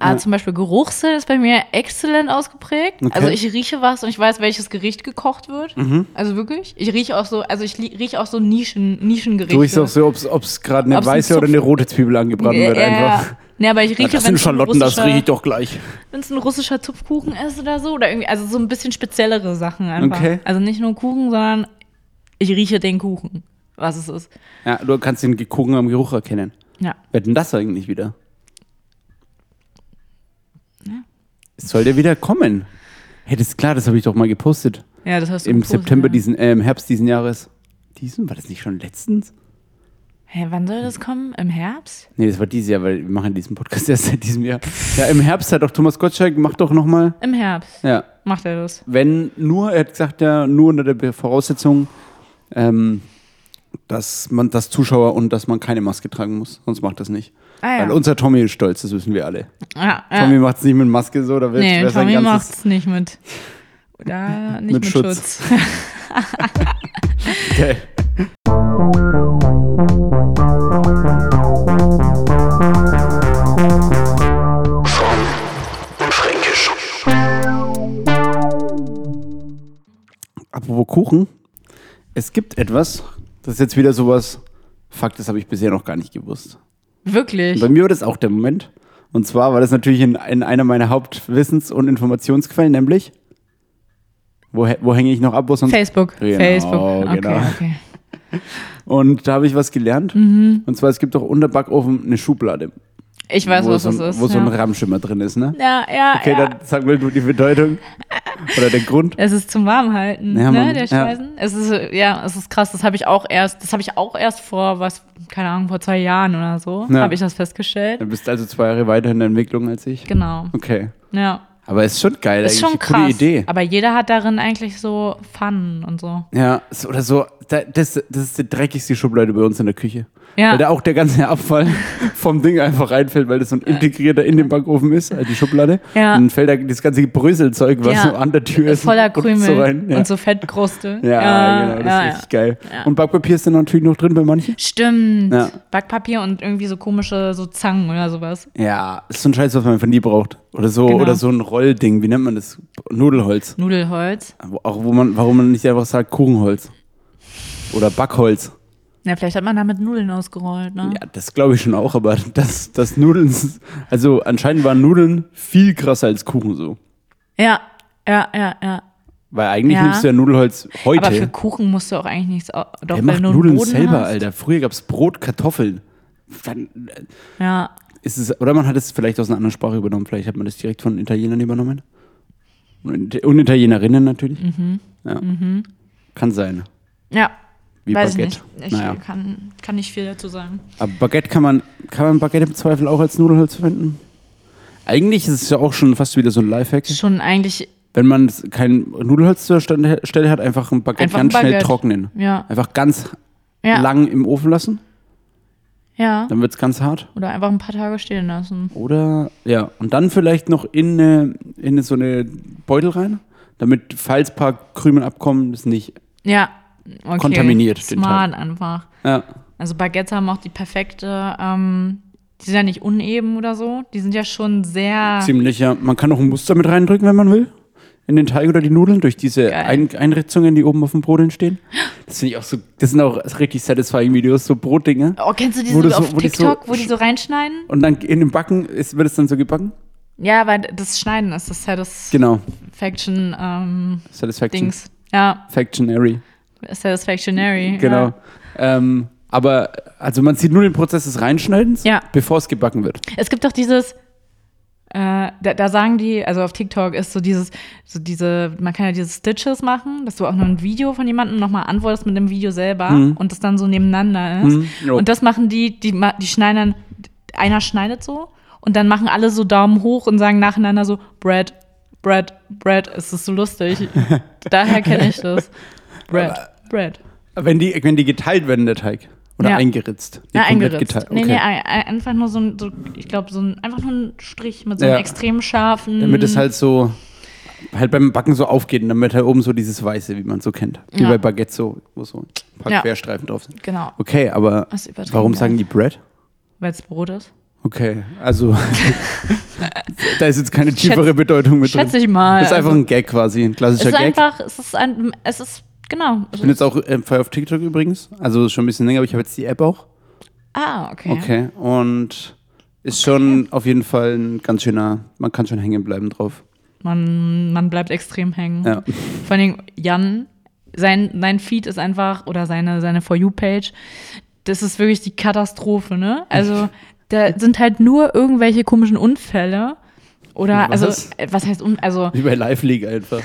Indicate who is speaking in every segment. Speaker 1: Aber Ah, zum Beispiel Geruchssinn ist bei mir exzellent ausgeprägt.
Speaker 2: Okay. Mhm.
Speaker 1: Also ich rieche was und ich weiß, welches Gericht gekocht wird. Also wirklich. Ich rieche auch so, also ich li- rieche auch so Nischen, Nischengerichte.
Speaker 2: Du riechst auch so, ob es gerade eine
Speaker 1: Ob's ein
Speaker 2: weiße oder
Speaker 1: Zupf-
Speaker 2: eine rote Zwiebel angebraten
Speaker 1: ja,
Speaker 2: wird einfach.
Speaker 1: Ja. Nee, aber ich rieche,
Speaker 2: das
Speaker 1: wenn
Speaker 2: sind
Speaker 1: es ein
Speaker 2: Schalotten, das
Speaker 1: russischer-
Speaker 2: rieche ich doch gleich.
Speaker 1: wenn es ein russischer Zupfkuchen ist oder so. Oder irgendwie, also so ein bisschen speziellere Sachen einfach.
Speaker 2: Okay.
Speaker 1: Also nicht nur Kuchen, sondern ich rieche den Kuchen, was es ist.
Speaker 2: Ja, du kannst den Kuchen am Geruch erkennen.
Speaker 1: Ja.
Speaker 2: Wer denn das eigentlich wieder? Es soll der wieder kommen. Hey, das ist klar, das habe ich doch mal gepostet.
Speaker 1: Ja, das hast du
Speaker 2: Im
Speaker 1: gepostet,
Speaker 2: September
Speaker 1: ja.
Speaker 2: diesen, äh, im Herbst diesen Jahres. Diesen? War das nicht schon letztens?
Speaker 1: Hä, wann soll das kommen? Im Herbst?
Speaker 2: Nee, das war dieses Jahr, weil wir machen diesen Podcast erst seit diesem Jahr. Ja, im Herbst hat doch Thomas Gottschalk, macht doch nochmal.
Speaker 1: Im Herbst
Speaker 2: Ja,
Speaker 1: macht er das.
Speaker 2: wenn nur, er hat gesagt, ja, nur unter der Be- Voraussetzung, ähm, dass man das Zuschauer und dass man keine Maske tragen muss, sonst macht das nicht.
Speaker 1: Ah ja.
Speaker 2: Weil unser Tommy ist stolz, das wissen wir alle.
Speaker 1: Ja,
Speaker 2: Tommy
Speaker 1: ja.
Speaker 2: macht es nicht mit Maske so, da wird
Speaker 1: Nee,
Speaker 2: wär sein
Speaker 1: Tommy
Speaker 2: ganzes.
Speaker 1: macht's nicht mit. Oder nicht
Speaker 2: Mit
Speaker 1: mit,
Speaker 2: Schutz.
Speaker 1: Schutz.
Speaker 2: Okay. Apropos Kuchen, es gibt etwas, das ist jetzt wieder sowas, Fakt, das habe ich bisher noch gar nicht gewusst.
Speaker 1: Wirklich.
Speaker 2: Bei mir war das auch der Moment. Und zwar war das natürlich in, in einer meiner Hauptwissens- und Informationsquellen, nämlich, wo, hä- wo hänge ich noch ab, wo sonst
Speaker 1: Facebook.
Speaker 2: Genau,
Speaker 1: Facebook. Okay,
Speaker 2: genau.
Speaker 1: okay.
Speaker 2: Und da habe ich was gelernt.
Speaker 1: Mhm.
Speaker 2: Und zwar, es gibt doch unter Backofen eine Schublade,
Speaker 1: Ich weiß,
Speaker 2: wo,
Speaker 1: was
Speaker 2: so, ein-
Speaker 1: das ist.
Speaker 2: wo so ein
Speaker 1: ja.
Speaker 2: Ramschimmer drin ist, ne?
Speaker 1: ja, ja,
Speaker 2: Okay,
Speaker 1: ja.
Speaker 2: dann sag mal du die Bedeutung oder den Grund.
Speaker 1: Es ist zum Warmhalten,
Speaker 2: Ja, Mann,
Speaker 1: ne, der
Speaker 2: ja.
Speaker 1: Speisen. Es ist äh, ja, es ist krass. Das habe ich auch erst, das habe ich auch erst vor was, keine Ahnung, vor zwei Jahren oder so,
Speaker 2: Ja.
Speaker 1: habe ich das festgestellt.
Speaker 2: Du bist also zwei Jahre weiter in der Entwicklung als ich.
Speaker 1: Genau,
Speaker 2: Okay.
Speaker 1: ja,
Speaker 2: Aber ist schon geil,
Speaker 1: ist
Speaker 2: eigentlich
Speaker 1: schon
Speaker 2: eine coole
Speaker 1: krass.
Speaker 2: Idee.
Speaker 1: Aber jeder hat darin eigentlich so Fun und so.
Speaker 2: Ja, so oder so, da, das, das ist die dreckigste Schublade bei uns in der Küche.
Speaker 1: Ja.
Speaker 2: Weil da auch der ganze Abfall vom Ding einfach reinfällt, weil das so ein integrierter in den Backofen ist, also die Schublade.
Speaker 1: Ja.
Speaker 2: Und dann fällt da das ganze Bröselzeug, was
Speaker 1: Ja.
Speaker 2: so an der Tür ist.
Speaker 1: Voller
Speaker 2: und
Speaker 1: Krümel
Speaker 2: So rein. Ja.
Speaker 1: und so Fettkruste.
Speaker 2: Ja, genau,
Speaker 1: ja,
Speaker 2: das ist
Speaker 1: ja.
Speaker 2: richtig geil. Und Backpapier ist dann natürlich noch drin bei manchen?
Speaker 1: Stimmt.
Speaker 2: Ja.
Speaker 1: Backpapier und irgendwie so komische so Zangen oder sowas.
Speaker 2: Ja, ist so ein Scheiß, was man von nie braucht. Oder so,
Speaker 1: Genau.
Speaker 2: oder so ein Rollding, wie nennt man das? Nudelholz.
Speaker 1: Nudelholz.
Speaker 2: Wo- Auch wo man, warum man nicht einfach sagt Kuchenholz. Oder Backholz.
Speaker 1: Ja, vielleicht hat man damit Nudeln ausgerollt, ne?
Speaker 2: Ja, das glaube ich schon auch, aber das, das Nudeln, also anscheinend waren Nudeln viel krasser als Kuchen so.
Speaker 1: Ja, ja, ja, ja.
Speaker 2: Weil eigentlich
Speaker 1: Ja.
Speaker 2: nimmst du ja Nudelholz heute.
Speaker 1: Aber für Kuchen musst du auch eigentlich nichts. au- Doch,
Speaker 2: Wer
Speaker 1: wenn
Speaker 2: macht
Speaker 1: du einen
Speaker 2: Nudeln
Speaker 1: Boden
Speaker 2: selber, halt
Speaker 1: hast.
Speaker 2: Alter? Früher gab es Brot, Kartoffeln. Dann
Speaker 1: Ja,
Speaker 2: ist es, oder man hat es vielleicht aus einer anderen Sprache übernommen. Vielleicht hat man das direkt von Italienern übernommen. Und, und Italienerinnen natürlich.
Speaker 1: Mhm.
Speaker 2: Ja. Kann sein.
Speaker 1: ja.
Speaker 2: Wie
Speaker 1: weiß
Speaker 2: Baguette.
Speaker 1: ich nicht. Ich
Speaker 2: Naja.
Speaker 1: kann, kann nicht viel dazu sagen.
Speaker 2: Aber Baguette kann man, kann man Baguette im Zweifel auch als Nudelholz verwenden? Eigentlich ist es ja auch schon fast wieder so ein Lifehack.
Speaker 1: Schon eigentlich,
Speaker 2: wenn man s- kein Nudelholz zur Stand- Stelle hat, einfach ein Baguette
Speaker 1: Einfach ein
Speaker 2: ganz schnell
Speaker 1: Baguette.
Speaker 2: trocknen.
Speaker 1: ja.
Speaker 2: Einfach ganz
Speaker 1: Ja,
Speaker 2: Äh, lang im Ofen lassen,
Speaker 1: ja.
Speaker 2: dann wird es ganz hart.
Speaker 1: Oder einfach ein paar Tage stehen lassen.
Speaker 2: Oder, ja, und dann vielleicht noch in, eine, in eine- so eine Beutel rein, damit, falls ein paar Krümel abkommen, das nicht.
Speaker 1: Ja, okay.
Speaker 2: Kontaminiert den
Speaker 1: Smart einfach.
Speaker 2: Ja,
Speaker 1: Also Baguettes haben auch die perfekte, ähm, die sind ja nicht uneben oder so. Die sind ja schon sehr,
Speaker 2: ziemlich, ja. Man kann noch ein Muster mit reindrücken, wenn man will. In den Teig oder die Nudeln, durch diese
Speaker 1: Geil.
Speaker 2: ein Einritzungen, die oben auf dem Brot entstehen. Das finde ich auch so, das sind auch richtig satisfying Videos, so Brotdinge.
Speaker 1: oh, kennst du diese
Speaker 2: Wo das so-
Speaker 1: auf
Speaker 2: wo die so-
Speaker 1: TikTok, wo die so reinschneiden?
Speaker 2: Und dann in dem Backen ist, wird es dann so gebacken.
Speaker 1: Ja, weil das Schneiden ist, das ist ja das
Speaker 2: Genau.
Speaker 1: Faction, ähm,
Speaker 2: Satisfaction.
Speaker 1: Dings. Ja,
Speaker 2: Factionary.
Speaker 1: Satisfactionary.
Speaker 2: Genau.
Speaker 1: Ja.
Speaker 2: Ähm, aber also man sieht nur den Prozess des Reinschneidens,
Speaker 1: Ja.
Speaker 2: bevor es gebacken wird.
Speaker 1: Es gibt doch dieses, äh, da, da sagen die, also auf TikTok ist so dieses, so diese, man kann ja diese Stitches machen, dass du auch nur ein Video von jemandem nochmal antwortest mit dem Video selber und das dann so nebeneinander ist.
Speaker 2: Mhm, jo.
Speaker 1: Und das machen die, die, ma- die schneiden dann, einer schneidet so und dann machen alle so Daumen hoch und sagen nacheinander so, Bread, Bread, Bread, es ist so lustig. Daher kenne ich das. Bread, Bread.
Speaker 2: Wenn die, wenn die geteilt werden, der Teig. Oder
Speaker 1: Ja.
Speaker 2: eingeritzt. Die
Speaker 1: Ja,
Speaker 2: komplett
Speaker 1: eingeritzt.
Speaker 2: geteilt.
Speaker 1: Nee,
Speaker 2: Okay.
Speaker 1: nee, ein- ein- einfach nur so ein, so, ich glaube, so ein, einfach nur ein Strich mit so einem
Speaker 2: Ja.
Speaker 1: extrem scharfen.
Speaker 2: Damit es halt so halt beim Backen so aufgeht und damit halt oben so dieses Weiße, wie man so kennt. Wie
Speaker 1: Ja.
Speaker 2: bei Baguette so, wo so ein paar
Speaker 1: Ja.
Speaker 2: Querstreifen drauf sind.
Speaker 1: Genau,
Speaker 2: Okay, aber
Speaker 1: Das ist übertrieben
Speaker 2: warum
Speaker 1: geil.
Speaker 2: sagen die Bread?
Speaker 1: weil es Brot ist.
Speaker 2: Okay, also da ist jetzt keine tiefere Bedeutung mit
Speaker 1: Schätze
Speaker 2: drin.
Speaker 1: ich mal.
Speaker 2: Das ist einfach
Speaker 1: Also,
Speaker 2: ein Gag quasi, ein
Speaker 1: es
Speaker 2: klassischer
Speaker 1: ist
Speaker 2: Gag.
Speaker 1: einfach, es ist ein, es ist, genau.
Speaker 2: Ich bin jetzt auch äh, voll auf TikTok übrigens. Also schon ein bisschen länger, aber ich habe jetzt die App auch.
Speaker 1: ah, okay.
Speaker 2: Okay. Und ist schon auf jeden Fall ein ganz schöner, man kann schon hängen bleiben drauf.
Speaker 1: Man, man bleibt extrem hängen.
Speaker 2: Ja.
Speaker 1: Vor allen Dingen Jan, sein, sein Feed ist einfach, oder seine, seine For You-Page, das ist wirklich die Katastrophe, ne? Also, da sind halt nur irgendwelche komischen Unfälle. Oder, also,
Speaker 2: Was?
Speaker 1: äh, was heißt, un also,
Speaker 2: Wie bei Live League einfach.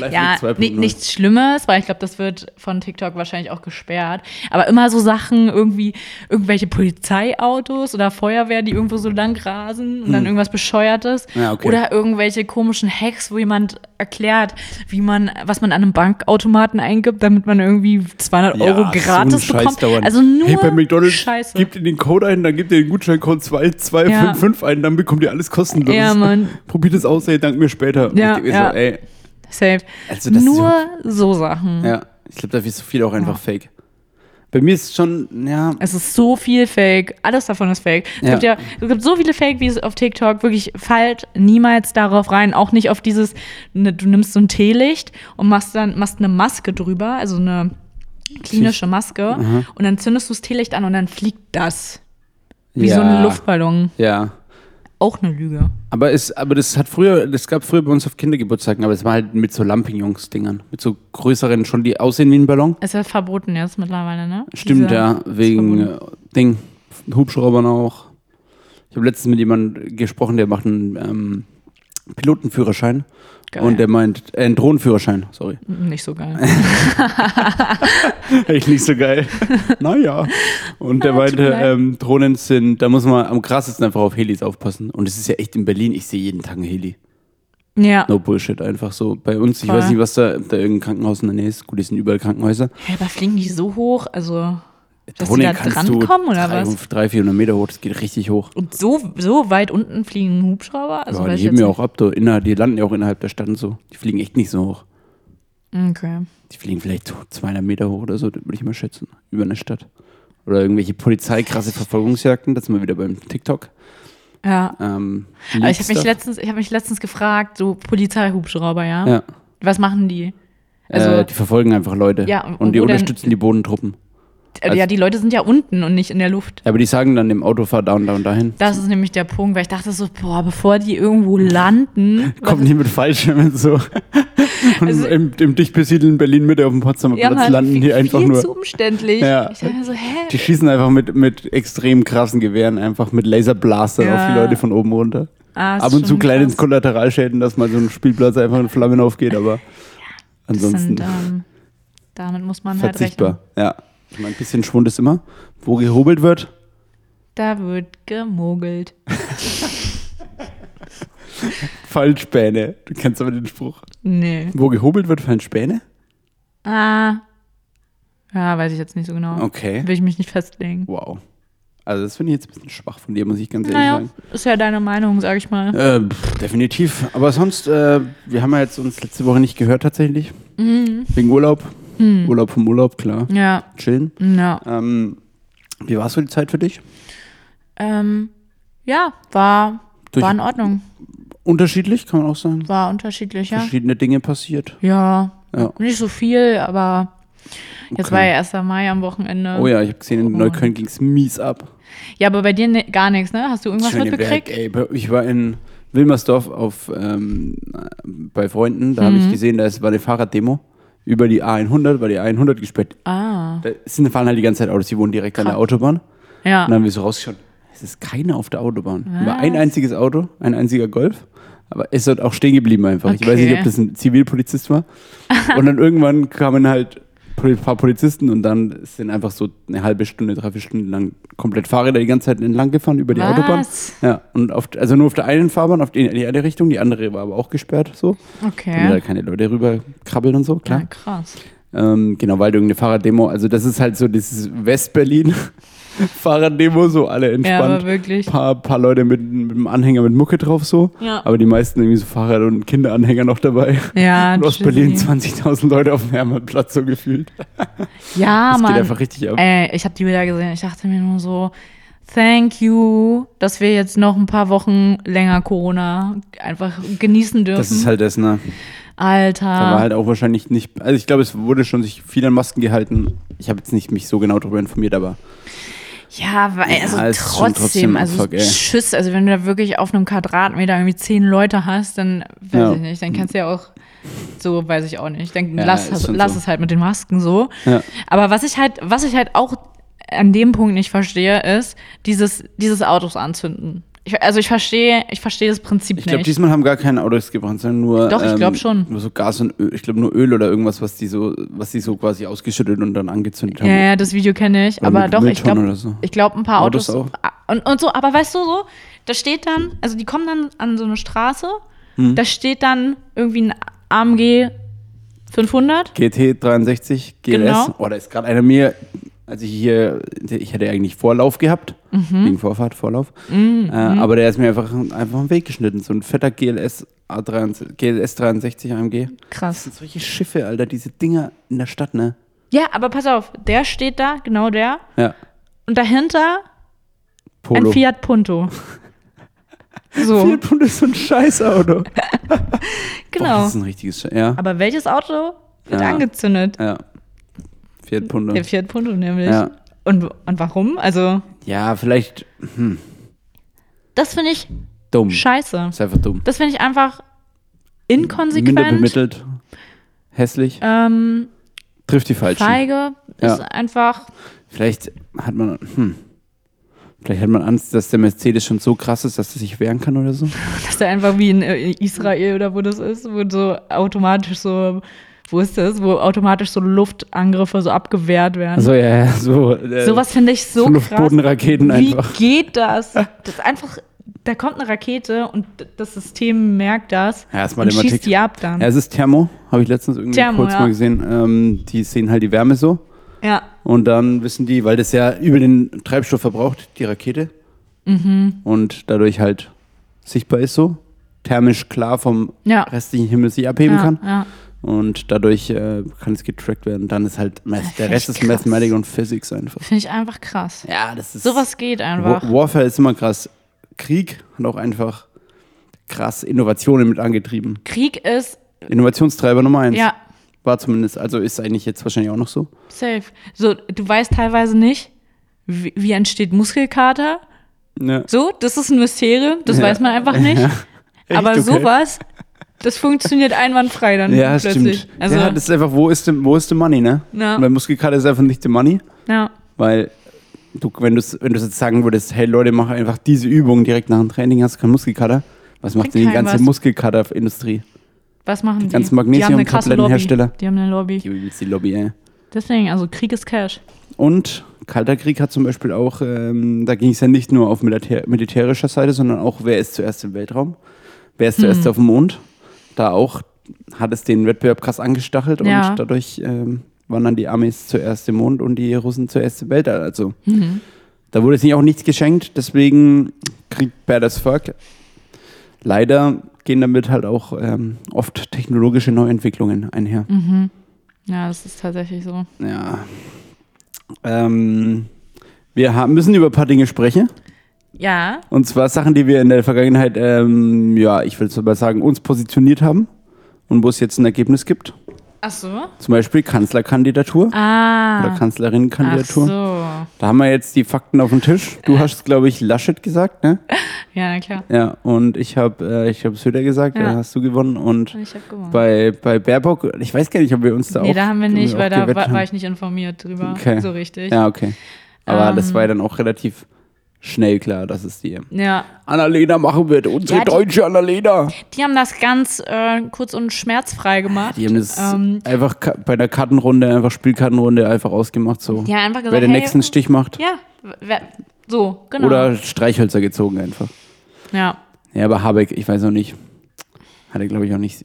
Speaker 2: Live
Speaker 1: ja, ni- nichts Schlimmes, weil ich glaube, das wird von TikTok wahrscheinlich auch gesperrt. Aber immer so Sachen, irgendwie irgendwelche Polizeiautos oder Feuerwehr, die irgendwo so lang rasen und dann irgendwas Bescheuertes.
Speaker 2: Hm. Ja, okay.
Speaker 1: Oder irgendwelche komischen Hacks, wo jemand erklärt, wie man, was man an einem Bankautomaten eingibt, damit man irgendwie 200 Euro gratis bekommt. Also nur
Speaker 2: hey, bei McDonalds
Speaker 1: Scheiße.
Speaker 2: Gebt ihr den Code ein, dann gebt ihr den Gutscheincode 2255 ein, dann bekommt ihr alles kostenlos.
Speaker 1: Ja, Mann.
Speaker 2: Probiert es aus, ey, dank mir später. Und
Speaker 1: Ja,
Speaker 2: ich denk mir
Speaker 1: ja.
Speaker 2: so, ey,
Speaker 1: Safe.
Speaker 2: Also das ist
Speaker 1: nur so Sachen.
Speaker 2: ja, ich glaube, da ist so viel auch einfach fake. Bei mir ist schon, ja,
Speaker 1: Es ist so viel Fake. Alles davon ist Fake. Es,
Speaker 2: Ja.
Speaker 1: gibt ja, es gibt so viele Fake-Videos auf TikTok. Wirklich fallt niemals darauf rein. Auch nicht auf dieses, ne, du nimmst so ein Teelicht und machst dann machst eine Maske drüber, also eine klinische Maske. Und dann zündest du das Teelicht an und dann fliegt das. Wie
Speaker 2: ja,
Speaker 1: so ein Luftballon.
Speaker 2: Ja.
Speaker 1: Auch eine Lüge.
Speaker 2: Aber, es, aber das hat früher, das gab früher bei uns auf Kindergeburtstagen, aber es war halt mit so Lampignons-Dingern. Mit so größeren schon, die aussehen wie ein Ballon.
Speaker 1: Ist ja verboten jetzt mittlerweile, ne?
Speaker 2: Stimmt,
Speaker 1: Diese-
Speaker 2: ja, wegen
Speaker 1: verboten.
Speaker 2: äh, Ding, Hubschraubern auch. Ich habe letztens mit jemandem gesprochen, der macht einen ähm, Pilotenführerschein.
Speaker 1: Geil.
Speaker 2: Und der meint, äh, einen Drohnenführerschein, sorry.
Speaker 1: Nicht so geil.
Speaker 2: Echt nicht so geil. naja. Und der
Speaker 1: Ah, tut mir
Speaker 2: meinte,
Speaker 1: leid.
Speaker 2: ähm, Drohnen sind, da muss man am krassesten einfach auf Helis aufpassen. Und es ist ja echt in Berlin, ich sehe jeden Tag einen Heli.
Speaker 1: ja.
Speaker 2: No Bullshit, einfach so. Bei uns, ich
Speaker 1: Voll.
Speaker 2: weiß nicht, was da, ob da irgendein Krankenhaus in der Nähe ist. Gut, die sind überall Krankenhäuser.
Speaker 1: Hä, Aber fliegen die so hoch? Also, dass die
Speaker 2: Drohnen
Speaker 1: da drankommen oder
Speaker 2: drei,
Speaker 1: was?
Speaker 2: drei, 400 Meter hoch, das geht richtig hoch.
Speaker 1: Und so, so weit unten fliegen Hubschrauber? Also
Speaker 2: ja,
Speaker 1: weiß
Speaker 2: die
Speaker 1: ich
Speaker 2: heben
Speaker 1: jetzt
Speaker 2: ja auch ab, du. Inner, die landen ja auch innerhalb der Stadt und so. Die fliegen echt nicht so hoch.
Speaker 1: nicht. Okay.
Speaker 2: Die fliegen vielleicht so 200 Meter hoch oder so, das würde ich mal schätzen. Über eine Stadt. Oder irgendwelche Polizei, krasse Verfolgungsjagden. Das sind wir wieder beim TikTok.
Speaker 1: Ja.
Speaker 2: Ähm,
Speaker 1: Aber ich habe mich,
Speaker 2: Leak-Stuff.
Speaker 1: letztens, ich hab mich letztens gefragt, so Polizeihubschrauber, ja?
Speaker 2: Ja.
Speaker 1: Was machen die? Also,
Speaker 2: Also, äh, die verfolgen einfach Leute.
Speaker 1: Ja, und
Speaker 2: und, die
Speaker 1: wo denn-
Speaker 2: unterstützen die Bodentruppen.
Speaker 1: äh, ja,
Speaker 2: also-
Speaker 1: die Leute sind ja unten und nicht in der Luft.
Speaker 2: Ja, aber die sagen dann dem Auto, fahr da und da und dahin.
Speaker 1: Das ist nämlich der Punkt, weil ich dachte so, boah, bevor die irgendwo landen,
Speaker 2: Kommen die mit Fallschirmen so. Und
Speaker 1: Also-
Speaker 2: im, im dicht besiedelten Berlin-Mitte auf dem Potsdamer
Speaker 1: ja,
Speaker 2: Platz
Speaker 1: Mann,
Speaker 2: landen die
Speaker 1: halt viel,
Speaker 2: einfach
Speaker 1: viel
Speaker 2: nur.
Speaker 1: zu umständlich.
Speaker 2: Ja.
Speaker 1: Ich dachte mir so, hä?
Speaker 2: Die schießen einfach mit, mit extrem krassen Gewehren, einfach mit Laserblaster
Speaker 1: Ja.
Speaker 2: auf die Leute von oben runter.
Speaker 1: Ah, ist
Speaker 2: Ab und zu
Speaker 1: schon
Speaker 2: kleine
Speaker 1: krass.
Speaker 2: Kollateralschäden, dass mal so ein Spielplatz einfach in Flammen aufgeht, aber
Speaker 1: Das
Speaker 2: ansonsten
Speaker 1: sind, ähm, damit muss man halt rechnen.
Speaker 2: verzichtbar. ja. Ich meine, ein bisschen Schwund ist immer. Wo gehobelt wird,
Speaker 1: Da wird gemogelt.
Speaker 2: fallen Späne. Du kennst aber den Spruch.
Speaker 1: Nee.
Speaker 2: Wo gehobelt wird, fallen Späne?
Speaker 1: Ah. Ja, weiß ich jetzt nicht so genau.
Speaker 2: Okay.
Speaker 1: Will ich mich nicht festlegen.
Speaker 2: Wow. Also das finde ich jetzt ein bisschen schwach von dir, muss ich ganz ehrlich
Speaker 1: Naja,
Speaker 2: sagen.
Speaker 1: ist ja deine Meinung, sag ich mal.
Speaker 2: Ähm, pff, definitiv. Aber sonst, äh, wir haben ja jetzt uns letzte Woche nicht gehört tatsächlich.
Speaker 1: Mhm.
Speaker 2: Wegen Urlaub. Urlaub vom Urlaub, klar.
Speaker 1: Ja,
Speaker 2: Chillen.
Speaker 1: ja.
Speaker 2: Ähm, wie war so die Zeit für dich?
Speaker 1: Ähm, ja, war,
Speaker 2: Durch-
Speaker 1: war in Ordnung.
Speaker 2: Unterschiedlich, kann man auch sagen.
Speaker 1: War unterschiedlich, ja.
Speaker 2: Verschiedene Dinge passiert.
Speaker 1: Ja,
Speaker 2: Ja.
Speaker 1: nicht so viel, aber jetzt
Speaker 2: Okay.
Speaker 1: war ja 1. Mai am Wochenende.
Speaker 2: Oh ja, ich habe gesehen, in
Speaker 1: Oh.
Speaker 2: Neukölln ging es mies ab.
Speaker 1: Ja, aber bei dir ne, gar nichts, ne? Hast du irgendwas
Speaker 2: Schöneberg,
Speaker 1: mitbekriegt?
Speaker 2: ey. Ich war in Wilmersdorf auf, ähm, bei Freunden. Da
Speaker 1: Mhm.
Speaker 2: habe ich gesehen, da ist- war eine Fahrraddemo über die A100, weil die A100 gesperrt
Speaker 1: ah,
Speaker 2: Da sind, fahren halt die ganze Zeit Autos, die wohnen direkt an der
Speaker 1: Krass.
Speaker 2: Autobahn. Und
Speaker 1: ja.
Speaker 2: dann haben wir so rausgeschaut, es ist keiner auf der Autobahn.
Speaker 1: Was?
Speaker 2: War ein einziges Auto, ein einziger Golf. Aber es ist dort auch stehen geblieben einfach. Ich weiß
Speaker 1: Okay.
Speaker 2: nicht, ob das ein Zivilpolizist war. und dann irgendwann kamen halt ein paar Polizisten und dann sind einfach so eine halbe Stunde, dreiviertel Stunden lang komplett Fahrräder die ganze Zeit entlang gefahren über die
Speaker 1: Was?
Speaker 2: Autobahn. Ja, und auf, also nur auf der einen Fahrbahn, auf die, die eine Richtung, die andere war aber auch gesperrt so. Damit da
Speaker 1: Okay.
Speaker 2: keine Leute rüber krabbeln und so, klar.
Speaker 1: Ja, krass.
Speaker 2: Ähm, genau, weil irgendeine Fahrraddemo, also das ist halt so dieses West-Berlin Fahrraddemo, so alle
Speaker 1: Ja, aber
Speaker 2: entspannt.
Speaker 1: wirklich.
Speaker 2: paar, paar Leute mit, mit einem Anhänger mit Mucke drauf so,
Speaker 1: Ja.
Speaker 2: aber die meisten irgendwie so Fahrrad- und Kinderanhänger noch dabei.
Speaker 1: Ja,
Speaker 2: und aus Berlin
Speaker 1: tschüssi.
Speaker 2: 20.000 Leute auf dem Hermannplatz so gefühlt.
Speaker 1: Ja,
Speaker 2: Das
Speaker 1: Mann.
Speaker 2: geht einfach richtig ab.
Speaker 1: Äh, Ey, ich habe die Bilder gesehen. Ich dachte mir nur so, Thank you, dass wir jetzt noch ein paar Wochen länger Corona einfach genießen dürfen.
Speaker 2: Das ist halt das, ne?
Speaker 1: Alter.
Speaker 2: Da war halt auch wahrscheinlich nicht. Also ich glaube, es wurde schon sich viel an Masken gehalten. Ich habe jetzt nicht mich so genau darüber informiert, aber
Speaker 1: Ja, weil, also
Speaker 2: Ja, es ist schon
Speaker 1: trotzdem,
Speaker 2: trotzdem
Speaker 1: also
Speaker 2: Abfuck, ey.
Speaker 1: tschüss, also wenn du da wirklich auf einem Quadratmeter irgendwie zehn Leute hast, dann weiß
Speaker 2: Ja.
Speaker 1: ich nicht, dann kannst du ja auch, so weiß ich auch nicht, dann
Speaker 2: Ja,
Speaker 1: lass,
Speaker 2: ist schon
Speaker 1: lass
Speaker 2: so.
Speaker 1: es halt mit den Masken so.
Speaker 2: Ja.
Speaker 1: Aber was ich halt, was ich halt auch an dem Punkt nicht verstehe, ist dieses, dieses Autos anzünden. Ich, also ich verstehe, ich verstehe das Prinzip
Speaker 2: ich glaube,
Speaker 1: nicht.
Speaker 2: diesmal haben gar keine Autos gebrannt, sondern nur. ähm,
Speaker 1: Doch, ich glaub schon.
Speaker 2: Nur so Gas und Öl. Ich glaube nur Öl oder irgendwas, was die so, was die so quasi ausgeschüttet und dann angezündet haben.
Speaker 1: Ja, ja, das Video kenne ich,
Speaker 2: Ähm, Oder
Speaker 1: aber
Speaker 2: mit
Speaker 1: doch, ich
Speaker 2: Mülltonnen
Speaker 1: glaube,
Speaker 2: oder so.
Speaker 1: ich glaube, ein paar Autos, Ah,
Speaker 2: Autos
Speaker 1: Und, und so, aber weißt du so, da steht dann, also die kommen dann an so eine Straße,
Speaker 2: Mhm.
Speaker 1: da steht dann irgendwie ein AMG 500.
Speaker 2: GT63 GLS.
Speaker 1: Genau.
Speaker 2: Oh, da ist gerade einer mir, als ich hier, ich hätte eigentlich Vorlauf gehabt,
Speaker 1: Mhm.
Speaker 2: wegen Vorfahrt, Vorlauf. Äh, aber der ist mir einfach, einfach im Weg geschnitten. So ein fetter GLS, A63, GLS 63 AMG. Das
Speaker 1: Krass.
Speaker 2: sind solche Schiffe, Alter, diese Dinger in der Stadt, ne?
Speaker 1: Ja, aber pass auf, der steht da, genau der.
Speaker 2: Ja.
Speaker 1: Und dahinter
Speaker 2: Polo.
Speaker 1: ein Fiat Punto. So,
Speaker 2: Fiat Punto ist so ein Scheißauto. Boah,
Speaker 1: genau.
Speaker 2: das ist ein richtiges Scheiß. Ja.
Speaker 1: Aber welches Auto wird
Speaker 2: Ja.
Speaker 1: angezündet?
Speaker 2: ja. Fiat Punto.
Speaker 1: Der Fiat Punto nämlich.
Speaker 2: Ja.
Speaker 1: Und, und warum? Also,
Speaker 2: Ja, vielleicht
Speaker 1: das finde ich
Speaker 2: dumm.
Speaker 1: scheiße.
Speaker 2: Ist einfach dumm.
Speaker 1: Das finde ich einfach
Speaker 2: Minder
Speaker 1: inkonsequent.
Speaker 2: bemittelt. Hässlich.
Speaker 1: Ähm,
Speaker 2: Trifft die Falschen.
Speaker 1: feige ist
Speaker 2: Ja.
Speaker 1: einfach.
Speaker 2: Vielleicht hat man, hm, vielleicht hat man Angst, dass der Mercedes schon so krass ist, dass er sich wehren kann oder so.
Speaker 1: Dass der einfach wie in äh, Israel oder wo das ist, wo so automatisch so. Wo ist das? Wo automatisch so Luftangriffe so abgewehrt werden.
Speaker 2: Also ja, ja, so. Äh,
Speaker 1: Sowas finde ich so
Speaker 2: so
Speaker 1: krass.
Speaker 2: Luftbodenraketen
Speaker 1: Wie
Speaker 2: einfach.
Speaker 1: geht das? Das ist einfach. Da kommt eine Rakete und d- das System merkt das
Speaker 2: Ja, ist
Speaker 1: und
Speaker 2: Mathematik.
Speaker 1: schießt die ab dann.
Speaker 2: Ja, es ist Thermo, habe ich letztens irgendwie
Speaker 1: Thermo,
Speaker 2: kurz
Speaker 1: ja.
Speaker 2: mal gesehen. Ähm, die sehen halt die Wärme so
Speaker 1: Ja.
Speaker 2: und dann wissen die, weil das ja über den Treibstoff verbraucht, die Rakete.
Speaker 1: Mhm.
Speaker 2: Und dadurch halt sichtbar ist so, thermisch klar vom
Speaker 1: Ja.
Speaker 2: restlichen Himmel sich abheben
Speaker 1: ja,
Speaker 2: kann.
Speaker 1: ja.
Speaker 2: Und dadurch äh, kann es getrackt werden. Dann ist halt, Math- der
Speaker 1: find
Speaker 2: Rest
Speaker 1: ich
Speaker 2: ist
Speaker 1: krass.
Speaker 2: Mathematik und Physics einfach.
Speaker 1: Finde ich einfach krass.
Speaker 2: Ja, das ist.
Speaker 1: Sowas geht einfach.
Speaker 2: Wa- Warfare ist immer krass. Krieg hat auch einfach krass Innovationen mit angetrieben.
Speaker 1: Krieg ist.
Speaker 2: Innovationstreiber Nummer eins.
Speaker 1: Ja,
Speaker 2: War zumindest, also ist eigentlich jetzt wahrscheinlich auch noch so.
Speaker 1: Safe. So, du weißt teilweise nicht, wie, wie entsteht Muskelkater.
Speaker 2: Ja.
Speaker 1: So, das ist ein Mysterium, das
Speaker 2: Ja.
Speaker 1: weiß man einfach nicht.
Speaker 2: Echt,
Speaker 1: Aber
Speaker 2: okay.
Speaker 1: sowas, das funktioniert einwandfrei dann
Speaker 2: Ja,
Speaker 1: Hm, plötzlich.
Speaker 2: stimmt.
Speaker 1: Also,
Speaker 2: ja, das ist einfach, wo ist the, wo ist the money, ne?
Speaker 1: Ja.
Speaker 2: Und Bei Muskelkater ist einfach nicht the money,
Speaker 1: ja.
Speaker 2: weil du, wenn du wenn du's jetzt sagen würdest, hey Leute, mach einfach diese Übung direkt nach dem Training, hast du keinen Muskelkater. Was macht
Speaker 1: Bringt
Speaker 2: denn die
Speaker 1: keinem
Speaker 2: ganze
Speaker 1: was.
Speaker 2: Muskelkaterindustrie?
Speaker 1: Was machen die?
Speaker 2: ganzen
Speaker 1: die haben eine krasse Lobby.
Speaker 2: Magnesium-Tablettenhersteller.
Speaker 1: Die haben eine Lobby.
Speaker 2: Die übelst die Lobby, ey.
Speaker 1: Deswegen, also Krieg ist Cash.
Speaker 2: Und Kalter Krieg hat zum Beispiel auch, ähm, da ging es ja nicht nur auf militär militärischer Seite, sondern auch, wer ist zuerst im Weltraum, wer ist zuerst auf dem Mond. Da auch hat es den Wettbewerb krass angestachelt
Speaker 1: Ja.
Speaker 2: und dadurch ähm, waren dann die Amis zuerst im Mond und die Russen zuerst im Weltall. Also da wurde es nicht auch nichts geschenkt, deswegen Krieg bad as fuck. Leider gehen damit halt auch ähm, oft technologische Neuentwicklungen einher.
Speaker 1: Ja, das ist tatsächlich so.
Speaker 2: Ja. Ähm, wir haben, müssen über ein paar Dinge sprechen.
Speaker 1: Ja,
Speaker 2: Und zwar Sachen, die wir in der Vergangenheit, ähm, ja, ich will es mal sagen, uns positioniert haben und wo es jetzt ein Ergebnis gibt.
Speaker 1: ach so.
Speaker 2: Zum Beispiel Kanzlerkandidatur oder
Speaker 1: Ah, ach
Speaker 2: Kanzlerinnenkandidatur.
Speaker 1: so.
Speaker 2: Da haben wir jetzt die Fakten auf dem Tisch. Du hast, glaube ich, Laschet gesagt, ne?
Speaker 1: Ja, na klar.
Speaker 2: Ja, und ich habe äh, ich hab Söder gesagt,
Speaker 1: Ja.
Speaker 2: da hast du gewonnen. Und
Speaker 1: Ich hab gewonnen.
Speaker 2: bei, bei Baerbock, ich weiß gar nicht, ob wir uns da auch.
Speaker 1: nee, da haben wir nicht,
Speaker 2: auch
Speaker 1: weil da
Speaker 2: gewettet
Speaker 1: war,
Speaker 2: haben.
Speaker 1: war ich nicht informiert drüber.
Speaker 2: Okay.
Speaker 1: So richtig.
Speaker 2: Ja, okay. Aber das
Speaker 1: Ähm.
Speaker 2: war ja dann auch relativ schnell klar, dass es die
Speaker 1: ja.
Speaker 2: Annalena machen wird. Unsere
Speaker 1: Ja, die-
Speaker 2: deutsche Annalena.
Speaker 1: Die haben das ganz äh, kurz und schmerzfrei gemacht.
Speaker 2: Die haben das
Speaker 1: ähm,
Speaker 2: einfach ka- bei der Kartenrunde, einfach Spielkartenrunde einfach ausgemacht. So.
Speaker 1: die haben einfach gesagt,
Speaker 2: Wer den
Speaker 1: hey,
Speaker 2: nächsten Stich macht.
Speaker 1: ja, wer, so, genau.
Speaker 2: Oder Streichhölzer gezogen einfach.
Speaker 1: ja.
Speaker 2: Ja, aber Habeck, ich weiß auch nicht. Hat er, glaube ich, auch nicht.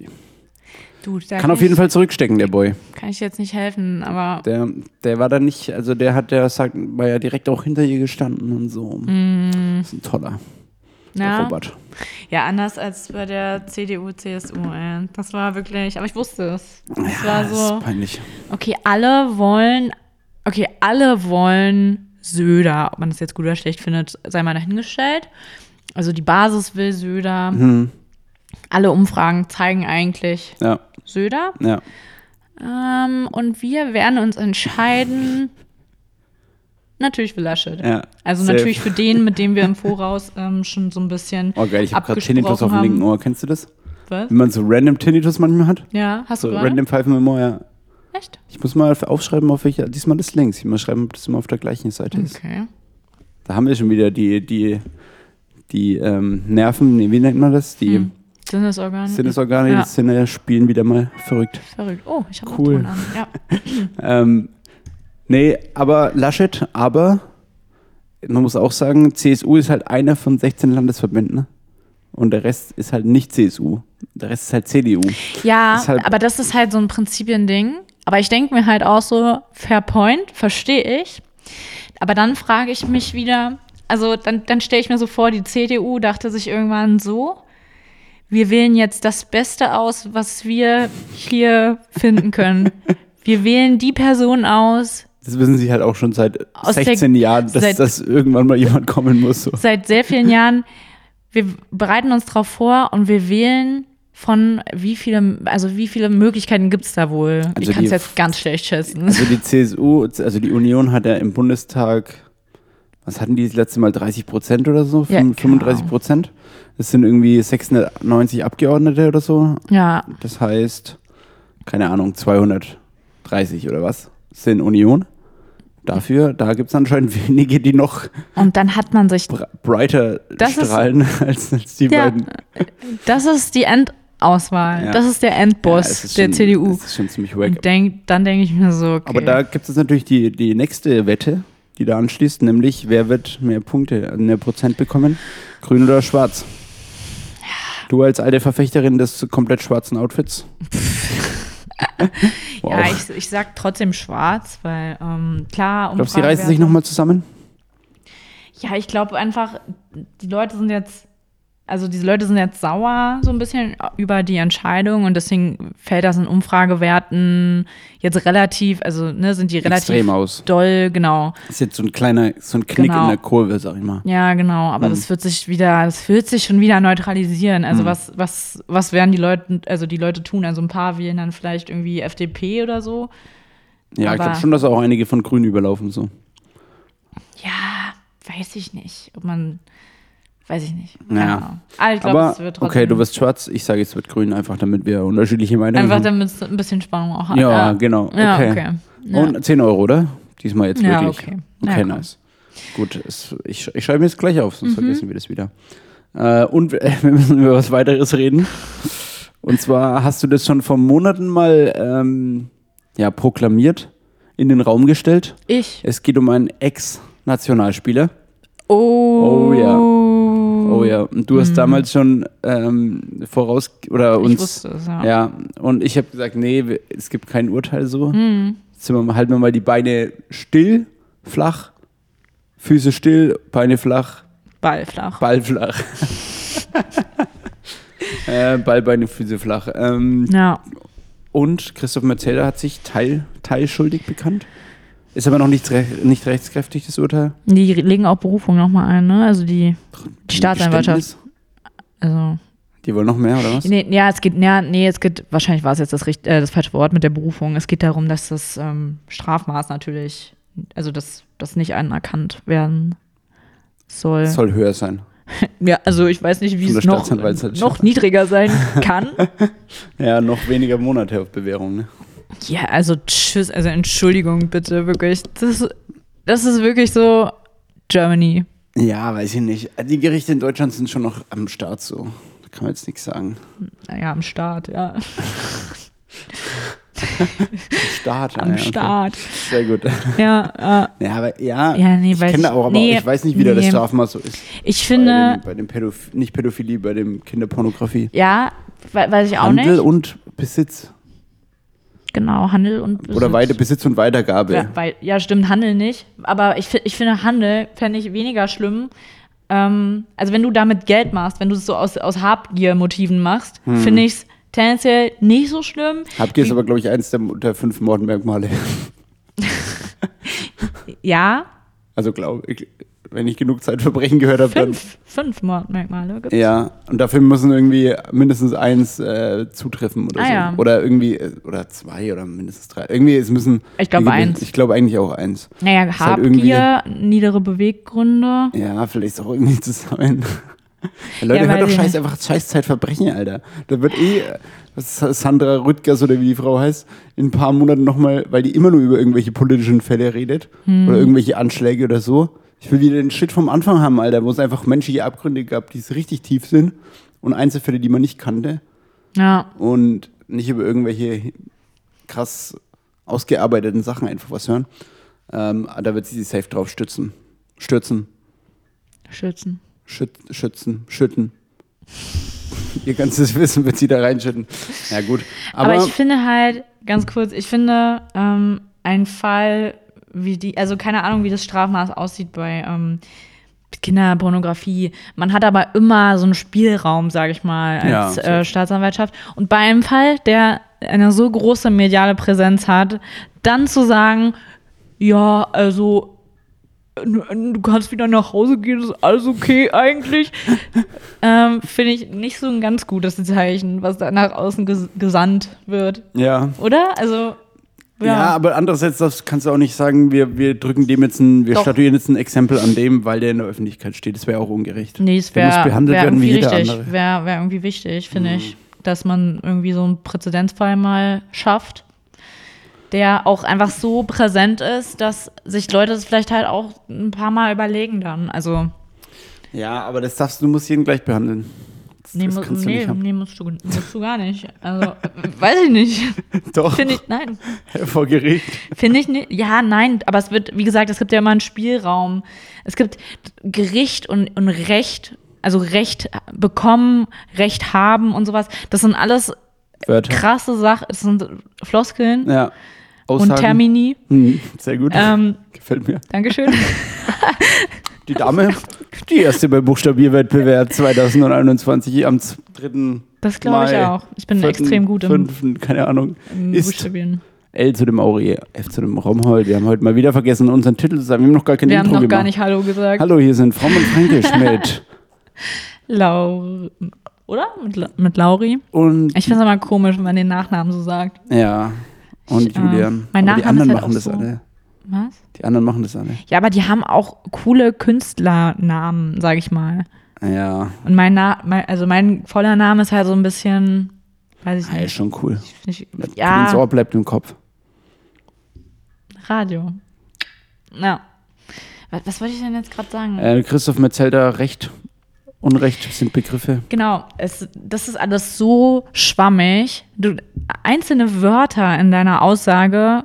Speaker 1: Du, da
Speaker 2: Kann auf jeden Fall zurückstecken, der Boy.
Speaker 1: Fall. Kann ich jetzt nicht helfen, aber
Speaker 2: Der, der war da nicht, also der hat, der sagt, war ja direkt auch hinter ihr gestanden und so.
Speaker 1: Mm.
Speaker 2: Ist ein toller der
Speaker 1: na,
Speaker 2: Robert.
Speaker 1: ja, anders als bei der CDU, CSU. Ey. Das war wirklich, aber ich wusste es. Das war
Speaker 2: Das ist
Speaker 1: so,
Speaker 2: peinlich.
Speaker 1: okay, alle wollen, okay, alle wollen Söder. Ob man das jetzt gut oder schlecht findet, sei mal dahingestellt. Also die Basis will Söder.
Speaker 2: Hm.
Speaker 1: Alle Umfragen zeigen eigentlich
Speaker 2: Ja,
Speaker 1: Söder.
Speaker 2: ja.
Speaker 1: Ähm, und wir werden uns entscheiden. Natürlich für Laschet.
Speaker 2: Ja,
Speaker 1: also
Speaker 2: safe.
Speaker 1: natürlich für den, mit dem wir im Voraus ähm, schon so ein bisschen
Speaker 2: Oh geil, ich habe gerade
Speaker 1: abgesprochen
Speaker 2: Tinnitus auf dem
Speaker 1: haben.
Speaker 2: linken Ohr. Kennst du das?
Speaker 1: Was?
Speaker 2: Wenn man so random Tinnitus manchmal hat.
Speaker 1: Ja, hast
Speaker 2: So
Speaker 1: du gerade?
Speaker 2: random Pfeifen im Ohr, ja.
Speaker 1: Echt?
Speaker 2: Ich muss mal aufschreiben, auf welcher. Diesmal ist links. Ich muss schreiben, ob das immer auf der gleichen Seite ist.
Speaker 1: Okay.
Speaker 2: Da haben wir schon wieder die, die, die ähm, Nerven, nee, wie nennt man das? Die
Speaker 1: Hm. Sinnesorgan.
Speaker 2: Sinnesorgane,
Speaker 1: Ja.
Speaker 2: die Sinne spielen wieder mal verrückt.
Speaker 1: Verrückt. Oh, ich habe
Speaker 2: Cool.
Speaker 1: einen Ton an. Ja.
Speaker 2: Ähm, nee, aber Laschet, aber man muss auch sagen, CSU ist halt einer von 16 Landesverbänden. ne? Und der Rest ist halt nicht CSU. Der Rest ist halt CDU.
Speaker 1: Ja,
Speaker 2: Ist halt-
Speaker 1: aber das ist halt so ein Prinzipiending. Aber ich denke mir halt auch so, fair point, verstehe ich. Aber dann frage ich mich wieder, also dann, dann stelle ich mir so vor, die CDU dachte sich irgendwann so, wir wählen jetzt das Beste aus, was wir hier finden können. Wir wählen die Person aus,
Speaker 2: Das wissen sie halt auch schon seit
Speaker 1: Aus der-
Speaker 2: 16 Jahren, dass
Speaker 1: seit-
Speaker 2: das irgendwann mal jemand kommen muss. So.
Speaker 1: seit sehr vielen Jahren. Wir bereiten uns drauf vor und wir wählen von wie viele, also wie viele Möglichkeiten gibt es da wohl? ich
Speaker 2: Also
Speaker 1: kann es
Speaker 2: die-
Speaker 1: jetzt ganz schlecht schätzen.
Speaker 2: Also die CSU, also die Union hat ja im Bundestag, was hatten die das letzte Mal, 30 Prozent oder so?
Speaker 1: Ja, genau. keine
Speaker 2: Fün- 35
Speaker 1: Ahnung.
Speaker 2: Prozent. Das sind irgendwie 690 Abgeordnete oder so.
Speaker 1: ja,
Speaker 2: Das heißt, keine Ahnung, 230 oder was sind Union. Dafür, da gibt es anscheinend wenige, die noch
Speaker 1: und dann hat man sich,
Speaker 2: br- brighter
Speaker 1: Das ist-
Speaker 2: strahlen als, als die
Speaker 1: Ja,
Speaker 2: beiden.
Speaker 1: das ist die Endauswahl,
Speaker 2: Ja.
Speaker 1: das ist der
Speaker 2: Ja,
Speaker 1: Endboss
Speaker 2: es ist
Speaker 1: der
Speaker 2: schon-
Speaker 1: CDU.
Speaker 2: Das ist schon ziemlich wack.
Speaker 1: Und denk, dann denke ich mir so, okay.
Speaker 2: Aber da gibt es natürlich die, die nächste Wette, die da anschließt, nämlich wer wird mehr Punkte, mehr Prozent bekommen, grün oder schwarz? Du als alte Verfechterin des komplett schwarzen Outfits. wow.
Speaker 1: Ja, ich, ich sag trotzdem schwarz, weil ähm, klar,
Speaker 2: Glaubst du, die reißen sich nochmal zusammen?
Speaker 1: Ja, ich glaube einfach, die Leute sind jetzt, also diese Leute sind jetzt sauer so ein bisschen über die Entscheidung und deswegen fällt das in Umfragewerten jetzt relativ, also ne, sind die relativ
Speaker 2: Extrem aus.
Speaker 1: doll, genau.
Speaker 2: Das ist jetzt so ein kleiner, so ein Knick
Speaker 1: Genau.
Speaker 2: in der Kurve, sag ich mal.
Speaker 1: Ja, genau, aber
Speaker 2: Hm.
Speaker 1: das wird sich wieder, das wird sich schon wieder neutralisieren. Also was, was, was werden die Leute, also die Leute tun? Also ein paar wählen dann vielleicht irgendwie FDP oder so.
Speaker 2: Ja, ich
Speaker 1: Aber-
Speaker 2: glaube schon, dass auch einige von grün überlaufen. So.
Speaker 1: Ja, weiß ich nicht. Ob man, weiß ich nicht.
Speaker 2: Ja.
Speaker 1: Keine Ahnung. Aber ich glaub,
Speaker 2: Aber
Speaker 1: es wird trotzdem
Speaker 2: okay, du wirst schwarz, ich sage, es wird grün, einfach damit wir unterschiedliche Meinungen
Speaker 1: Einfach
Speaker 2: haben.
Speaker 1: damit es ein bisschen Spannung auch hat.
Speaker 2: Ja, genau.
Speaker 1: Ja,
Speaker 2: okay.
Speaker 1: okay. Ja.
Speaker 2: Und 10 Euro, oder? Diesmal jetzt
Speaker 1: Ja,
Speaker 2: wirklich.
Speaker 1: okay.
Speaker 2: Okay,
Speaker 1: Ja, komm. Mhm.
Speaker 2: nice. Gut, es, ich, sch- ich schreibe mir jetzt gleich auf, sonst vergessen wir das wieder. Äh, und wir- wir müssen über was weiteres reden. Und zwar hast du das schon vor Monaten mal ähm, ja, proklamiert, in den Raum gestellt.
Speaker 1: ich.
Speaker 2: Es geht um einen Ex-Nationalspieler.
Speaker 1: Oh.
Speaker 2: Oh ja. Oh ja, und du hast damals schon ähm, voraus oder
Speaker 1: Mhm. Ich
Speaker 2: uns.
Speaker 1: wusste es, ja.
Speaker 2: Ja, und ich habe gesagt, nee, wir- es gibt kein Urteil so.
Speaker 1: Mhm.
Speaker 2: Jetzt sind wir, mal- halten wir mal die Beine still, flach, Füße still, Beine flach,
Speaker 1: Ball flach.
Speaker 2: Ball flach. äh, Ball, Beine, Füße flach. Ähm,
Speaker 1: Ja.
Speaker 2: und Christoph Merzeler hat sich teil, teilschuldig bekannt. Ist aber noch nicht, re nicht rechtskräftig, das Urteil.
Speaker 1: Die legen auch Berufung nochmal ein, ne? Also die, die Staatsanwaltschaft.
Speaker 2: Geständnis?
Speaker 1: Also,
Speaker 2: Die wollen noch mehr, oder was?
Speaker 1: nee, ja, es geht, ja, nee, es geht, wahrscheinlich war es jetzt das, richt- äh, das falsche Wort mit der Berufung. Es geht darum, dass das ähm, Strafmaß natürlich, also dass das nicht anerkannt werden soll.
Speaker 2: Das soll höher sein.
Speaker 1: Ja, also ich weiß nicht, wie
Speaker 2: Von
Speaker 1: es
Speaker 2: der
Speaker 1: noch,
Speaker 2: Staatsanwaltschaft.
Speaker 1: noch niedriger sein kann.
Speaker 2: Ja, noch weniger Monate auf Bewährung, ne?
Speaker 1: Ja, also tschüss, also Entschuldigung bitte, wirklich. Das, das ist wirklich so Germany.
Speaker 2: Ja, weiß ich nicht. Die Gerichte in Deutschland sind schon noch am Start so. Da kann man jetzt nichts sagen.
Speaker 1: Naja, am Start, ja.
Speaker 2: Start,
Speaker 1: Am
Speaker 2: ja, okay.
Speaker 1: Start.
Speaker 2: Sehr gut.
Speaker 1: Ja, äh,
Speaker 2: Ja, aber ja,
Speaker 1: Ja, nee,
Speaker 2: ich
Speaker 1: weiß
Speaker 2: kenne
Speaker 1: ich-
Speaker 2: da auch, aber
Speaker 1: nee,
Speaker 2: ich weiß nicht, wie da das
Speaker 1: nee.
Speaker 2: Strafmaß so ist.
Speaker 1: ich
Speaker 2: bei
Speaker 1: finde,
Speaker 2: dem, bei dem Pädoph nicht Pädophilie, bei dem Kinderpornografie.
Speaker 1: ja, we weiß ich auch
Speaker 2: Handel
Speaker 1: nicht.
Speaker 2: und Besitz.
Speaker 1: Genau, Handel und Besitz.
Speaker 2: Oder Weide, Besitz und Weitergabe.
Speaker 1: Ja, weil, ja, stimmt, Handel nicht. Aber ich, fi- ich finde, Handel fände ich weniger schlimm. Ähm, also, wenn du damit Geld machst, wenn du es so aus, aus Habgier-Motiven machst,
Speaker 2: Hm.
Speaker 1: finde ich es tendenziell nicht so schlimm.
Speaker 2: Habgier ist aber, glaube ich, eins der, der fünf Mordmerkmale.
Speaker 1: Ja,
Speaker 2: Also glaube ich, wenn ich genug Zeitverbrechen gehört habe, dann.
Speaker 1: Fünf, fünf Mordmerkmale gibt's.
Speaker 2: Ja, und dafür müssen irgendwie mindestens eins äh, zutreffen oder
Speaker 1: Ah,
Speaker 2: so.
Speaker 1: ja.
Speaker 2: Oder irgendwie, äh, oder zwei oder mindestens drei. Irgendwie, es müssen.
Speaker 1: Ich glaube,
Speaker 2: irgendwie-
Speaker 1: eins.
Speaker 2: Ich glaube eigentlich auch eins.
Speaker 1: Naja,
Speaker 2: Ist halt
Speaker 1: Habgier, niedere Beweggründe.
Speaker 2: Ja, vielleicht auch irgendwie zusammen. Ja, Leute,
Speaker 1: Ja,
Speaker 2: hört
Speaker 1: weiß
Speaker 2: doch
Speaker 1: ich
Speaker 2: scheiß,
Speaker 1: nicht.
Speaker 2: einfach scheiß Zeitverbrechen, Alter. Da wird eh äh, was ist Sandra Rüttgers oder wie die Frau heißt, in ein paar Monaten nochmal, weil die immer nur über irgendwelche politischen Fälle redet
Speaker 1: Hm.
Speaker 2: oder irgendwelche Anschläge oder so. Ich will wieder den Shit vom Anfang haben, Alter, wo es einfach menschliche Abgründe gab, die es richtig tief sind und Einzelfälle, die man nicht kannte
Speaker 1: Ja.
Speaker 2: und nicht über irgendwelche krass ausgearbeiteten Sachen einfach was hören. Ähm, da wird sie sich safe drauf stützen. Stürzen.
Speaker 1: Schützen.
Speaker 2: Schüt schützen, schütten. Ihr ganzes Wissen wird sie da reinschütten. Ja, gut. Aber,
Speaker 1: Aber, ich finde halt, ganz kurz, ich finde ähm, ein Fall, wie die, also keine Ahnung, wie das Strafmaß aussieht bei ähm, Kinderpornografie. Man hat aber immer so einen Spielraum, sage ich mal,
Speaker 2: Ja,
Speaker 1: als
Speaker 2: safe.
Speaker 1: äh, Staatsanwaltschaft. Und bei einem Fall, der eine so große mediale Präsenz hat, dann zu sagen, ja, also n- du kannst wieder nach Hause gehen, ist alles okay eigentlich. ähm, Finde ich nicht so ein ganz gutes Zeichen, was da nach außen ges gesandt wird,
Speaker 2: ja.
Speaker 1: oder? Also,
Speaker 2: Ja.
Speaker 1: ja.
Speaker 2: aber andererseits das kannst du auch nicht sagen, wir, wir drücken dem jetzt ein, wir
Speaker 1: Doch.
Speaker 2: statuieren jetzt ein Exempel an dem, weil der in der Öffentlichkeit steht. Das wäre auch ungerecht.
Speaker 1: nee, es
Speaker 2: Der muss
Speaker 1: wäre
Speaker 2: behandelt
Speaker 1: wär
Speaker 2: werden wie
Speaker 1: irgendwie
Speaker 2: jeder
Speaker 1: richtig.
Speaker 2: andere. Mhm.
Speaker 1: Wäre wär irgendwie wichtig, finde ich, dass man irgendwie so einen Präzedenzfall mal schafft, der auch einfach so präsent ist, dass sich Leute es vielleicht halt auch ein paar Mal überlegen dann. Also,
Speaker 2: Ja, aber das darfst du, du musst jeden gleich behandeln. Das,
Speaker 1: nee,
Speaker 2: das
Speaker 1: mu-
Speaker 2: kannst du
Speaker 1: nee,
Speaker 2: nicht haben.
Speaker 1: nee musst, du, musst du gar nicht. Also, äh, weiß ich nicht.
Speaker 2: Doch,
Speaker 1: Finde ich, nein.
Speaker 2: vor Gericht.
Speaker 1: Finde ich nicht. Ja, nein, aber es wird, wie gesagt, es gibt ja immer einen Spielraum. Es gibt Gericht und, und Recht, also Recht bekommen, Recht haben und sowas. Das sind alles
Speaker 2: Wörter.
Speaker 1: krasse Sachen, das sind Floskeln
Speaker 2: Ja.
Speaker 1: und Termini.
Speaker 2: Hm, sehr gut.
Speaker 1: Ähm,
Speaker 2: Gefällt mir.
Speaker 1: Dankeschön.
Speaker 2: Die Dame, die erste beim Buchstabierwettbewerb 2021 am z- dritten.
Speaker 1: Das glaube ich
Speaker 2: Mai,
Speaker 1: auch. Ich bin
Speaker 2: vierten,
Speaker 1: extrem gut im,
Speaker 2: fünften, keine Ahnung.
Speaker 1: im
Speaker 2: Ist
Speaker 1: Buchstabieren.
Speaker 2: L zu dem Auri, F zu dem Romhold. Wir haben heute mal wieder vergessen, unseren Titel zu sagen. Wir haben noch gar kein
Speaker 1: Wir haben
Speaker 2: Intro
Speaker 1: noch
Speaker 2: gemacht.
Speaker 1: gar nicht Hallo gesagt.
Speaker 2: Hallo, hier sind Fromm und Fränkisch mit.
Speaker 1: Lau oder? Mit, La- mit Lauri.
Speaker 2: Und
Speaker 1: Ich finde es immer komisch, wenn man den Nachnamen so sagt.
Speaker 2: ja. Und
Speaker 1: Ich, äh,
Speaker 2: Julian.
Speaker 1: mein
Speaker 2: Aber die
Speaker 1: Nachname
Speaker 2: anderen
Speaker 1: ist halt
Speaker 2: machen
Speaker 1: auch
Speaker 2: das
Speaker 1: so.
Speaker 2: alle.
Speaker 1: Was?
Speaker 2: Die anderen machen das alle.
Speaker 1: Ja, aber die haben auch coole Künstlernamen, sag ich mal.
Speaker 2: Ja,
Speaker 1: Und mein, Na mein also mein voller Name ist halt so ein bisschen, weiß ich
Speaker 2: ja ist
Speaker 1: nicht.
Speaker 2: schon cool.
Speaker 1: nicht
Speaker 2: Bleibt Ins
Speaker 1: ja,
Speaker 2: Ohr bleibt im Kopf.
Speaker 1: Radio. Ja. Was, was wollte ich denn jetzt gerade sagen?
Speaker 2: Äh, Christoph Metzelder, Recht, Unrecht sind Begriffe.
Speaker 1: Genau, es, das ist alles so schwammig. Du, einzelne Wörter in deiner Aussage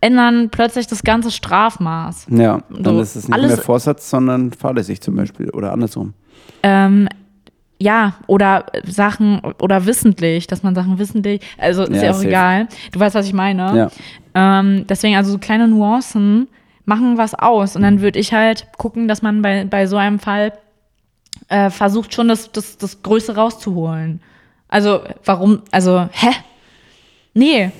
Speaker 1: ändern plötzlich das ganze Strafmaß.
Speaker 2: Ja, dann
Speaker 1: So,
Speaker 2: ist es nicht
Speaker 1: alles-
Speaker 2: mehr Vorsatz, sondern fahrlässig zum Beispiel oder andersrum.
Speaker 1: Ähm, ja, oder Sachen, oder wissentlich, dass man Sachen wissentlich, also ist
Speaker 2: Ja,
Speaker 1: ja, auch
Speaker 2: safe.
Speaker 1: egal. Du weißt, was ich meine.
Speaker 2: Ja.
Speaker 1: Ähm, deswegen, also so kleine Nuancen machen was aus. Und dann würde ich halt gucken, dass man bei, bei so einem Fall äh, versucht, schon das, das, das Größte rauszuholen. Also, warum, also, hä? Nee.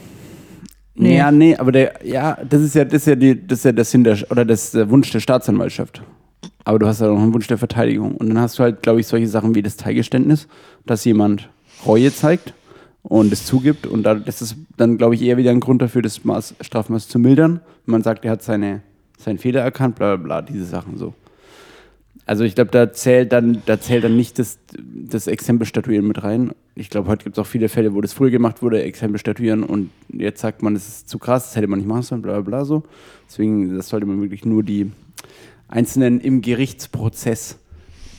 Speaker 1: Nee.
Speaker 2: Ja, nee, aber der, ja, das ist ja, das ist ja die, das ist ja der Sinn der, oder das ist der Wunsch der Staatsanwaltschaft. Aber du hast ja noch einen Wunsch der Verteidigung. Und dann hast du halt, glaube ich, solche Sachen wie das Teilgeständnis, dass jemand Reue zeigt und es zugibt. Und da, das ist dann, glaube ich, eher wieder ein Grund dafür, das Maß, Strafmaß zu mildern. Wenn man sagt, er hat seine, seinen Fehler erkannt, bla bla bla, diese Sachen so. Also ich glaube, da zählt dann, da zählt dann nicht das, das Exempel statuieren mit rein. Ich glaube, heute gibt es auch viele Fälle, wo das früher gemacht wurde, Exempel statuieren und jetzt sagt man, das ist zu krass, das hätte man nicht machen sollen, bla bla bla so. Deswegen, das sollte man wirklich nur die einzelnen im Gerichtsprozess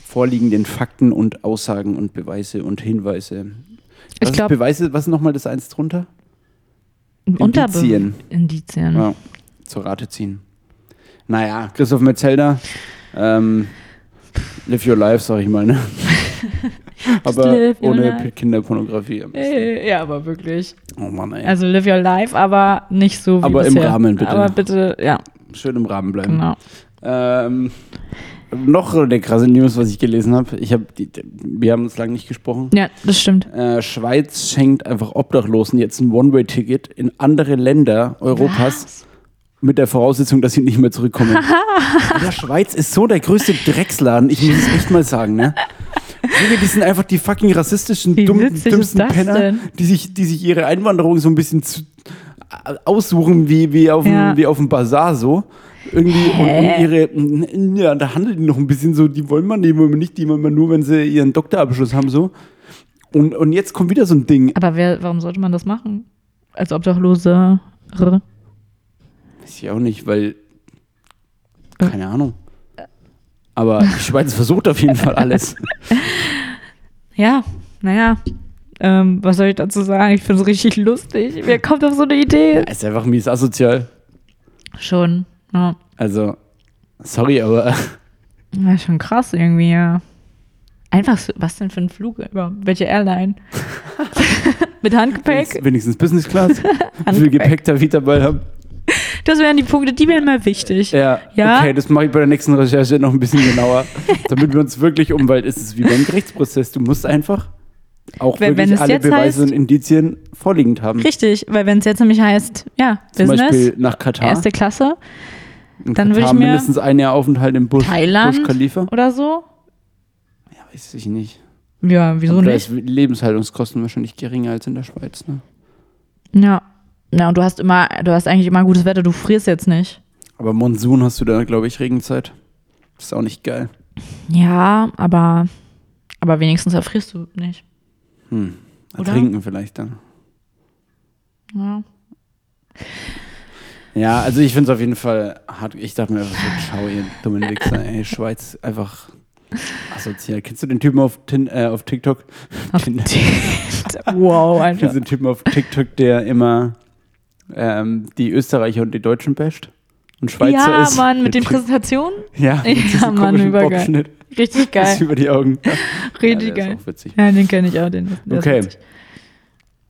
Speaker 2: vorliegenden Fakten und Aussagen und Beweise und Hinweise. Was
Speaker 1: Ich
Speaker 2: ist
Speaker 1: glaube,
Speaker 2: Beweise, was ist nochmal das eins drunter? Indizien.
Speaker 1: Indizien. Indizien.
Speaker 2: Ja, Hm. zur Rate ziehen. Naja, Christoph Metzelder, ähm, live your life, sag ich mal, ne? Aber
Speaker 1: live your
Speaker 2: ohne
Speaker 1: life.
Speaker 2: Kinderpornografie. am besten.
Speaker 1: Äh, Ja, aber wirklich.
Speaker 2: Oh Mann, ey.
Speaker 1: Also live your life, aber nicht so wie
Speaker 2: Aber im
Speaker 1: bisher.
Speaker 2: Rahmen, bitte.
Speaker 1: Aber bitte, ja,
Speaker 2: Schön im Rahmen bleiben.
Speaker 1: genau.
Speaker 2: Ähm, noch eine krasse News, was ich gelesen habe. Ich hab die, die- wir haben uns lange nicht gesprochen.
Speaker 1: Ja, das stimmt.
Speaker 2: Äh, Schweiz schenkt einfach Obdachlosen jetzt ein One-Way-Ticket in andere Länder Europas.
Speaker 1: Was?
Speaker 2: Mit der Voraussetzung, dass sie nicht mehr zurückkommen. ja, Schweiz ist so der größte Drecksladen, ich muss es echt mal sagen, ne? Junge, die sind einfach die fucking rassistischen,
Speaker 1: Wie
Speaker 2: dummen,
Speaker 1: witzig ist
Speaker 2: dümmsten
Speaker 1: das
Speaker 2: Penner,
Speaker 1: denn?
Speaker 2: die sich, die sich ihre Einwanderung so ein bisschen zu, äh, aussuchen, wie, wie, auf
Speaker 1: Ja.
Speaker 2: dem, wie auf dem Bazar so. Irgendwie und, und ihre, n- ja, da handeln die noch ein bisschen so, die wollen man nehmen, wollen wir nicht, die wollen wir nur, wenn sie ihren Doktorabschluss haben, so. Und, und jetzt kommt wieder so ein Ding.
Speaker 1: Aber wer, warum sollte man das machen? Als Obdachlose.
Speaker 2: Weiß ich auch nicht, weil.
Speaker 1: Äh.
Speaker 2: Keine Ahnung. Aber die Schweiz versucht auf jeden Fall alles.
Speaker 1: Ja, naja. Ähm, was soll ich dazu sagen? Ich finde es richtig lustig. Wer kommt auf so eine Idee?
Speaker 2: ist einfach mies asozial.
Speaker 1: Schon. Ja.
Speaker 2: Also, sorry, aber
Speaker 1: ja, schon krass irgendwie, ja. Einfach so, was denn für ein Flug? Über welche Airline? Mit Handgepäck?
Speaker 2: wenigstens Business Class. Wie viel
Speaker 1: Handgepäck.
Speaker 2: Gepäck darf ich dabei haben?
Speaker 1: Das wären die Punkte, die wären mal wichtig.
Speaker 2: Ja,
Speaker 1: Ja?
Speaker 2: okay, das mache ich bei der nächsten Recherche noch ein bisschen genauer, damit wir uns wirklich um, weil es ist wie beim Gerichtsprozess, du musst einfach auch
Speaker 1: Wenn- wenn
Speaker 2: wirklich
Speaker 1: es
Speaker 2: alle
Speaker 1: jetzt
Speaker 2: Beweise
Speaker 1: heißt-
Speaker 2: und Indizien vorliegend haben.
Speaker 1: Richtig, weil wenn es jetzt nämlich heißt, ja,
Speaker 2: Zum
Speaker 1: Business,
Speaker 2: Beispiel nach Katar.
Speaker 1: erste Klasse
Speaker 2: In
Speaker 1: dann
Speaker 2: Katar
Speaker 1: würde ich mir-
Speaker 2: mindestens ein Jahr Aufenthalt im Busch.
Speaker 1: Thailand?
Speaker 2: Busch Khalifa.
Speaker 1: oder so.
Speaker 2: Ja, weiß ich nicht.
Speaker 1: Ja, wieso
Speaker 2: Aber da
Speaker 1: nicht?
Speaker 2: ist Lebenshaltungskosten wahrscheinlich geringer als in der Schweiz. Ne?
Speaker 1: Ja. Ja, und du hast immer, du hast eigentlich immer gutes Wetter, du frierst jetzt nicht.
Speaker 2: Aber Monsun hast du da, glaube ich, Regenzeit. Das ist auch nicht geil.
Speaker 1: Ja, aber, aber wenigstens erfrierst du nicht.
Speaker 2: Hm.
Speaker 1: Oder?
Speaker 2: Trinken vielleicht dann.
Speaker 1: Ja.
Speaker 2: Ja, also ich finde es auf jeden Fall hart. Ich dachte mir einfach so, schau ihr dummen Wichser, ey, Schweiz, einfach asozial. Kennst du den Typen auf, Tin, äh, auf TikTok?
Speaker 1: Auf
Speaker 2: Tinder.
Speaker 1: wow,
Speaker 2: Kennst
Speaker 1: einfach.
Speaker 2: du den Typen auf TikTok, der immer ähm, die Österreicher und die Deutschen basht? Und Schweizer
Speaker 1: Ja,
Speaker 2: ist.
Speaker 1: Mann, mit
Speaker 2: Der
Speaker 1: den
Speaker 2: Typ-
Speaker 1: Präsentationen.
Speaker 2: Ja, mit
Speaker 1: Ja,
Speaker 2: diesem
Speaker 1: Mann,
Speaker 2: komischen
Speaker 1: übergeil.
Speaker 2: Boxschnitt.
Speaker 1: Richtig
Speaker 2: Bis
Speaker 1: geil.
Speaker 2: über die Augen. Ja,
Speaker 1: Richtig
Speaker 2: der
Speaker 1: geil.
Speaker 2: Ist auch witzig.
Speaker 1: Ja, den kenne ich auch. Den, der ist
Speaker 2: Okay.
Speaker 1: witzig.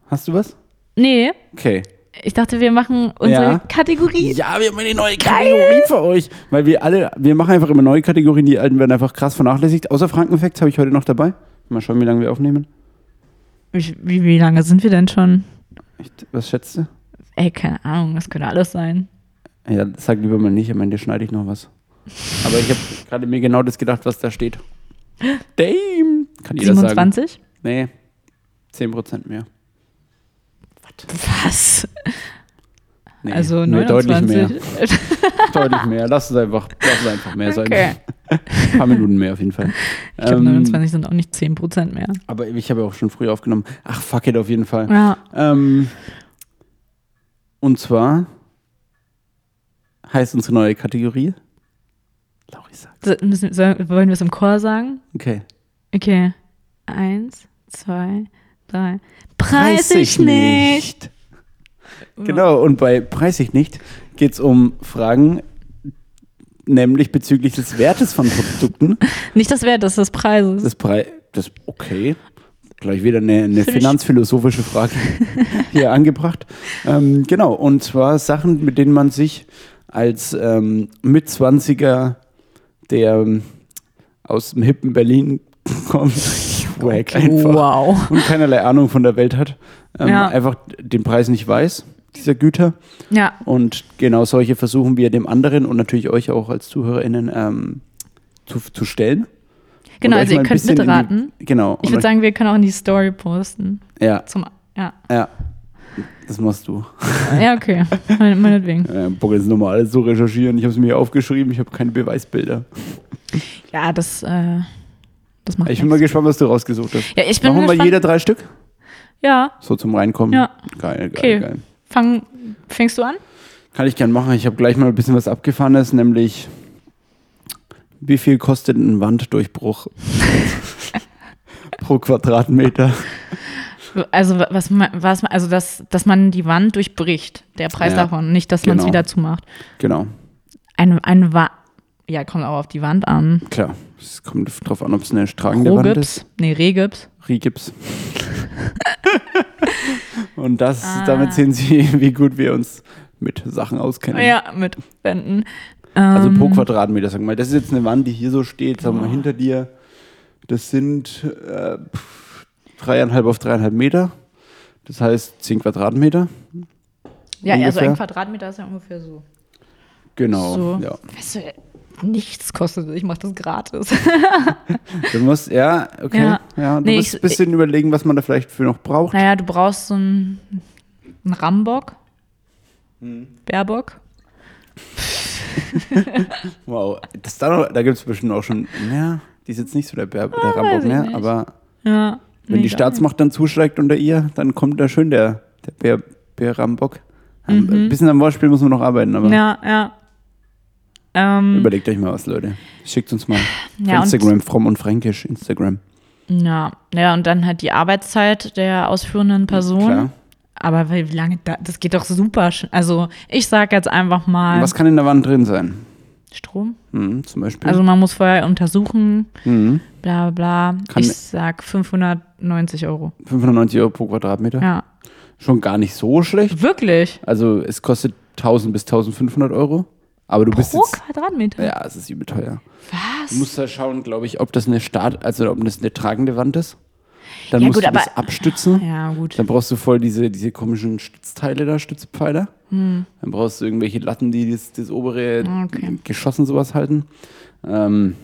Speaker 2: Hast du was?
Speaker 1: Nee,
Speaker 2: Okay.
Speaker 1: ich dachte, wir machen unsere
Speaker 2: Ja.
Speaker 1: Kategorie.
Speaker 2: Ja, wir haben eine neue Kategorie für euch. Weil wir alle, wir machen einfach immer neue Kategorien, die alten werden einfach krass vernachlässigt. Außer Frankenfacts habe ich heute noch dabei. Mal schauen, wie lange wir aufnehmen.
Speaker 1: Ich, wie, wie lange sind wir denn schon?
Speaker 2: Ich, was schätzt du?
Speaker 1: Ey, keine Ahnung, das könnte alles sein.
Speaker 2: Ja, sag lieber mal nicht, am Ende schneide ich noch was. Aber ich habe gerade mir genau das gedacht, was da steht. Damn! Kann jeder sagen.
Speaker 1: 27?
Speaker 2: Nee, 10% mehr.
Speaker 1: Was?
Speaker 2: Nee,
Speaker 1: also
Speaker 2: nee,
Speaker 1: 29.
Speaker 2: deutlich mehr. deutlich mehr. Lass es einfach, lass es einfach mehr sein.
Speaker 1: okay.
Speaker 2: Ein paar Minuten mehr auf jeden Fall. Ähm,
Speaker 1: Ich glaube, 29 sind auch nicht 10% mehr.
Speaker 2: aber ich habe ja auch schon früh aufgenommen. Ach, fuck it, auf jeden Fall.
Speaker 1: Ja.
Speaker 2: Ähm, und zwar heißt unsere neue Kategorie Laurisa.
Speaker 1: So- Müssen, sollen- wollen wir es im Chor sagen?
Speaker 2: Okay.
Speaker 1: Okay. Eins, zwei, drei. Preis ich nicht.
Speaker 2: Genau, und bei Preis ich nicht geht es um Fragen, nämlich bezüglich des Wertes von Produkten.
Speaker 1: Nicht das Wert, das ist des Preises.
Speaker 2: Das Preis, das, okay, gleich wieder eine, eine
Speaker 1: Finde ich-
Speaker 2: finanzphilosophische Frage hier angebracht. Ähm, genau, und zwar Sachen, mit denen man sich als ähm, Mitzwanziger, der ähm, aus dem hippen Berlin kommt, wack einfach,
Speaker 1: Wow.
Speaker 2: und keinerlei Ahnung von der Welt hat, ähm,
Speaker 1: Ja.
Speaker 2: einfach den Preis nicht weiß, dieser Güter.
Speaker 1: Ja,
Speaker 2: Und genau solche versuchen wir dem anderen und natürlich euch auch als ZuhörerInnen ähm, zu, zu stellen.
Speaker 1: genau,
Speaker 2: Und euch
Speaker 1: also ihr
Speaker 2: mal ein
Speaker 1: könnt
Speaker 2: bisschen in die-
Speaker 1: mitraten.
Speaker 2: Genau.
Speaker 1: Ich
Speaker 2: Und
Speaker 1: würde
Speaker 2: euch-
Speaker 1: sagen, wir können auch in die Story posten.
Speaker 2: Ja,
Speaker 1: Zum, ja.
Speaker 2: ja. Das machst du.
Speaker 1: ja, okay. Mein- Meinetwegen.
Speaker 2: Äh, Bock, jetzt nochmal alles so recherchieren. Ich habe es mir aufgeschrieben, ich habe keine Beweisbilder.
Speaker 1: Ja, das, äh, das macht
Speaker 2: Ich bin mal gespannt, was du rausgesucht hast.
Speaker 1: Ja, ich bin
Speaker 2: Machen wir mal
Speaker 1: gespannt.
Speaker 2: jeder drei Stück?
Speaker 1: Ja,
Speaker 2: So zum Reinkommen.
Speaker 1: Ja.
Speaker 2: Geil, geil,
Speaker 1: Okay.
Speaker 2: geil.
Speaker 1: fang, fängst du an?
Speaker 2: Kann ich gern machen. Ich habe gleich mal ein bisschen was Abgefahrenes, nämlich wie viel kostet ein Wanddurchbruch pro Quadratmeter?
Speaker 1: Also wa- was, ma- was ma- also dass, dass man die Wand durchbricht, der Preis
Speaker 2: Ja,
Speaker 1: davon, nicht, dass man es
Speaker 2: genau.
Speaker 1: wieder zumacht.
Speaker 2: Genau.
Speaker 1: Ein, ein Wa ja, kommt auch auf die Wand an.
Speaker 2: Klar, es kommt drauf an, ob es eine stragende Wand
Speaker 1: Rohgips,
Speaker 2: ist.
Speaker 1: nee, Rehgips.
Speaker 2: Rigips. Und das,
Speaker 1: Ah.
Speaker 2: damit sehen Sie, wie gut wir uns mit Sachen auskennen.
Speaker 1: Ja, mit Wänden.
Speaker 2: Also pro
Speaker 1: Ähm,
Speaker 2: Quadratmeter, sag mal. Das ist jetzt eine Wand, die hier so steht, sag mal, hinter dir. Das sind äh, pff, dreieinhalb auf dreieinhalb Meter. Das heißt zehn Quadratmeter.
Speaker 1: Ja, also
Speaker 2: ungefähr.
Speaker 1: ein Quadratmeter ist ja ungefähr so.
Speaker 2: Genau.
Speaker 1: So.
Speaker 2: Ja.
Speaker 1: Weißt du, nichts kostet, ich mache das gratis.
Speaker 2: Du musst, ja, okay. Ja.
Speaker 1: Ja.
Speaker 2: du
Speaker 1: Nee,
Speaker 2: musst ein
Speaker 1: ich-
Speaker 2: bisschen überlegen, was man da vielleicht für noch braucht.
Speaker 1: naja, du brauchst so einen, einen Rambock,
Speaker 2: Hm.
Speaker 1: Baerbock.
Speaker 2: Wow. Das da noch- da gibt es bestimmt auch schon, ja, die ist jetzt nicht so der, Bär, der Rambock
Speaker 1: Ah, ich
Speaker 2: mehr,
Speaker 1: nicht.
Speaker 2: aber
Speaker 1: Ja,
Speaker 2: wenn die
Speaker 1: mega.
Speaker 2: Staatsmacht dann zuschlägt unter ihr, dann kommt da schön der, der Bär, Bär Rambock. Ein bisschen am Wortspiel muss man noch arbeiten, aber
Speaker 1: Mhm. Ja, ja. Ähm,
Speaker 2: überlegt euch mal was, Leute. Schickt uns mal auf
Speaker 1: Ja, und-
Speaker 2: Instagram, fromm und fränkisch, Instagram.
Speaker 1: ja, ja, und dann halt die Arbeitszeit der ausführenden Person.
Speaker 2: Hm, Klar.
Speaker 1: Aber wie wie lange, da, das geht doch super. schn- Also ich sag jetzt einfach mal
Speaker 2: Und was kann in der Wand drin sein?
Speaker 1: Strom.
Speaker 2: Hm, zum Beispiel.
Speaker 1: Also man muss vorher untersuchen,
Speaker 2: hm,
Speaker 1: bla bla. bla.
Speaker 2: Kann-
Speaker 1: ich sag 590 Euro.
Speaker 2: 590 Euro pro Quadratmeter.
Speaker 1: Ja,
Speaker 2: Schon gar nicht so schlecht.
Speaker 1: wirklich.
Speaker 2: Also es kostet 1000 bis 1500 Euro. Aber du bist
Speaker 1: Pro
Speaker 2: jetzt...
Speaker 1: Quadratmeter.
Speaker 2: Ja, es ist übel teuer. Du
Speaker 1: Was?
Speaker 2: musst da schauen, glaube ich, ob das eine Start, also ob das eine tragende Wand ist. Dann
Speaker 1: Ja,
Speaker 2: musst
Speaker 1: gut,
Speaker 2: du das
Speaker 1: aber-
Speaker 2: abstützen.
Speaker 1: Ja, gut.
Speaker 2: Dann brauchst du voll diese, diese komischen Stützteile da, Stützpfeiler. Dann brauchst du irgendwelche Latten, die das, das obere
Speaker 1: Hm. Okay.
Speaker 2: Geschoss und sowas halten. Ähm,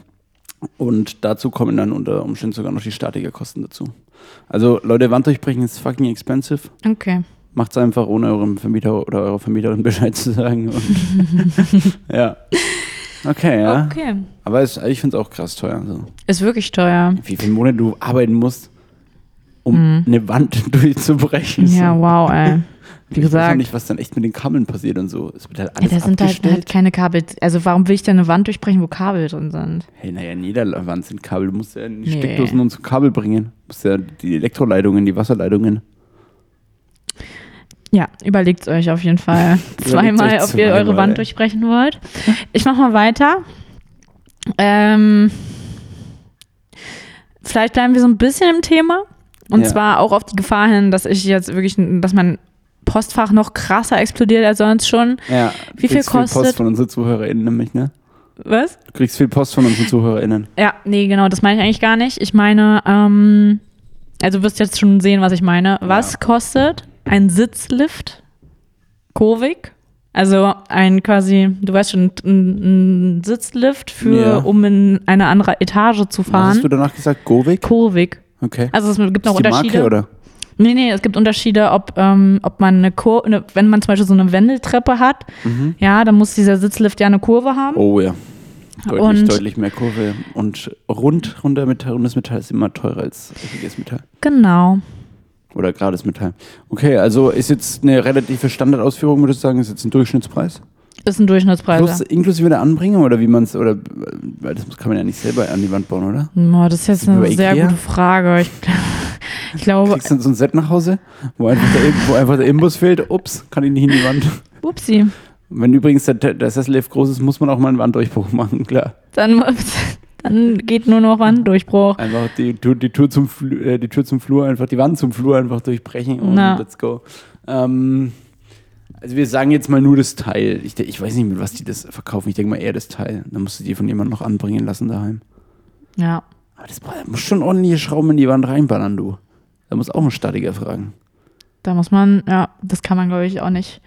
Speaker 2: und dazu kommen dann unter Umständen sogar noch die Statikerkosten dazu. Also Leute, Wand durchbrechen ist fucking expensive.
Speaker 1: Okay.
Speaker 2: Macht's einfach, ohne eurem Vermieter oder eurer Vermieterin Bescheid zu sagen. Und ja. Okay, ja.
Speaker 1: Okay.
Speaker 2: Aber es, ich finde es auch krass teuer. So.
Speaker 1: Ist wirklich teuer.
Speaker 2: Wie viele Monate du arbeiten musst, um eine Wand durchzubrechen. so.
Speaker 1: Hm. Ja, wow, ey. Wie
Speaker 2: Ich weiß auch
Speaker 1: gesagt,
Speaker 2: nicht, was dann echt mit den Kabeln passiert und so. Es wird halt
Speaker 1: ja,
Speaker 2: alles
Speaker 1: da sind halt,
Speaker 2: abgestellt.
Speaker 1: halt keine Kabel. Also warum will ich da eine Wand durchbrechen, wo Kabel drin sind?
Speaker 2: hey, naja, in jeder Wand sind Kabel. Du musst ja in die
Speaker 1: Nee.
Speaker 2: Steckdosen und so Kabel bringen. Du musst ja die Elektroleitungen, die Wasserleitungen.
Speaker 1: Ja, überlegt's euch auf jeden Fall zweimal,
Speaker 2: euch
Speaker 1: ob ihr
Speaker 2: zweimal,
Speaker 1: eure
Speaker 2: ey.
Speaker 1: Wand durchbrechen wollt. Ich mach mal weiter. Ähm, vielleicht bleiben wir so ein bisschen im Thema. Und
Speaker 2: Ja.
Speaker 1: zwar auch auf die Gefahr hin, dass ich jetzt wirklich, dass mein Postfach noch krasser explodiert als sonst schon.
Speaker 2: Ja,
Speaker 1: Wie
Speaker 2: du kriegst
Speaker 1: viel
Speaker 2: viel Post
Speaker 1: kostet-
Speaker 2: von unseren ZuhörerInnen nämlich, ne?
Speaker 1: Was?
Speaker 2: Du kriegst viel Post von unseren ZuhörerInnen.
Speaker 1: Ja, nee, genau, das meine ich eigentlich gar nicht. Ich meine, ähm, also du wirst jetzt schon sehen, was ich meine. Was
Speaker 2: Ja.
Speaker 1: kostet ein Sitzlift? Kurvig? Also ein quasi, du weißt schon, ein, ein Sitzlift für,
Speaker 2: Ja.
Speaker 1: um in eine andere Etage zu
Speaker 2: Was hast du
Speaker 1: fahren.
Speaker 2: danach gesagt? Govik?
Speaker 1: Kurvig.
Speaker 2: Okay.
Speaker 1: Also es gibt noch
Speaker 2: ist die
Speaker 1: Unterschiede.
Speaker 2: Marke, oder?
Speaker 1: Nee, nee, es gibt Unterschiede, ob, ähm, ob man eine Kurve, eine, wenn man zum Beispiel so eine Wendeltreppe hat, ja, dann muss dieser Sitzlift ja eine Kurve haben.
Speaker 2: Mhm. Oh ja. Deutlich,
Speaker 1: Hm? Und-
Speaker 2: deutlich mehr Kurve. Und rund, runder Metall, rundes Metall ist immer teurer als richtiges Metall.
Speaker 1: Genau.
Speaker 2: Oder gerades Metall. Okay, also ist jetzt eine relative Standardausführung, würde ich sagen, ist jetzt ein Durchschnittspreis.
Speaker 1: Ist ein Durchschnittspreis.
Speaker 2: Plus inklusive der Anbringung oder wie man es, oder weil das kann man ja nicht selber an die Wand bauen, oder?
Speaker 1: Boah, das ist jetzt
Speaker 2: Sind wir
Speaker 1: eine
Speaker 2: bei
Speaker 1: sehr
Speaker 2: Ikea?
Speaker 1: gute Frage. Ich, ich glaube,
Speaker 2: Kriegst du dann so ein Set nach Hause, wo einfach der, wo einfach der Imbus fehlt, ups, kann ich nicht in die Wand.
Speaker 1: upsi,
Speaker 2: Wenn übrigens der, der Sessellift groß ist, muss man auch mal einen Wanddurchbruch machen, klar.
Speaker 1: dann, muss- dann geht nur noch Wanddurchbruch.
Speaker 2: Einfach die, Tür- die, Tür zum Flur, äh, die Tür zum Flur, einfach die Wand zum Flur einfach durchbrechen und
Speaker 1: Na.
Speaker 2: let's go. Ähm, also wir sagen jetzt mal nur das Teil. Ich, de- ich weiß nicht, mit was die das verkaufen. Ich denke mal eher das Teil. Dann musst du die von jemandem noch anbringen lassen daheim.
Speaker 1: Ja.
Speaker 2: Aber Ah, das bra- muss schon ordentliche Schrauben in die Wand reinballern, du. Da muss auch ein Statiker fragen.
Speaker 1: Da muss man, ja, das kann man, glaube ich, auch nicht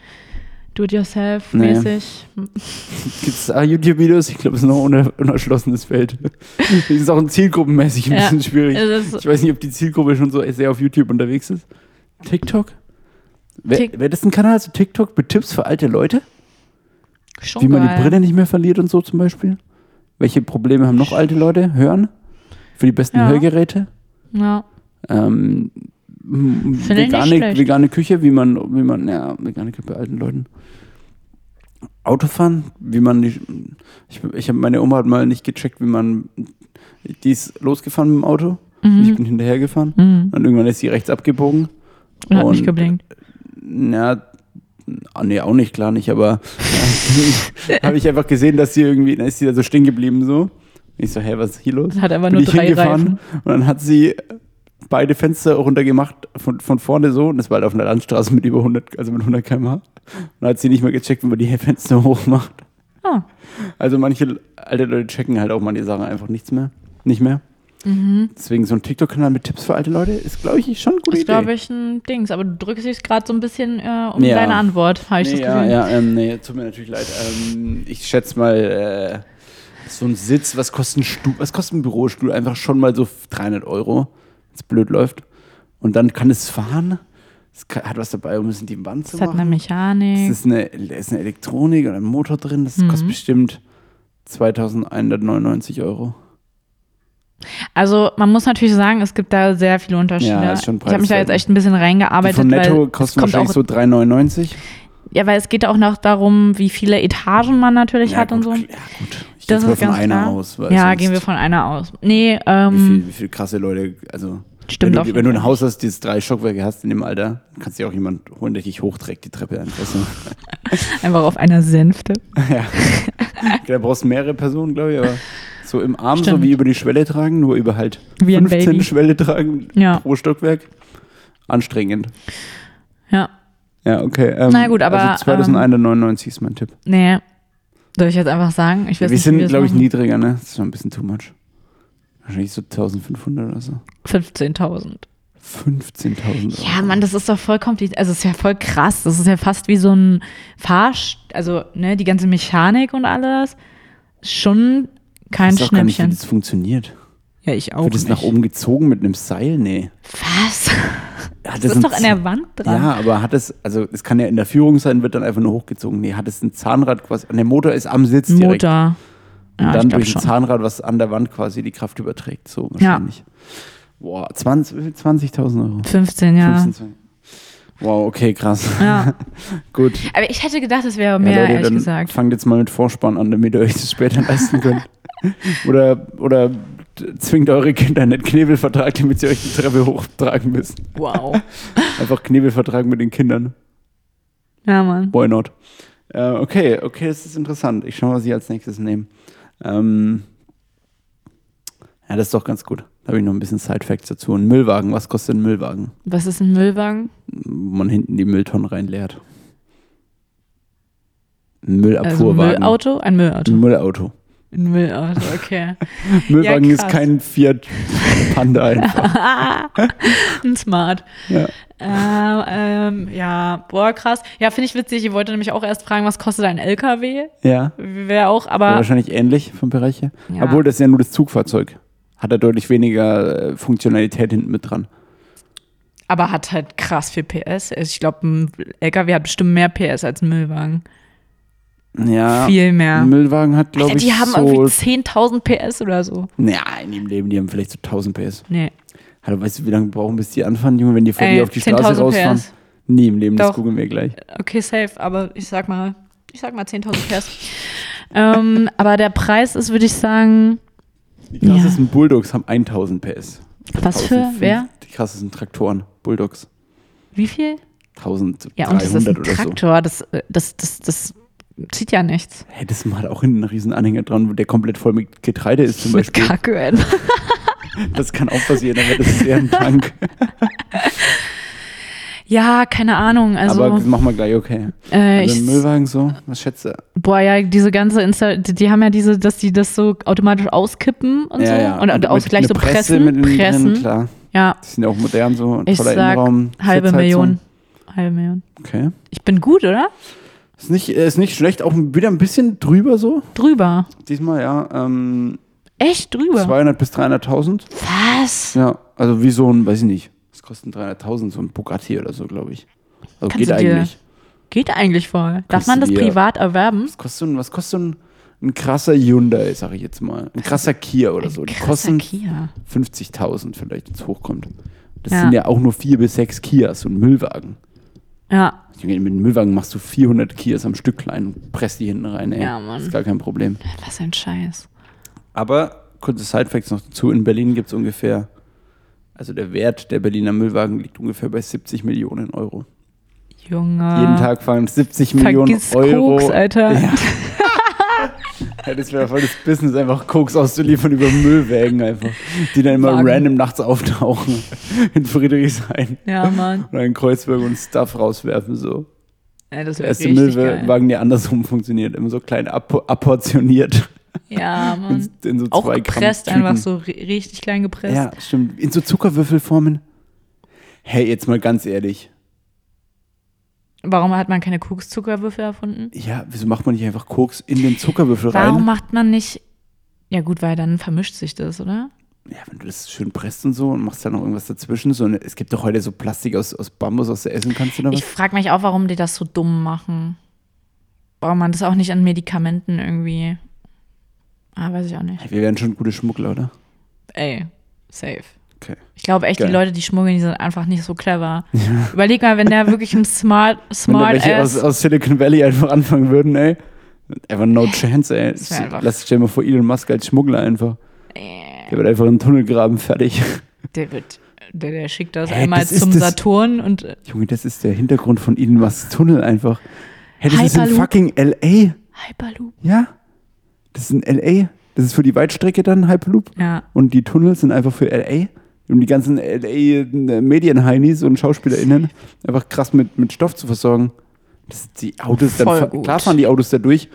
Speaker 1: do-it-yourself-mäßig.
Speaker 2: Gibt es da YouTube-Videos? Ich glaube, es ist noch ein unerschlossenes Feld. das ist auch ein zielgruppenmäßig ein
Speaker 1: Ja. Also
Speaker 2: bisschen schwierig.
Speaker 1: Es ist-
Speaker 2: Ich weiß nicht, ob die Zielgruppe schon so sehr auf YouTube unterwegs ist. TikTok? Wäre
Speaker 1: Tik-
Speaker 2: wär das ein Kanal zu TikTok mit Tipps für alte Leute?
Speaker 1: Schon
Speaker 2: wie man
Speaker 1: Oh, geil.
Speaker 2: die Brille nicht mehr verliert und so zum Beispiel? Welche Probleme haben noch alte Leute? Hören? Für die besten
Speaker 1: Ja.
Speaker 2: Hörgeräte?
Speaker 1: Ja.
Speaker 2: Ähm, m-
Speaker 1: Finde ich nicht
Speaker 2: vegane,
Speaker 1: schlecht.
Speaker 2: vegane Küche, wie man, wie man, ja, vegane Küche bei alten Leuten. Autofahren, wie man die, ich, ich habe meine Oma hat mal nicht gecheckt, wie man, die ist losgefahren mit dem Auto, ich bin hinterhergefahren
Speaker 1: Mhm.
Speaker 2: und irgendwann ist sie rechts abgebogen.
Speaker 1: Und hat
Speaker 2: Und-
Speaker 1: nicht geblinkt.
Speaker 2: Na, ah, nee, auch nicht, klar nicht, aber äh, habe ich einfach gesehen, dass sie irgendwie, dann ist sie da so stehen geblieben so. Ich so, hä, was ist hier los?
Speaker 1: Hat einfach
Speaker 2: Bin
Speaker 1: nur
Speaker 2: ich
Speaker 1: drei
Speaker 2: hingefahren
Speaker 1: Reifen.
Speaker 2: und dann hat sie beide Fenster runtergemacht, von, von vorne so, und das war halt auf einer Landstraße mit über 100, also mit 100 km/h. Und dann hat sie nicht mehr gecheckt, wenn man die Fenster hochmacht.
Speaker 1: Ah,
Speaker 2: Also manche alte Leute checken halt auch manche Sachen einfach nichts mehr, nicht mehr. Deswegen so ein TikTok-Kanal mit Tipps für alte Leute ist, glaube ich, schon eine gute
Speaker 1: Ist,
Speaker 2: Idee.
Speaker 1: glaube Mhm. ich, ein Dings. Aber du drückst dich gerade so ein bisschen äh, um
Speaker 2: Ja.
Speaker 1: deine Antwort, habe ich
Speaker 2: nee,
Speaker 1: das
Speaker 2: ja,
Speaker 1: Gefühl.
Speaker 2: ja, ähm, nee, tut mir natürlich leid. Ähm, ich schätze mal, äh, so ein Sitz, was kostet ein, Stuhl, was kostet ein Bürostuhl? Einfach schon mal so 300 Euro, wenn es blöd läuft. Und dann kann es fahren. Es kann, hat was dabei, um es in die Wand zu
Speaker 1: Das hat
Speaker 2: machen.
Speaker 1: eine
Speaker 2: Es
Speaker 1: Mechanik.
Speaker 2: ist eine, es ist eine Elektronik und ein Motor drin.
Speaker 1: Mhm.
Speaker 2: Das kostet bestimmt 2199 Euro.
Speaker 1: Also man muss natürlich sagen, es gibt da sehr viele Unterschiede.
Speaker 2: Ja, ist schon
Speaker 1: ich habe mich da jetzt
Speaker 2: preiswert.
Speaker 1: echt ein bisschen
Speaker 2: Die
Speaker 1: reingearbeitet.
Speaker 2: von
Speaker 1: weil
Speaker 2: Netto
Speaker 1: es
Speaker 2: kostet
Speaker 1: kommt
Speaker 2: wahrscheinlich
Speaker 1: auch,
Speaker 2: so 3,99.
Speaker 1: Ja, weil es geht auch noch darum, wie viele Etagen man natürlich
Speaker 2: ja,
Speaker 1: hat und so.
Speaker 2: gut, Ja, gut. Ich gehe jetzt mal von einer aus. Weil
Speaker 1: ja,
Speaker 2: sonst-
Speaker 1: gehen wir von einer aus. Nee,
Speaker 2: wie
Speaker 1: ähm,
Speaker 2: viel, wie viel krasse Leute, also
Speaker 1: Stimmt
Speaker 2: wenn
Speaker 1: auf
Speaker 2: du,
Speaker 1: jeden
Speaker 2: wenn du ein
Speaker 1: Fall.
Speaker 2: Haus hast, das drei Stockwerke hast in dem Alter, kannst du dir auch jemand holen, der dich hochträgt, die Treppe an. Weißt du?
Speaker 1: einfach auf einer Sänfte.
Speaker 2: ja. Da brauchst du mehrere Personen, glaube ich, aber so im Arm, so
Speaker 1: Stimmt.
Speaker 2: wie über die Schwelle tragen, nur über halt
Speaker 1: Wie ein
Speaker 2: 15
Speaker 1: Baby.
Speaker 2: Schwelle tragen
Speaker 1: Ja.
Speaker 2: pro Stockwerk. Anstrengend.
Speaker 1: Ja.
Speaker 2: Ja, okay. ähm,
Speaker 1: Na gut, aber,
Speaker 2: Also 2199 ist mein Tipp.
Speaker 1: Nee. Soll ich jetzt einfach sagen? Ich weiß
Speaker 2: wir
Speaker 1: nicht, wie
Speaker 2: sind,
Speaker 1: es
Speaker 2: glaube ich,
Speaker 1: machen.
Speaker 2: niedriger, ne? Das ist schon ein bisschen too much. Wahrscheinlich so 1500 oder so.
Speaker 1: 15.000.
Speaker 2: 15.000 Euro.
Speaker 1: Ja, Mann, das ist doch voll kompliziert. Also, es ist ja voll krass. Das ist ja fast wie so ein Fahrst... Also, ne, die ganze Mechanik und alles. Schon kein
Speaker 2: Ich weiß auch gar nicht, wie
Speaker 1: Schnäppchen.
Speaker 2: das funktioniert.
Speaker 1: ja, ich auch
Speaker 2: Wird das
Speaker 1: nicht.
Speaker 2: nach oben gezogen mit einem Seil? Nee.
Speaker 1: Was?
Speaker 2: Hat
Speaker 1: Das
Speaker 2: ein
Speaker 1: ist doch an
Speaker 2: Z-
Speaker 1: der Wand dran.
Speaker 2: Ja, aber hat es, also es kann ja in der Führung sein, wird dann einfach nur hochgezogen. Nee, hat es ein Zahnrad quasi, an der Motor ist am Sitz direkt.
Speaker 1: Motor.
Speaker 2: Und
Speaker 1: Ja, ich glaube
Speaker 2: dann durch ein
Speaker 1: schon.
Speaker 2: Zahnrad, was an der Wand quasi die Kraft überträgt. So wahrscheinlich. Boah, 20 20.000 Euro.
Speaker 1: 15, ja.
Speaker 2: 15, 20. Wow, okay, krass.
Speaker 1: Ja.
Speaker 2: Gut.
Speaker 1: Aber ich hätte gedacht, es wäre
Speaker 2: Ja,
Speaker 1: mehr,
Speaker 2: Leute,
Speaker 1: ehrlich
Speaker 2: dann
Speaker 1: gesagt.
Speaker 2: fangt jetzt mal mit Vorspann an, damit ihr euch das später leisten könnt. Oder, oder zwingt eure Kinder einen Knebelvertrag, damit sie euch die Treppe hochtragen müssen.
Speaker 1: Wow.
Speaker 2: Einfach Knebelvertrag mit den Kindern.
Speaker 1: Ja, Mann.
Speaker 2: Why not? Äh, okay, okay, das ist interessant. Ich schaue mal, was ich als nächstes nehme. Ähm, ja, das ist doch ganz gut. Da habe ich noch ein bisschen Side-Facts dazu. Ein Müllwagen, was kostet ein Müllwagen?
Speaker 1: Was ist ein Müllwagen?
Speaker 2: Wo man hinten die Mülltonnen reinleert. Ein
Speaker 1: Also
Speaker 2: Mhm.
Speaker 1: ein
Speaker 2: Müllabfuhrwagen.
Speaker 1: Müllauto? Ein
Speaker 2: ein
Speaker 1: Müllauto.
Speaker 2: Müllauto.
Speaker 1: Ein Müllauto, okay.
Speaker 2: Müllwagen
Speaker 1: Ja,
Speaker 2: ist
Speaker 1: krass.
Speaker 2: kein Fiat Panda einfach.
Speaker 1: ein Smart.
Speaker 2: Ja.
Speaker 1: Ähm, ähm, ja, boah, krass. Ja, finde ich witzig. Ihr wolltet nämlich auch erst fragen, was kostet ein LKW?
Speaker 2: ja.
Speaker 1: Wäre auch,
Speaker 2: Wäre
Speaker 1: aber
Speaker 2: wahrscheinlich ähnlich vom Bereich her.
Speaker 1: Ja.
Speaker 2: Obwohl, das ist ja nur das Zugfahrzeug. Hat er deutlich weniger äh, Funktionalität hinten mit dran.
Speaker 1: Aber hat halt krass viel PS. Also Ich glaube, ein LKW hat bestimmt mehr PS als ein Müllwagen.
Speaker 2: Ja.
Speaker 1: Viel mehr.
Speaker 2: Ein Müllwagen hat, glaube
Speaker 1: Alter,
Speaker 2: ich,
Speaker 1: die haben
Speaker 2: so...
Speaker 1: irgendwie 10.000 PS oder so.
Speaker 2: Ja, in ihrem Leben, die haben vielleicht so 1000 PS.
Speaker 1: Nee.
Speaker 2: Hallo, weißt du, wie lange brauchen, bis die anfahren, Junge, wenn die vor
Speaker 1: Ey,
Speaker 2: dir auf die Straße
Speaker 1: 10.000
Speaker 2: rausfahren?
Speaker 1: PS.
Speaker 2: Nie im Leben, das
Speaker 1: Doch.
Speaker 2: googeln wir gleich.
Speaker 1: Okay, safe, aber ich sag mal, ich sag mal 10.000 PS. ähm, aber der Preis ist, würde ich sagen,
Speaker 2: Die krassesten Bulldogs haben 1000 PS.
Speaker 1: was für,
Speaker 2: 1005.
Speaker 1: wer?
Speaker 2: Die krassesten Traktoren, Bulldogs.
Speaker 1: Wie viel?
Speaker 2: 1300
Speaker 1: Ja, und das ist ein
Speaker 2: oder so.
Speaker 1: Traktor, das, äh, das, das, das zieht ja nichts.
Speaker 2: Hey, das hat auch hinten einen riesen Anhänger dran, wo der komplett voll mit Getreide ist zum
Speaker 1: Mit
Speaker 2: Beispiel.
Speaker 1: Kacke. einfach.
Speaker 2: Das kann auch passieren, aber das ist eher ein Tank.
Speaker 1: Ja, keine Ahnung,
Speaker 2: aber
Speaker 1: also,
Speaker 2: mach mal gleich okay.
Speaker 1: äh,
Speaker 2: Also
Speaker 1: ich,
Speaker 2: ein Müllwagen so, was schätzt du?
Speaker 1: boah, ja, diese ganze Insta, die, die haben ja diese, dass die das so automatisch auskippen und so und, und
Speaker 2: mit-
Speaker 1: auch gleich
Speaker 2: eine
Speaker 1: so
Speaker 2: Presse
Speaker 1: pressen,
Speaker 2: mit innen drin,
Speaker 1: pressen,
Speaker 2: klar.
Speaker 1: ja,
Speaker 2: Die sind ja auch modern so, ein
Speaker 1: ich
Speaker 2: toller
Speaker 1: sag
Speaker 2: Innenraum.
Speaker 1: halbe
Speaker 2: Sitzheizung.
Speaker 1: Million, halbe Million.
Speaker 2: Okay.
Speaker 1: Ich bin gut, oder?
Speaker 2: Ist nicht, äh, ist nicht schlecht, auch wieder ein bisschen drüber so.
Speaker 1: Drüber,
Speaker 2: Diesmal, ja. Ähm,
Speaker 1: echt drüber.
Speaker 2: 200 bis 300.000.
Speaker 1: Was?
Speaker 2: Ja, also wie so ein, weiß ich nicht, was kostet ein 300.000? So ein Bugatti oder so, glaube ich. Also
Speaker 1: Kannst
Speaker 2: geht
Speaker 1: du dir-
Speaker 2: eigentlich.
Speaker 1: Geht eigentlich voll. Darf
Speaker 2: Kannst
Speaker 1: man
Speaker 2: du
Speaker 1: das
Speaker 2: dir-
Speaker 1: privat erwerben?
Speaker 2: Was kostet so ein, was kostet so ein, ein krasser Hyundai, sag ich jetzt mal. Ein krasser Kia oder so. Also Die
Speaker 1: Krasser
Speaker 2: kosten
Speaker 1: Kia.
Speaker 2: 50.000 vielleicht, wenn es hochkommt. Das
Speaker 1: Ja.
Speaker 2: sind ja auch nur vier bis sechs Kias und Müllwagen.
Speaker 1: Ja,
Speaker 2: Junge, mit dem Müllwagen machst du 400 Kias am Stück klein und presst die hinten rein, ey.
Speaker 1: Ja, Mann.
Speaker 2: Ist gar kein Problem.
Speaker 1: was ein Scheiß.
Speaker 2: Aber kurze Sidefacts noch dazu. In Berlin gibt es ungefähr, also der Wert der Berliner Müllwagen liegt ungefähr bei 70 Millionen Euro.
Speaker 1: Junge.
Speaker 2: Jeden Tag fahren 70 Millionen
Speaker 1: Ah. Vergiss
Speaker 2: Euro.
Speaker 1: Koks, Alter.
Speaker 2: Ja. Ja, das wäre voll das Business, einfach Koks auszuliefern über Müllwägen einfach, die dann immer
Speaker 1: Wagen.
Speaker 2: random nachts auftauchen in Friedrichshain
Speaker 1: Ja, Mann.
Speaker 2: oder in Kreuzberg und Stuff rauswerfen so.
Speaker 1: Ja, das
Speaker 2: Der
Speaker 1: wäre
Speaker 2: erste
Speaker 1: richtig geil.
Speaker 2: Müllwagen, der andersrum funktioniert, immer so klein ab apportioniert.
Speaker 1: Ja, Mann.
Speaker 2: In, in so
Speaker 1: Auch
Speaker 2: zwei
Speaker 1: gepresst,
Speaker 2: Gramm Tüten.
Speaker 1: einfach so ri- richtig klein gepresst.
Speaker 2: Ja, stimmt. In so Zuckerwürfelformen. Hey, jetzt mal ganz ehrlich.
Speaker 1: Warum hat man keine Kokszuckerwürfel erfunden?
Speaker 2: Ja, wieso macht man nicht einfach Koks in den Zuckerwürfel rein?
Speaker 1: Warum macht man nicht. Ja, gut, weil dann vermischt sich das, oder?
Speaker 2: Ja, wenn du das schön presst und so und machst da noch irgendwas dazwischen. So eine, es gibt doch heute so Plastik aus, aus Bambus, aus der essen kannst du da was?
Speaker 1: Ich frage mich auch, warum die das so dumm machen. Warum man das auch nicht an Medikamenten irgendwie. Ah, weiß ich auch nicht.
Speaker 2: Hey, wir wären schon gute Schmuggler, oder?
Speaker 1: Ey, safe.
Speaker 2: Okay.
Speaker 1: Ich glaube echt,
Speaker 2: Geil.
Speaker 1: die Leute, die schmuggeln, die sind einfach nicht so clever. Überleg mal, wenn der wirklich ein Smart,
Speaker 2: Wenn da
Speaker 1: Smart
Speaker 2: welche aus,
Speaker 1: Ass.
Speaker 2: aus Silicon Valley einfach anfangen würden, ey. Einfach no chance, ey.
Speaker 1: Das wär einfach-
Speaker 2: Lass dich stell mal vor Elon Musk als Schmuggler einfach.
Speaker 1: Äh,
Speaker 2: Der wird einfach einen Tunnel graben, fertig.
Speaker 1: Der, wird, der, der schickt das
Speaker 2: Hä,
Speaker 1: einmal
Speaker 2: das ist
Speaker 1: zum
Speaker 2: das-
Speaker 1: Saturn und äh,
Speaker 2: Junge, das ist der Hintergrund von Elon Musks Tunnel einfach. Hey, das ist in
Speaker 1: Hyperloop.
Speaker 2: fucking L.A.,
Speaker 1: Hyperloop.
Speaker 2: ja? Das ist in L.A. Das ist für die Weitstrecke dann Hyperloop.
Speaker 1: Ja.
Speaker 2: Und die Tunnel sind einfach für L.A. Um die ganzen L.A.-Medien-Heinis und SchauspielerInnen einfach krass mit, mit Stoff zu versorgen. Das, die Autos,
Speaker 1: Voll
Speaker 2: dann, fa-
Speaker 1: gut.
Speaker 2: klar fahren die Autos da durch.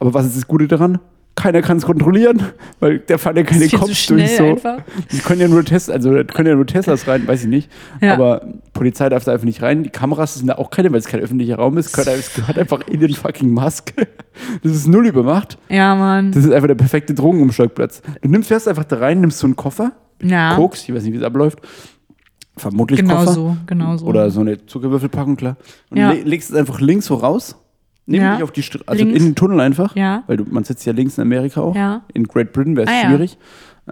Speaker 2: Aber was ist das Gute daran? Keiner kann es kontrollieren, weil da fahren ja
Speaker 1: Das
Speaker 2: keine
Speaker 1: ist viel zu
Speaker 2: Cops durch.
Speaker 1: schnell
Speaker 2: So.
Speaker 1: einfach.
Speaker 2: Die können ja nur Teslas, also da können ja nur Teslas rein, weiß ich nicht.
Speaker 1: Ja.
Speaker 2: Aber Polizei darf da einfach nicht rein. Die Kameras sind da auch keine, weil es kein öffentlicher Raum ist. Gehört, es gehört einfach in den fucking Mask. Das ist null übermacht.
Speaker 1: Ja, Mann.
Speaker 2: Das ist einfach der perfekte Drogenumschlagplatz. Du nimmst, fährst einfach da rein, nimmst so einen Koffer,
Speaker 1: Ja.
Speaker 2: Koks, ich weiß nicht, wie es abläuft. Vermutlich
Speaker 1: Ah. Genau
Speaker 2: Koffer.
Speaker 1: so, genau so.
Speaker 2: Oder so eine Zuckerwürfelpackung, klar. Und
Speaker 1: Ja.
Speaker 2: le legst es einfach links so raus. Nimm
Speaker 1: Ja.
Speaker 2: dich auf die Str- also
Speaker 1: Links.
Speaker 2: in den Tunnel einfach.
Speaker 1: Ja.
Speaker 2: Weil du, man sitzt ja links in Amerika auch.
Speaker 1: Ja.
Speaker 2: In Great Britain wäre es
Speaker 1: Ah, ja.
Speaker 2: schwierig.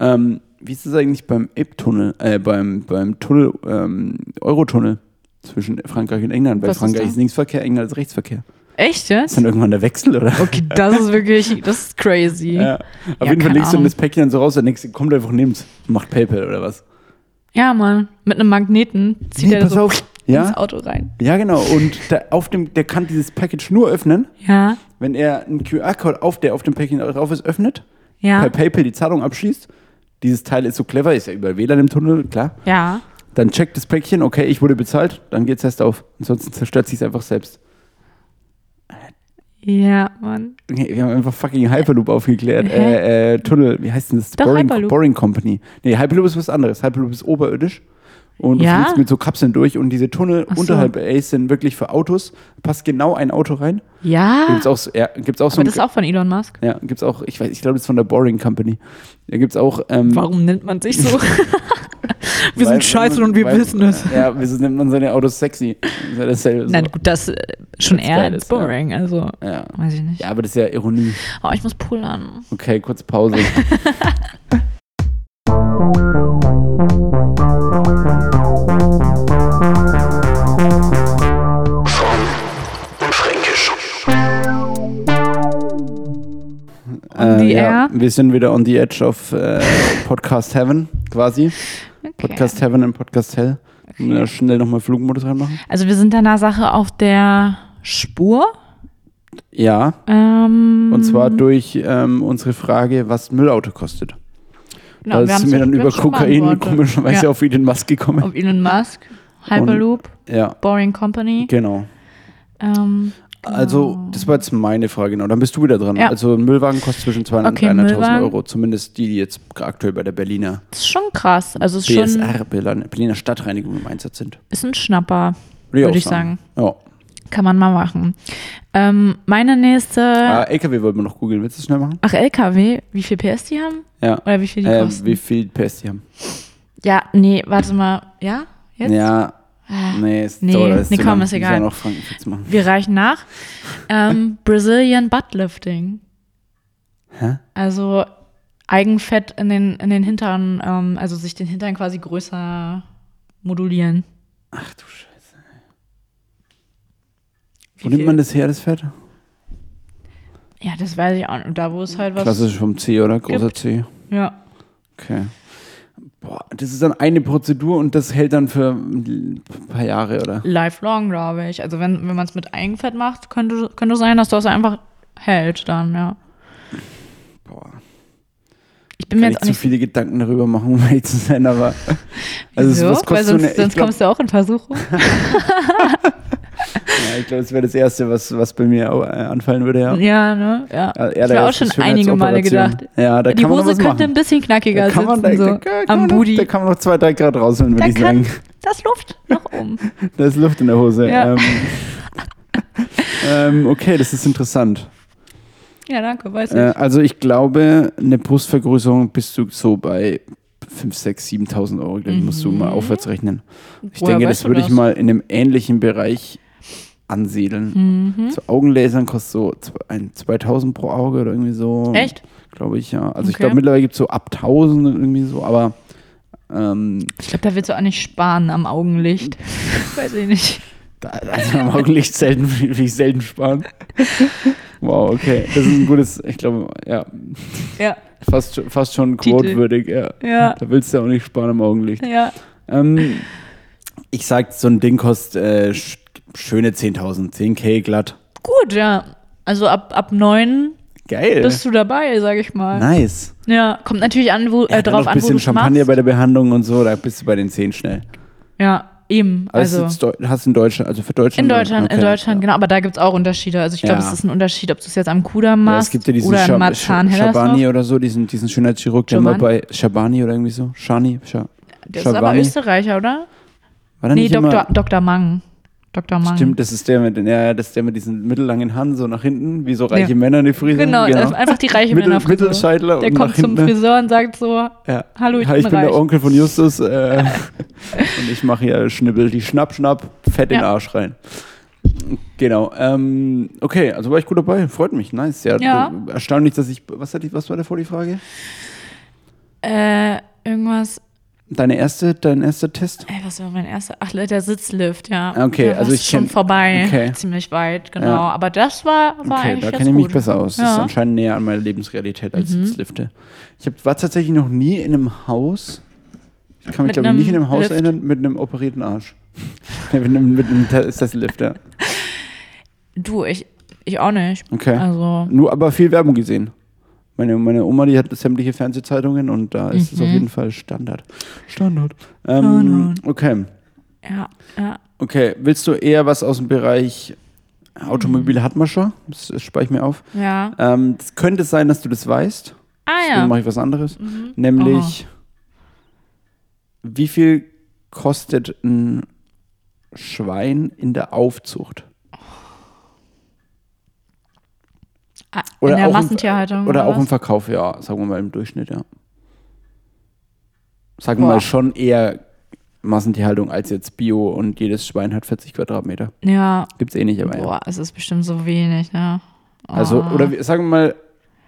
Speaker 2: Ähm, wie ist es eigentlich beim App-Tunnel, äh, beim, beim Tunnel, ähm, Eurotunnel zwischen Frankreich und England? Weil
Speaker 1: Was ist
Speaker 2: Frankreich
Speaker 1: da?
Speaker 2: ist, Linksverkehr, England ist Rechtsverkehr.
Speaker 1: Echt
Speaker 2: Ist
Speaker 1: jetzt?
Speaker 2: dann irgendwann der Wechsel, oder?
Speaker 1: Okay, das ist wirklich, das ist crazy.
Speaker 2: Ja.
Speaker 1: Ja,
Speaker 2: Auf jeden Fall
Speaker 1: keine
Speaker 2: legst du
Speaker 1: Ahnung.
Speaker 2: das Päckchen dann so raus, der nächste kommt einfach nimmt's. Macht PayPal oder was?
Speaker 1: Mann. Mit einem Magneten zieht
Speaker 2: Nee,
Speaker 1: er
Speaker 2: pass
Speaker 1: so
Speaker 2: auf. Ja?
Speaker 1: ins Auto rein.
Speaker 2: Ja, genau. Und da auf dem, der kann dieses Package nur öffnen,
Speaker 1: Ja,
Speaker 2: wenn er einen QR-Code auf, der auf dem Päckchen drauf ist, öffnet,
Speaker 1: ja,
Speaker 2: per PayPal die Zahlung abschließt. Dieses Teil ist so clever, ist ja über WLAN im Tunnel, klar.
Speaker 1: ja.
Speaker 2: Dann checkt das Päckchen, okay, ich wurde bezahlt, dann geht's erst auf. Ansonsten zerstört sich's einfach selbst.
Speaker 1: Ja, Mann.
Speaker 2: Nee, wir haben einfach fucking Hyperloop aufgeklärt.
Speaker 1: Hä?
Speaker 2: Äh, äh, Tunnel, wie heißt denn das?
Speaker 1: Doch,
Speaker 2: Boring,
Speaker 1: Hyperloop.
Speaker 2: Boring Company. Nee, Hyperloop ist was anderes. Hyperloop ist oberirdisch. Und
Speaker 1: Ja?
Speaker 2: du fliegst mit so Kapseln durch und diese Tunnel
Speaker 1: Ach so.
Speaker 2: unterhalb LAs sind wirklich für Autos. Passt genau ein Auto rein.
Speaker 1: Ja.
Speaker 2: Gibt's auch, so- ja, gibt's auch
Speaker 1: Ah.
Speaker 2: so
Speaker 1: Aber
Speaker 2: ein
Speaker 1: das ist auch von Elon Musk.
Speaker 2: Ja, gibt's auch, ich weiß, ich glaube, das ist von der Boring Company. Da gibt's auch. Ähm,
Speaker 1: Warum nennt man sich so?
Speaker 2: weil- weil- Ja, wieso nennt man seine Autos sexy? Das ist ja dasselbe.
Speaker 1: Nein, gut, das äh, schon
Speaker 2: Weil's
Speaker 1: eher
Speaker 2: Also geil
Speaker 1: als
Speaker 2: ist, ja.
Speaker 1: boring, also
Speaker 2: So. Ja.
Speaker 1: weiß ich nicht.
Speaker 2: ja, aber das ist ja Ironie.
Speaker 1: Oh, ich muss pullern.
Speaker 2: Okay, kurz Pause.
Speaker 1: On the
Speaker 2: Äh, ja,
Speaker 1: air?
Speaker 2: wir sind wieder on the edge of äh, Podcast Heaven, quasi.
Speaker 1: Okay.
Speaker 2: Podcast Heaven und Podcast Hell. Ja, schnell nochmal Flugmodus reinmachen.
Speaker 1: Also wir sind deiner Sache auf der Spur.
Speaker 2: Ja,
Speaker 1: Ähm,
Speaker 2: und zwar durch ähm, unsere Frage, was Müllauto kostet.
Speaker 1: genau, wir
Speaker 2: da
Speaker 1: haben's
Speaker 2: sind wir dann
Speaker 1: schon-
Speaker 2: über
Speaker 1: haben's schon
Speaker 2: Kokain
Speaker 1: beantwortet.
Speaker 2: komischerweise
Speaker 1: ja.
Speaker 2: auf Elon Musk gekommen.
Speaker 1: auf Elon Musk, Hyperloop,
Speaker 2: Ja,
Speaker 1: Boring Company.
Speaker 2: genau.
Speaker 1: Ähm,
Speaker 2: Also, das war jetzt meine Frage, genau. Dann bist du wieder dran.
Speaker 1: Ja.
Speaker 2: Also, ein Müllwagen kostet zwischen 200
Speaker 1: Okay,
Speaker 2: und 300.000
Speaker 1: Müllwagen.
Speaker 2: Euro. Zumindest die, die jetzt aktuell bei der Berliner
Speaker 1: das ist schon krass. Also es ist schon
Speaker 2: BSR, Berlin- Berliner Stadtreinigung im Einsatz sind.
Speaker 1: ist ein Schnapper,
Speaker 2: auch
Speaker 1: würde ich sagen.
Speaker 2: Ja.
Speaker 1: Kann man mal machen. Ähm, meine nächste.
Speaker 2: Ah, LKW wollten wir noch googeln. Willst du es schnell machen?
Speaker 1: Ach, LKW, wie viel PS die haben?
Speaker 2: Ja.
Speaker 1: Oder wie viel die
Speaker 2: Ähm,
Speaker 1: kosten?
Speaker 2: wie viel PS die haben?
Speaker 1: Ja, nee, warte mal. Ja? Jetzt?
Speaker 2: Ja.
Speaker 1: Ah.
Speaker 2: Nee, ist
Speaker 1: Nee,
Speaker 2: dauert alles
Speaker 1: nee,
Speaker 2: zu
Speaker 1: komm,
Speaker 2: lang.
Speaker 1: ist egal.
Speaker 2: Ich noch Frankenfitz machen.
Speaker 1: Wir reichen nach. Ähm, Brazilian Buttlifting.
Speaker 2: Hä?
Speaker 1: Also Eigenfett in den, in den Hintern, ähm, also sich den Hintern quasi größer modulieren.
Speaker 2: Ach du Scheiße.
Speaker 1: Wie
Speaker 2: Wo nimmt
Speaker 1: viel-
Speaker 2: man das her, das Fett?
Speaker 1: Ja, das weiß ich auch. nicht. Da, wo es halt was.
Speaker 2: Klassisch vom C, oder? Großer C.
Speaker 1: Ja.
Speaker 2: Okay. Boah, das ist dann eine Prozedur und das hält dann für ein paar Jahre, oder?
Speaker 1: Lifelong, glaube ich. Also, wenn, wenn man es mit Eigenfett macht, könnte, könnte sein, dass das einfach hält dann, ja.
Speaker 2: Boah.
Speaker 1: Ich bin mir
Speaker 2: Kann ich
Speaker 1: jetzt auch
Speaker 2: zu
Speaker 1: nicht.
Speaker 2: viele Gedanken darüber machen, um ehrlich zu sein, aber. Also, es-
Speaker 1: so,
Speaker 2: was
Speaker 1: weil
Speaker 2: kostet so
Speaker 1: sonst,
Speaker 2: eine. ich
Speaker 1: sonst
Speaker 2: glaub,
Speaker 1: kommst du auch in Versuchung.
Speaker 2: ja, ich glaube, das wäre das Erste, was, was bei mir au- äh, anfallen würde, ja.
Speaker 1: Ja, ne? Ja.
Speaker 2: Ja,
Speaker 1: ich
Speaker 2: da
Speaker 1: habe auch
Speaker 2: ist eine
Speaker 1: schon einige Male
Speaker 2: Schönheitsoperation.
Speaker 1: gedacht.
Speaker 2: Ja, da
Speaker 1: Die
Speaker 2: kann man noch
Speaker 1: Hose
Speaker 2: was
Speaker 1: könnte ein
Speaker 2: machen.
Speaker 1: bisschen knackiger
Speaker 2: Da kann man, da,
Speaker 1: sitzen, so
Speaker 2: da, kann
Speaker 1: am
Speaker 2: man noch,
Speaker 1: Booty.
Speaker 2: da kann man noch zwei, drei Grad rausholen, würde
Speaker 1: Da
Speaker 2: ich
Speaker 1: kann
Speaker 2: sagen.
Speaker 1: das Luft nach oben.
Speaker 2: Da ist Luft in der Hose.
Speaker 1: Ja.
Speaker 2: Ähm, ähm, okay, das ist interessant.
Speaker 1: Ja, danke, weiß
Speaker 2: Äh, also ich glaube, eine Brustvergrößerung bist du so bei 5, 6, 7.000 Euro. Dann musst du mal aufwärts rechnen. Ich
Speaker 1: Mhm. Woher
Speaker 2: denke,
Speaker 1: weißt
Speaker 2: das
Speaker 1: du
Speaker 2: würde ich
Speaker 1: das?
Speaker 2: mal in einem ähnlichen Bereich ansiedeln.
Speaker 1: Mhm.
Speaker 2: So Augenlasern kostet so zwei- ein- 2.000 pro Auge oder irgendwie so.
Speaker 1: ich. Echt?
Speaker 2: Glaube ich, ja. Also ich
Speaker 1: Okay.
Speaker 2: glaube, mittlerweile gibt es so ab 1.000 irgendwie so, aber ähm,
Speaker 1: Ich glaube, da willst du auch nicht sparen am Augenlicht. weiß ich nicht.
Speaker 2: Da, also am Augenlicht selten, will ich selten sparen. Wow, okay. Das ist ein gutes, ich glaube, ja,
Speaker 1: Ja,
Speaker 2: fast, schon- fast schon
Speaker 1: Titel.
Speaker 2: quotewürdig, ja.
Speaker 1: ja,
Speaker 2: Da willst du auch nicht sparen am Augenlicht.
Speaker 1: ja.
Speaker 2: Ähm, ich sag, so ein Ding kostet äh, sch schöne 10.000, 10k glatt.
Speaker 1: Gut, ja. Also ab, ab 9
Speaker 2: Geil.
Speaker 1: bist du dabei, sag ich mal.
Speaker 2: nice.
Speaker 1: Ja, kommt natürlich an, wo, äh,
Speaker 2: Ja, dann
Speaker 1: drauf
Speaker 2: noch ein
Speaker 1: an, wo
Speaker 2: bisschen
Speaker 1: du
Speaker 2: Champagner bei
Speaker 1: machst.
Speaker 2: der Behandlung und so, da bist du bei den 10 schnell.
Speaker 1: Ja, eben.
Speaker 2: Aber
Speaker 1: Also
Speaker 2: also, das ist Deu- hast du in Deutschland, also für Deutschland.
Speaker 1: in Deutschland, in
Speaker 2: okay.
Speaker 1: Deutschland, genau. Aber da gibt es auch Unterschiede. Also ich glaube,
Speaker 2: Ja.
Speaker 1: es ist ein Unterschied, ob du es jetzt am Kudamm
Speaker 2: Ja,
Speaker 1: machst
Speaker 2: es gibt ja diesen
Speaker 1: oder in
Speaker 2: Schab
Speaker 1: Marzahn.
Speaker 2: Sch
Speaker 1: Hält das noch?
Speaker 2: Schabani oder so, diesen, diesen Schönheitschirurg, der mal
Speaker 1: Schaban?
Speaker 2: bei Schabani oder irgendwie so. Shani, Scha
Speaker 1: Der ist aber
Speaker 2: Schabani.
Speaker 1: Österreicher, oder?
Speaker 2: War der
Speaker 1: Nee,
Speaker 2: nicht
Speaker 1: Dr.
Speaker 2: immer,
Speaker 1: Dr. Mang. Dr. Mang.
Speaker 2: Stimmt, das ist der mit, den- ja, ja, das ist der mit diesen mittellangen Haaren so nach hinten, wie so reiche
Speaker 1: Ja.
Speaker 2: Männer eine Frise.
Speaker 1: Genau,
Speaker 2: haben,
Speaker 1: das- einfach die reiche
Speaker 2: Mittel,
Speaker 1: Männerfrisur.
Speaker 2: Mittelscheitler
Speaker 1: Der
Speaker 2: und
Speaker 1: kommt
Speaker 2: nach
Speaker 1: zum
Speaker 2: hinten.
Speaker 1: Friseur und sagt so,
Speaker 2: Ja.
Speaker 1: Hallo, ich
Speaker 2: Hi,
Speaker 1: bin
Speaker 2: ich bin der
Speaker 1: reich.
Speaker 2: Onkel von Justus äh, und ich mache hier Schnibbel, die Schnapp, Schnapp, fett in den
Speaker 1: Ja.
Speaker 2: Arsch rein. Genau. Ähm, okay, also war ich gut dabei. Freut mich. Nice. Ja,
Speaker 1: Ja.
Speaker 2: d- Erstaunlich, dass ich. Was, hat die, was war davor die Frage?
Speaker 1: äh, irgendwas,
Speaker 2: Deine erste, dein erster Test?
Speaker 1: ey, was war mein erster? Ach, der Sitzlift, ja.
Speaker 2: Okay,
Speaker 1: ja, das
Speaker 2: also
Speaker 1: ist
Speaker 2: ich
Speaker 1: schon
Speaker 2: kenn-
Speaker 1: vorbei,
Speaker 2: okay.
Speaker 1: ziemlich weit, genau.
Speaker 2: Ja.
Speaker 1: Aber das war, war
Speaker 2: Okay,
Speaker 1: eigentlich
Speaker 2: da
Speaker 1: ganz
Speaker 2: kenne ich mich
Speaker 1: gut.
Speaker 2: besser aus. Das ist
Speaker 1: Ja. Mhm.
Speaker 2: anscheinend näher an meiner Lebensrealität als Sitzlifte. Ich hab, war tatsächlich noch nie in einem Haus. Ich kann mich,
Speaker 1: Mit
Speaker 2: glaube ich,
Speaker 1: einem
Speaker 2: nicht in einem Haus
Speaker 1: Lift.
Speaker 2: erinnern mit einem operierten Arsch. mit einem, mit einem Te- ist das Lift, ja.
Speaker 1: Du, ich, ich auch nicht.
Speaker 2: Okay.
Speaker 1: Also,
Speaker 2: Nur aber viel Werbung gesehen. Meine, meine Oma, die hat sämtliche Fernsehzeitungen und da ist
Speaker 1: Mhm.
Speaker 2: es auf jeden Fall Standard. Standard. Ähm, okay.
Speaker 1: ja, ja.
Speaker 2: Okay. Willst du eher was aus dem Bereich
Speaker 1: Mhm.
Speaker 2: Automobile hat man schon? Das das spare ich mir auf.
Speaker 1: Ja.
Speaker 2: Ähm, Es könnte sein, dass du das weißt.
Speaker 1: Ah
Speaker 2: Dann mache
Speaker 1: ja. Mhm.
Speaker 2: ich was anderes. Nämlich, wie viel kostet ein Schwein in der Aufzucht?
Speaker 1: Ah,
Speaker 2: Oder
Speaker 1: In der
Speaker 2: auch im-
Speaker 1: Massentierhaltung.
Speaker 2: Oder auch im
Speaker 1: was?
Speaker 2: Verkauf, ja, sagen wir mal im Durchschnitt, ja. Sagen wir
Speaker 1: Boah.
Speaker 2: mal schon eher Massentierhaltung als jetzt Bio und jedes Schwein hat 40 Quadratmeter.
Speaker 1: Ja.
Speaker 2: Gibt's eh nicht, aber ja.
Speaker 1: Boah, es ist bestimmt so wenig, ne? Oh.
Speaker 2: Also, oder wir- sagen wir mal,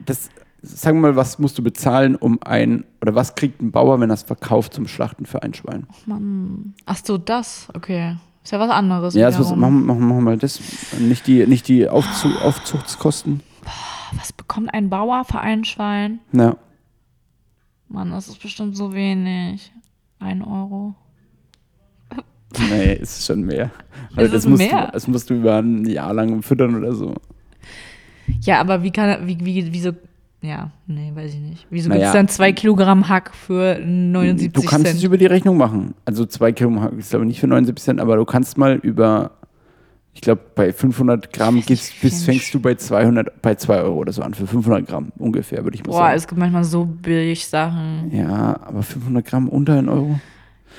Speaker 2: das, sagen wir mal, was musst du bezahlen, um ein, oder was kriegt ein Bauer, wenn er es verkauft zum Schlachten für ein Schwein?
Speaker 1: Mann. Ach so, das, okay. Ist ja was anderes.
Speaker 2: Ja, das muss,
Speaker 1: wiederum.
Speaker 2: machen, machen, machen wir mal das. Nicht die, nicht die Aufzu Aufzuchtskosten.
Speaker 1: Was bekommt ein Bauer für ein Schwein?
Speaker 2: Ja.
Speaker 1: Mann, das ist bestimmt so wenig. Ein Euro.
Speaker 2: Nee, es ist schon mehr.
Speaker 1: Es
Speaker 2: das
Speaker 1: ist
Speaker 2: musst
Speaker 1: mehr.
Speaker 2: Du, das musst du über ein Jahr lang füttern oder so.
Speaker 1: Ja, aber wie kann er, wie, wie, wieso, ja, nee, weiß ich nicht. Wieso
Speaker 2: Naja.
Speaker 1: gibt es dann zwei Kilogramm Hack für 79
Speaker 2: du kannst es
Speaker 1: Cent?
Speaker 2: über die Rechnung machen. Also zwei Kilo Hack ist glaube ich nicht für 79 Cent, aber du kannst mal über, ich glaube bei 500 Gramm gibst,
Speaker 1: wie
Speaker 2: bis
Speaker 1: viel
Speaker 2: fängst du bei 200, bei 2 Euro oder so an. Für 500 Gramm ungefähr würde ich mal
Speaker 1: Boah, also
Speaker 2: sagen.
Speaker 1: es gibt manchmal so billig Sachen.
Speaker 2: ja, aber 500 Gramm unter 1 Euro?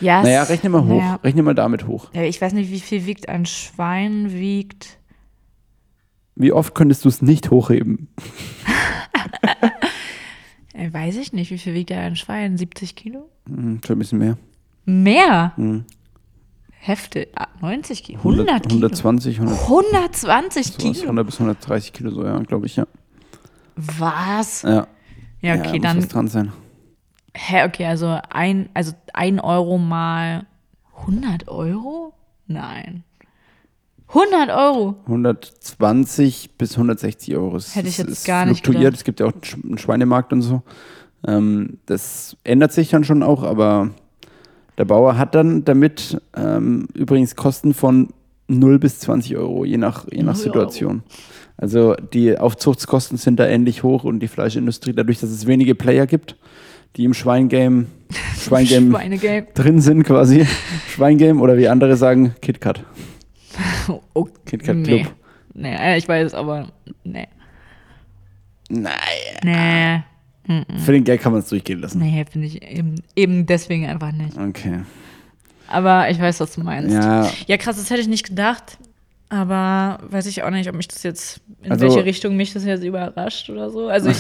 Speaker 1: Ja,
Speaker 2: Naja,
Speaker 1: es-
Speaker 2: rechne mal hoch.
Speaker 1: naja.
Speaker 2: Rechne mal damit hoch.
Speaker 1: Ja, ich weiß nicht, wie viel wiegt ein Schwein, wiegt.
Speaker 2: Wie oft könntest du es nicht hochheben?
Speaker 1: Äh, weiß ich nicht, wie viel wiegt ein Schwein? 70 Kilo?
Speaker 2: Hm, schon ein bisschen mehr.
Speaker 1: Mehr?
Speaker 2: Hm.
Speaker 1: Hefte. ah, 90 Kilo. 100 Kilo.
Speaker 2: 120, 100,
Speaker 1: 120
Speaker 2: sowas,
Speaker 1: Kilo.
Speaker 2: 100 bis 130 Kilo, so, ja, glaube ich, ja.
Speaker 1: Was?
Speaker 2: Ja,
Speaker 1: Ja, okay,
Speaker 2: ja, muss
Speaker 1: dann.
Speaker 2: was dran sein.
Speaker 1: Hä, okay, also ein, also ein Euro mal 100 Euro? Nein. 100 Euro?
Speaker 2: 120 bis 160 Euro. Es,
Speaker 1: Hätte ich jetzt
Speaker 2: es
Speaker 1: gar nicht
Speaker 2: fluktuiert.
Speaker 1: gedacht.
Speaker 2: Es gibt ja auch einen Sch- einen Schweinemarkt und so. Ähm, das ändert sich dann schon auch, aber der Bauer hat dann damit ähm, übrigens Kosten von 0 bis 20 Euro, je nach, je nach
Speaker 1: Null
Speaker 2: Situation. Also die Aufzuchtskosten sind da ähnlich hoch und die Fleischindustrie, dadurch, dass es wenige Player gibt, die im Schweingame, Schweingame
Speaker 1: Schweinegeld.
Speaker 2: drin sind quasi, Schweingame oder wie andere sagen, KitKat.
Speaker 1: Oh,
Speaker 2: Kit Kat
Speaker 1: nee.
Speaker 2: Club.
Speaker 1: Nee, äh, ich weiß, aber nee.
Speaker 2: Nein.
Speaker 1: Nee,
Speaker 2: Für den Gag kann man es durchgehen lassen.
Speaker 1: nee, finde ich eben, eben deswegen einfach nicht.
Speaker 2: Okay.
Speaker 1: Aber ich weiß, was du meinst.
Speaker 2: Ja.
Speaker 1: Ja, krass, das hätte ich nicht gedacht. Aber weiß ich auch nicht, ob mich das jetzt, in
Speaker 2: Also-
Speaker 1: welche Richtung mich das jetzt überrascht oder so. Also ich,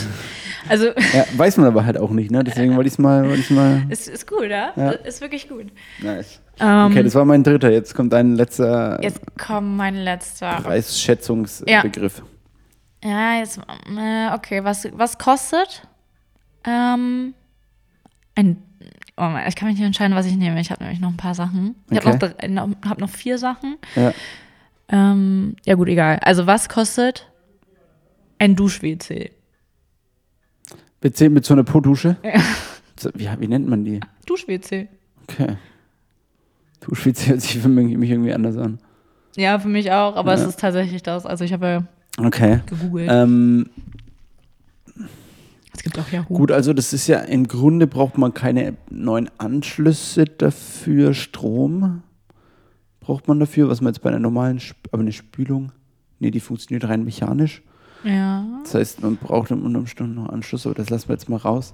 Speaker 1: also
Speaker 2: ja. Weiß man aber halt auch nicht, ne? Deswegen wollte ich es mal, wollte ich's mal.
Speaker 1: es ist gut, ja?
Speaker 2: Ja.
Speaker 1: Ist wirklich gut.
Speaker 2: Nice.
Speaker 1: Ähm,
Speaker 2: Okay, das war mein dritter. Jetzt kommt dein letzter
Speaker 1: Jetzt kommt mein letzter. Ja.
Speaker 2: Preisschätzungsbegriff.
Speaker 1: Ja, jetzt, äh, okay, was, was kostet? Ähm, ein, oh Mann, ich kann mich nicht entscheiden, was ich nehme. Ich habe nämlich noch ein paar Sachen. Ich habe noch,
Speaker 2: Okay.
Speaker 1: drei- noch, hab noch vier Sachen.
Speaker 2: Ja.
Speaker 1: Ähm, ja gut, egal. Also was kostet ein Dusch-WC?
Speaker 2: Wir zählen mit so einer Po-Dusche. So, Wie, wie nennt man die?
Speaker 1: Dusch-WC.
Speaker 2: Okay. Duschwitz hört sich für mich mich irgendwie anders an.
Speaker 1: Ja, für mich auch, aber es
Speaker 2: Ja.
Speaker 1: ist tatsächlich das. Also ich habe ja
Speaker 2: Okay.
Speaker 1: gegoogelt.
Speaker 2: Ähm,
Speaker 1: es gibt auch Yahoo.
Speaker 2: gut, also das ist ja im Grunde braucht man keine neuen Anschlüsse dafür. Strom braucht man dafür, was man jetzt bei einer normalen, Sp aber eine Spülung, nee, die funktioniert rein mechanisch.
Speaker 1: Ja.
Speaker 2: Das heißt, man braucht im Umständen noch Anschluss, aber das lassen wir jetzt mal raus.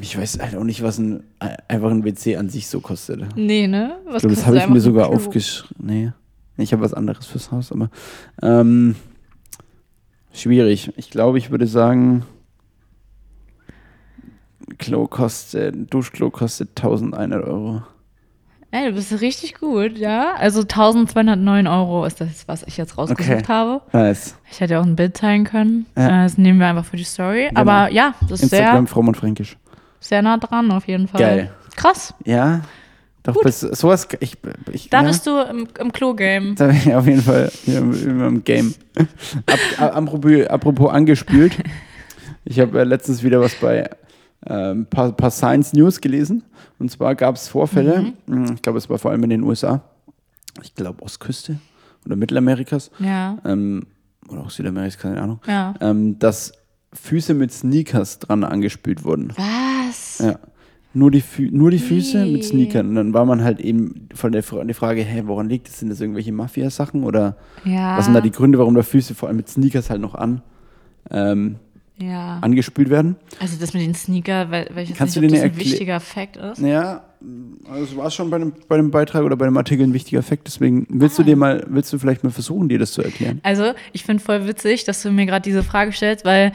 Speaker 2: Ich weiß halt auch nicht, was ein, einfach ein WC an sich so kostet.
Speaker 1: Nee, ne? Was
Speaker 2: Ich glaube, das
Speaker 1: kostet
Speaker 2: habe ich
Speaker 1: einfach
Speaker 2: mir sogar
Speaker 1: ein Klo?
Speaker 2: aufgeschrieben. Nee, ich habe was anderes fürs Haus, aber ähm, schwierig. Ich glaube, ich würde sagen, Klo kostet, Duschklo kostet 1100 Euro.
Speaker 1: Ey, du bist richtig gut, ja? Also 1209 Euro ist das, was ich jetzt rausgesucht
Speaker 2: Okay.
Speaker 1: habe.
Speaker 2: Nice.
Speaker 1: Ich hätte auch ein Bild zeigen können. Äh,
Speaker 2: Ja.
Speaker 1: Das nehmen wir einfach für die Story.
Speaker 2: Genau.
Speaker 1: Aber ja, das ist sehr,
Speaker 2: Instagram, fromm und fränkisch.
Speaker 1: sehr nah dran auf jeden Fall.
Speaker 2: Geil.
Speaker 1: Krass.
Speaker 2: Ja, doch,
Speaker 1: Gut.
Speaker 2: bis, sowas, ich, ich,
Speaker 1: Da
Speaker 2: ja,
Speaker 1: bist du im, im Klo-Game.
Speaker 2: da bin ich auf jeden Fall hier im, immer im Game. Ab, a- apropos, apropos angespült, ich habe äh, letztens wieder was bei ähm, paar, paar Science News gelesen. Und zwar gab es Vorfälle, mh, ich glaube, es war vor allem in den USA, ich glaube Ostküste oder Mittelamerikas
Speaker 1: Ja.
Speaker 2: ähm, oder auch Südamerikas, keine Ahnung,
Speaker 1: Ja.
Speaker 2: ähm, dass Füße mit Sneakers dran angespült wurden.
Speaker 1: Was?
Speaker 2: Ja. Nur die, Fü nur die Füße
Speaker 1: Nee.
Speaker 2: mit Sneakern. Und dann war man halt eben von der, Fra- die Frage, hey, woran liegt das? Sind das irgendwelche Mafia-Sachen oder
Speaker 1: Ja.
Speaker 2: was sind da die Gründe, warum da Füße vor allem mit Sneakers halt noch an, ähm,
Speaker 1: Ja.
Speaker 2: angespült werden?
Speaker 1: Also das mit den Sneaker, weil, weil ich jetzt
Speaker 2: Kannst
Speaker 1: nicht, ob
Speaker 2: du
Speaker 1: das
Speaker 2: dir
Speaker 1: ein
Speaker 2: erklä-
Speaker 1: wichtiger Fact ist.
Speaker 2: Ja, also es war schon bei dem, bei dem Beitrag oder bei dem Artikel ein wichtiger Fakt. Deswegen willst
Speaker 1: Ah.
Speaker 2: du dir mal, willst du vielleicht mal versuchen, dir das zu erklären?
Speaker 1: Also ich finde voll witzig, dass du mir gerade diese Frage stellst, weil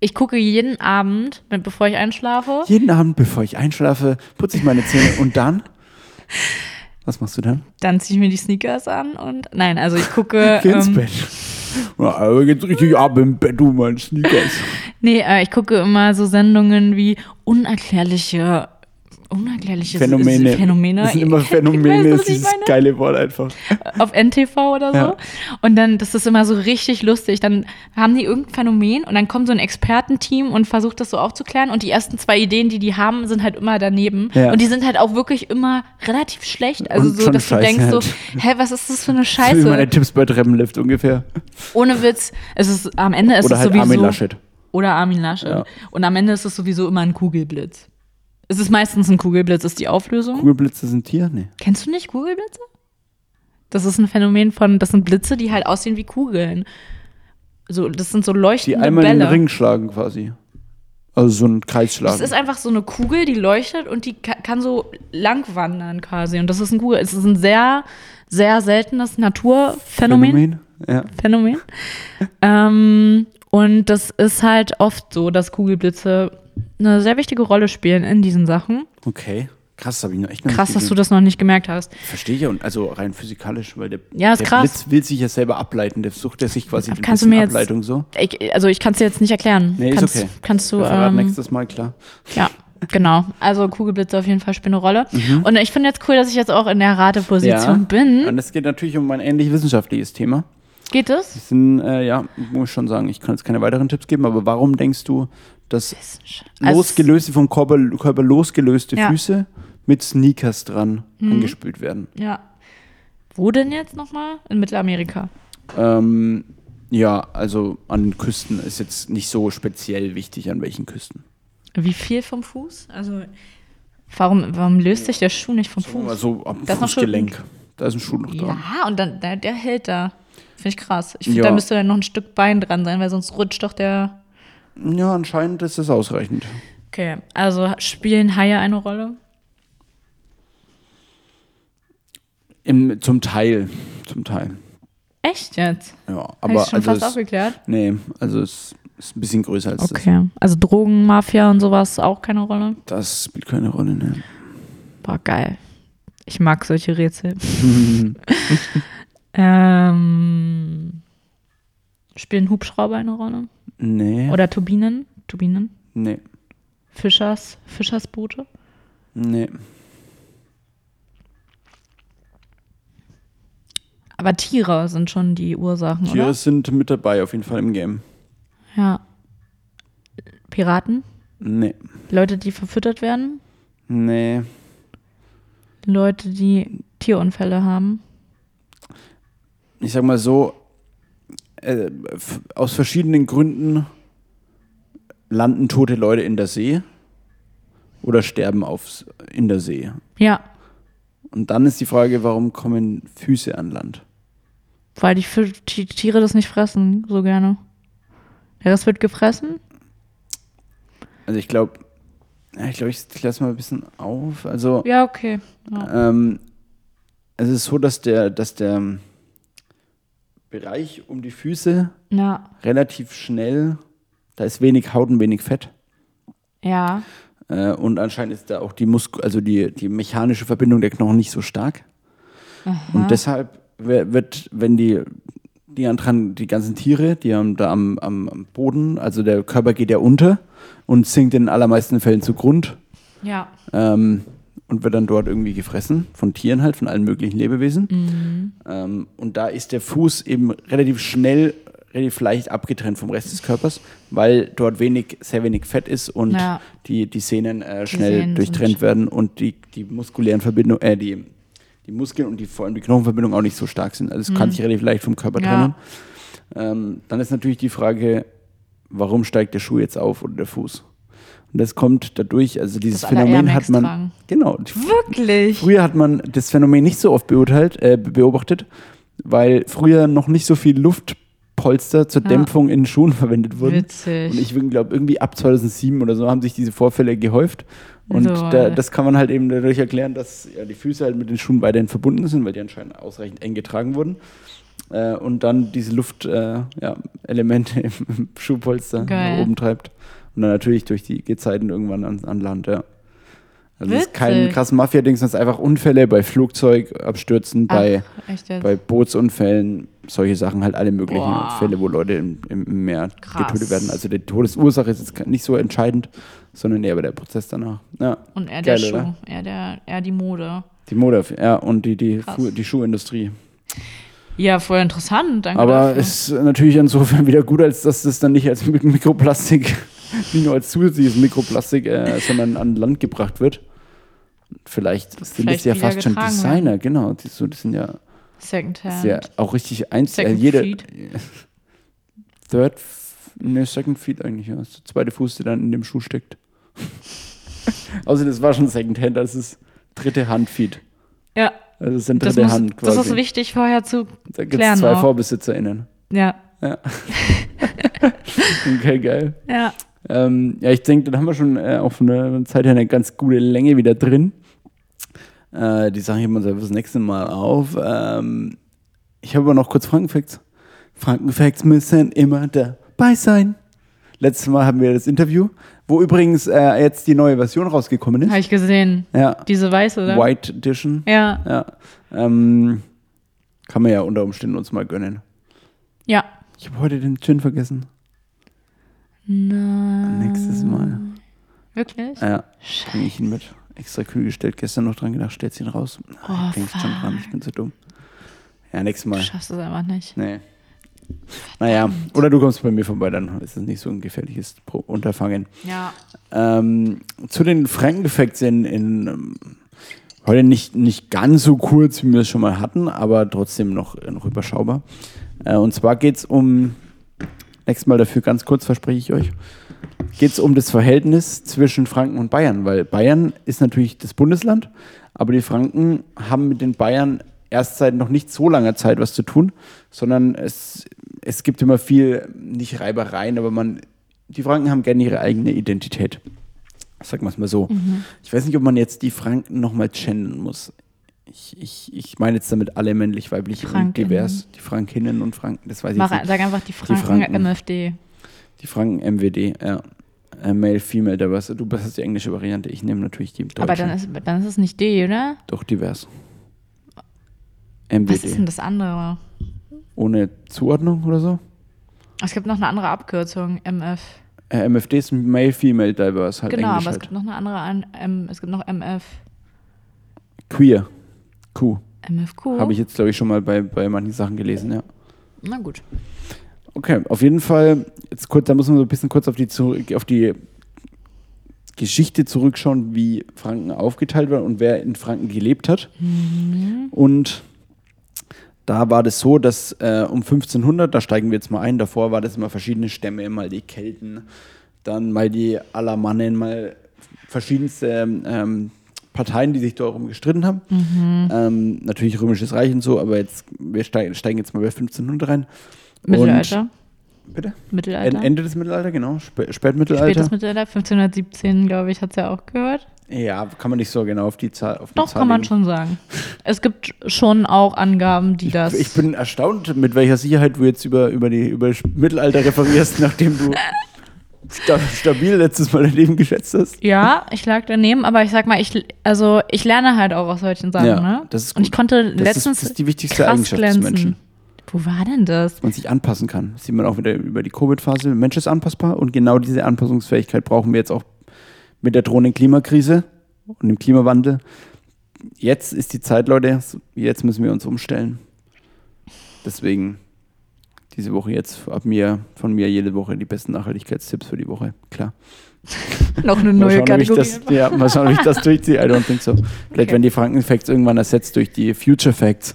Speaker 1: ich gucke jeden Abend, wenn- bevor ich einschlafe,
Speaker 2: Jeden Abend, bevor ich einschlafe, putze ich meine Zähne und dann? Was machst du dann?
Speaker 1: dann ziehe ich mir die Sneakers an und nein, also ich gucke.
Speaker 2: Geh ins
Speaker 1: ähm,
Speaker 2: Bett. Ja, aber geht's richtig ab im Bett, du mein Sneakers.
Speaker 1: Nee, äh, ich gucke immer so Sendungen wie unerklärliche, unerklärliche
Speaker 2: Phänomene.
Speaker 1: Phänomene.
Speaker 2: Das sind immer
Speaker 1: Ich- ich weiß, was
Speaker 2: Phänomene, das ist
Speaker 1: ich
Speaker 2: dieses
Speaker 1: meine.
Speaker 2: geile Wort einfach.
Speaker 1: auf NTV oder so.
Speaker 2: Ja.
Speaker 1: Und dann, das ist immer so richtig lustig. Dann haben die irgendein Phänomen und dann kommt so ein Expertenteam und versucht das so aufzuklären. Und die ersten zwei Ideen, die die haben, sind halt immer daneben.
Speaker 2: Ja.
Speaker 1: Und die sind halt auch wirklich immer relativ schlecht. Also
Speaker 2: Und
Speaker 1: so,
Speaker 2: schon
Speaker 1: dass du
Speaker 2: scheiße
Speaker 1: denkst so,
Speaker 2: halt.
Speaker 1: hä, was ist das für eine
Speaker 2: Das ist wie halt meine
Speaker 1: Scheiße?
Speaker 2: Tipps bei Treppenlift ungefähr.
Speaker 1: Ohne Witz, es ist am Ende ist
Speaker 2: Oder
Speaker 1: es
Speaker 2: halt
Speaker 1: sowieso.
Speaker 2: Armin Laschet.
Speaker 1: Oder Armin Laschet.
Speaker 2: Ja.
Speaker 1: Und am Ende ist es sowieso immer ein Kugelblitz. Es ist meistens ein Kugelblitz, ist die Auflösung.
Speaker 2: Kugelblitze sind Tier? Nee.
Speaker 1: Kennst du nicht Kugelblitze? Das ist ein Phänomen von, das sind Blitze, die halt aussehen wie Kugeln. So, das sind so
Speaker 2: Die
Speaker 1: leuchtende
Speaker 2: einmal in
Speaker 1: Bälle.
Speaker 2: den Ring schlagen quasi. Also so einen Kreis
Speaker 1: das
Speaker 2: schlagen.
Speaker 1: ist einfach so eine Kugel, die leuchtet und die ka- kann so lang wandern quasi. Und das ist ein Kugel. Es ist ein sehr, sehr seltenes Naturphänomen.
Speaker 2: Ja.
Speaker 1: Phänomen. ähm, und das ist halt oft so, dass Kugelblitze eine sehr wichtige Rolle spielen in diesen Sachen.
Speaker 2: Okay. Krass, habe ich noch echt noch
Speaker 1: Krass,
Speaker 2: nicht
Speaker 1: dass du das noch nicht gemerkt hast.
Speaker 2: Verstehe ich ja. Und also rein physikalisch, weil der,
Speaker 1: Ja, ist
Speaker 2: der
Speaker 1: krass.
Speaker 2: Blitz will sich ja selber ableiten. Der sucht ja sich quasi
Speaker 1: Kannst du mir jetzt-
Speaker 2: Ableitung so.
Speaker 1: Ich, also ich kann es dir jetzt nicht erklären.
Speaker 2: Nee, ist
Speaker 1: kannst,
Speaker 2: okay.
Speaker 1: kannst du.
Speaker 2: Wir verraten
Speaker 1: Ähm,
Speaker 2: nächstes Mal, klar.
Speaker 1: ja, genau. Also Kugelblitze auf jeden Fall spielen eine Rolle.
Speaker 2: Mhm.
Speaker 1: Und ich finde jetzt cool, dass ich jetzt auch in der Rateposition
Speaker 2: Und
Speaker 1: bin.
Speaker 2: es geht natürlich um ein ähnlich wissenschaftliches Thema.
Speaker 1: Geht es?
Speaker 2: Das sind, äh, ja, muss ich schon sagen, ich kann jetzt keine weiteren Tipps geben, aber warum denkst du, dass
Speaker 1: Also-
Speaker 2: losgelöste, vom Körper, Körper losgelöste
Speaker 1: Ja. Mhm.
Speaker 2: Füße mit Sneakers dran angespült werden?
Speaker 1: Ja. Wo denn jetzt nochmal? In Mittelamerika.
Speaker 2: Ähm, ja, also an den Küsten ist jetzt nicht so speziell wichtig, an welchen Küsten.
Speaker 1: Wie viel vom Fuß? Also warum, warum löst sich der Schuh nicht vom
Speaker 2: Sagen wir mal
Speaker 1: Fuß?
Speaker 2: so Also am
Speaker 1: Das ist noch
Speaker 2: Fußgelenk. Da ist ein Schuh noch dran.
Speaker 1: Ja, und dann, der, der hält da. Finde ich krass. Ich finde,
Speaker 2: Ja.
Speaker 1: da müsste dann noch ein Stück Bein dran sein, weil sonst rutscht doch der.
Speaker 2: Ja, anscheinend ist das ausreichend.
Speaker 1: Okay, also spielen Haie eine Rolle?
Speaker 2: Im, zum Teil. Zum Teil.
Speaker 1: Echt jetzt?
Speaker 2: Ja,
Speaker 1: Habe
Speaker 2: aber
Speaker 1: ich schon
Speaker 2: also
Speaker 1: fast
Speaker 2: es,
Speaker 1: aufgeklärt?
Speaker 2: Nee, also es ist ein bisschen größer als
Speaker 1: Okay, also Drogen, Mafia und sowas auch keine Rolle?
Speaker 2: das. Das spielt keine Rolle, ne?
Speaker 1: Boah, geil. Ich mag solche Rätsel. ähm, spielen Hubschrauber eine Rolle?
Speaker 2: Nee.
Speaker 1: Oder Turbinen? Turbinen?
Speaker 2: nee.
Speaker 1: Fischers, Fischersboote?
Speaker 2: Nee.
Speaker 1: Aber Tiere sind schon die Ursachen,
Speaker 2: Tiere
Speaker 1: oder?
Speaker 2: sind mit dabei, auf jeden Fall im Game.
Speaker 1: Ja. Piraten?
Speaker 2: Nee.
Speaker 1: Leute, die verfüttert werden?
Speaker 2: Nee.
Speaker 1: Leute, die Tierunfälle haben?
Speaker 2: Ich sag mal so, äh, f- aus verschiedenen Gründen landen tote Leute in der See oder sterben aufs, in der See.
Speaker 1: Ja,
Speaker 2: Und dann ist die Frage, warum kommen Füße an Land?
Speaker 1: weil die, Fisch, die Tiere das nicht fressen so gerne. Der Rest wird gefressen?
Speaker 2: Also ich glaube, ja, ich glaube, ich kläre es mal ein bisschen auf. Also
Speaker 1: Ja, okay. Ja.
Speaker 2: Ähm, es ist so, dass der, dass der Bereich um die Füße
Speaker 1: Na,
Speaker 2: relativ schnell, da ist wenig Haut und wenig Fett.
Speaker 1: ja.
Speaker 2: Äh, und anscheinend ist da auch die Muskel, also die, die mechanische Verbindung der Knochen nicht so stark. Und deshalb wer- wird, wenn die, die, anderen, die ganzen Tiere, die haben da am, am, am Boden, also der Körper geht ja unter und sinkt in den allermeisten Fällen zu Grund
Speaker 1: Ja.
Speaker 2: ähm, und wird dann dort irgendwie gefressen, von Tieren halt, von allen möglichen Lebewesen.
Speaker 1: Mhm.
Speaker 2: Ähm, und da ist der Fuß eben relativ schnell, relativ leicht abgetrennt vom Rest des Körpers, weil dort wenig, sehr wenig Fett ist und
Speaker 1: Ja.
Speaker 2: die, die Sehnen äh, schnell
Speaker 1: Sehnen sind
Speaker 2: durchtrennt
Speaker 1: sch-
Speaker 2: werden und die, die muskulären Verbindungen, äh, die, die Muskeln und die, vor allem die Knochenverbindungen auch nicht so stark sind. Also es kann sich relativ leicht vom Körper
Speaker 1: Mhm. Ja.
Speaker 2: trennen. Ähm, dann ist natürlich die Frage, warum steigt der Schuh jetzt auf oder der Fuß? Und das kommt dadurch, also dieses
Speaker 1: Dass alle Air
Speaker 2: Phänomen
Speaker 1: Max
Speaker 2: hat man.
Speaker 1: tragen.
Speaker 2: Genau.
Speaker 1: Wirklich?
Speaker 2: Früher hat man das Phänomen nicht so oft beurteilt, äh, beobachtet, weil früher noch nicht so viel Luftpolster zur
Speaker 1: Ja.
Speaker 2: Dämpfung in Schuhen verwendet wurden. Und
Speaker 1: Witzig.
Speaker 2: ich glaube, irgendwie ab 2007 oder so haben sich diese Vorfälle gehäuft. Und
Speaker 1: Lol.
Speaker 2: da, das kann man halt eben dadurch erklären, dass ja, die Füße halt mit den Schuhen weiterhin verbunden sind, weil die anscheinend ausreichend eng getragen wurden. Äh, und dann diese Luftelemente äh, ja, Elemente im Schuhpolster
Speaker 1: Geil.
Speaker 2: nach oben treibt. Und dann natürlich durch die Gezeiten irgendwann an, an Land, ja. Also es ist kein
Speaker 1: Witzig.
Speaker 2: krass Mafia-Ding, sondern es ist einfach Unfälle bei Flugzeugabstürzen, bei,
Speaker 1: Ach, echt jetzt?
Speaker 2: bei Bootsunfällen, solche Sachen, halt alle möglichen
Speaker 1: Boah.
Speaker 2: Fälle, wo Leute im, im im Meer
Speaker 1: Krass.
Speaker 2: getötet werden. Also die Todesursache ist jetzt nicht so entscheidend, sondern eher aber der Prozess danach. Ja,
Speaker 1: und er der
Speaker 2: geil,
Speaker 1: Schuh,
Speaker 2: oder?
Speaker 1: er, der, er die Mode.
Speaker 2: die Mode, ja, und die, die,
Speaker 1: Krass.
Speaker 2: Fu- die Schuhindustrie.
Speaker 1: Ja, voll interessant, danke
Speaker 2: Aber
Speaker 1: dafür.
Speaker 2: ist natürlich insofern wieder gut, als dass das dann nicht als Mik- Mikroplastik, nicht nur als zusätzliches Mikroplastik, äh, sondern an Land gebracht wird. Vielleicht sind das
Speaker 1: vielleicht
Speaker 2: ja
Speaker 1: wieder
Speaker 2: fast schon
Speaker 1: getragen
Speaker 2: Designer, genau. Die, so, das sind ja, das ist
Speaker 1: Secondhand.
Speaker 2: ja auch richtig eins. Äh,
Speaker 1: Second
Speaker 2: jede,
Speaker 1: Feet.
Speaker 2: Third, f- ne, Second Feet eigentlich, ja. Das ist der zweite Fuß, der dann in dem Schuh steckt. Außer das war schon Second Hand, das ist dritte Hand Feet.
Speaker 1: Ja,
Speaker 2: Also das sind
Speaker 1: das,
Speaker 2: dritte
Speaker 1: muss,
Speaker 2: Hand quasi.
Speaker 1: das ist wichtig vorher zu
Speaker 2: Da gibt es
Speaker 1: klären. ne?
Speaker 2: zwei
Speaker 1: auch.
Speaker 2: VorbesitzerInnen.
Speaker 1: Ja,
Speaker 2: Okay, geil.
Speaker 1: ja.
Speaker 2: Ähm, ja, ich denke, dann haben wir schon äh, auf eine Zeit her eine ganz gute Länge wieder drin. Äh, die Sachen heben wir uns ja fürs nächste Mal auf. Ähm, ich habe aber noch kurz Frankenfacts. Frankenfacts müssen immer dabei sein. Letztes Mal haben wir das Interview, wo übrigens äh, jetzt die neue Version rausgekommen ist.
Speaker 1: Habe ich gesehen.
Speaker 2: Ja,
Speaker 1: Diese weiße, oder?
Speaker 2: White Edition.
Speaker 1: Ja,
Speaker 2: Ja. Ähm, kann man ja unter Umständen uns mal gönnen.
Speaker 1: ja.
Speaker 2: Ich habe heute den Gin vergessen.
Speaker 1: Na,
Speaker 2: Nächstes Mal. Äh,
Speaker 1: wirklich?
Speaker 2: Ja. Bringe ich ihn mit. Extra kühl gestellt. Gestern noch dran gedacht, stellst ihn raus. Ah,
Speaker 1: Oh,
Speaker 2: ich denk schon dran, ich bin zu dumm. Ja, nächstes
Speaker 1: Du
Speaker 2: Mal.
Speaker 1: schaffst es einfach nicht.
Speaker 2: Nee. Naja, oder du kommst bei mir vorbei, dann ist es nicht so ein gefährliches Pro Unterfangen.
Speaker 1: Ja.
Speaker 2: Ähm, zu den Frankenfacts in, in ähm, heute nicht, nicht ganz so kurz, wie wir es schon mal hatten, aber trotzdem noch, noch überschaubar. Äh, und zwar geht es um, nächstes Mal dafür ganz kurz, verspreche ich euch, geht es um das Verhältnis zwischen Franken und Bayern, weil Bayern ist natürlich das Bundesland, aber die Franken haben mit den Bayern erst seit noch nicht so langer Zeit was zu tun, sondern es, es gibt immer viel, nicht Reibereien, aber man, die Franken haben gerne ihre eigene Identität. Sagen wir es mal so. Ich weiß nicht, ob man jetzt die Franken nochmal gendern muss. Ich, ich, ich meine jetzt damit alle männlich, weiblich und
Speaker 1: Frankinnen.
Speaker 2: divers. Die Frankinnen und Franken, das weiß ich
Speaker 1: Mach,
Speaker 2: jetzt nicht.
Speaker 1: sag einfach die Franken,
Speaker 2: Franken.
Speaker 1: MFD.
Speaker 2: Die Franken MWD, ja. Äh, Male, Female, da warst du. Du hast die englische Variante. Ich nehme natürlich die deutsche.
Speaker 1: Aber dann ist, dann ist es nicht D, oder?
Speaker 2: Doch divers.
Speaker 1: Was ist denn
Speaker 2: MWD.
Speaker 1: das andere?
Speaker 2: Ohne Zuordnung oder so?
Speaker 1: Es gibt noch eine andere Abkürzung, MF.
Speaker 2: Äh, MFD ist Male, Female, Diverse halt
Speaker 1: genau,
Speaker 2: Englisch
Speaker 1: aber es
Speaker 2: halt.
Speaker 1: gibt noch eine andere, An ähm, es gibt noch MF.
Speaker 2: Queer. Q.
Speaker 1: MFQ?
Speaker 2: Habe ich jetzt, glaube ich, schon mal bei, bei manchen Sachen gelesen, ja.
Speaker 1: Na gut.
Speaker 2: Okay, auf jeden Fall, jetzt kurz, da müssen wir so ein bisschen kurz auf die, zurück, auf die Geschichte zurückschauen, wie Franken aufgeteilt war und wer in Franken gelebt hat. Und da war das so, dass äh, um 1500, da steigen wir jetzt mal ein, davor war das immer verschiedene Stämme, mal die Kelten, dann mal die Alamannen, mal verschiedenste ähm, Parteien, die sich darum gestritten haben. Ähm, natürlich Römisches Reich und so, aber jetzt, wir steigen, steigen jetzt mal bei 1500 rein.
Speaker 1: Mittelalter?
Speaker 2: Und, bitte?
Speaker 1: Mittelalter?
Speaker 2: En- Ende des Mittelalters, genau. Spä Spätmittelalter.
Speaker 1: Spätes Mittelalter, 1517, glaube ich, hat es ja auch gehört.
Speaker 2: ja, kann man nicht so genau auf die Zahl. Auf die
Speaker 1: Doch,
Speaker 2: Zahl
Speaker 1: kann man
Speaker 2: legen.
Speaker 1: schon sagen. Es gibt schon auch Angaben, die das.
Speaker 2: Ich bin erstaunt, mit welcher Sicherheit du jetzt über, über, die, über das Mittelalter referierst, nachdem du sta stabil letztes Mal dein Leben geschätzt hast.
Speaker 1: ja, ich lag daneben, aber ich sag mal, ich, also ich lerne halt auch aus solchen Sachen,
Speaker 2: Ja,
Speaker 1: ne?
Speaker 2: das ist
Speaker 1: Und ich
Speaker 2: gut.
Speaker 1: konnte
Speaker 2: Das ist-
Speaker 1: letztens
Speaker 2: das ist die wichtigste
Speaker 1: krass
Speaker 2: Eigenschaft des
Speaker 1: glänzen.
Speaker 2: Menschen.
Speaker 1: Wo war denn das?
Speaker 2: Man sich anpassen kann. Das sieht man auch wieder über die Covid-Phase. Der Mensch ist anpassbar und genau diese Anpassungsfähigkeit brauchen wir jetzt auch mit der drohenden Klimakrise und dem Klimawandel. Jetzt ist die Zeit, Leute. Jetzt müssen wir uns umstellen. Deswegen diese Woche jetzt ab mir, von mir jede Woche die besten Nachhaltigkeitstipps für die Woche. Klar.
Speaker 1: Noch eine
Speaker 2: Mal
Speaker 1: neue
Speaker 2: schauen, ob ich
Speaker 1: Kategorie.
Speaker 2: das, ja, mal schauen, ob ich das durchziehe. I don't think so. Vielleicht
Speaker 1: Okay.
Speaker 2: werden die Franken Facts irgendwann ersetzt durch die Future Facts.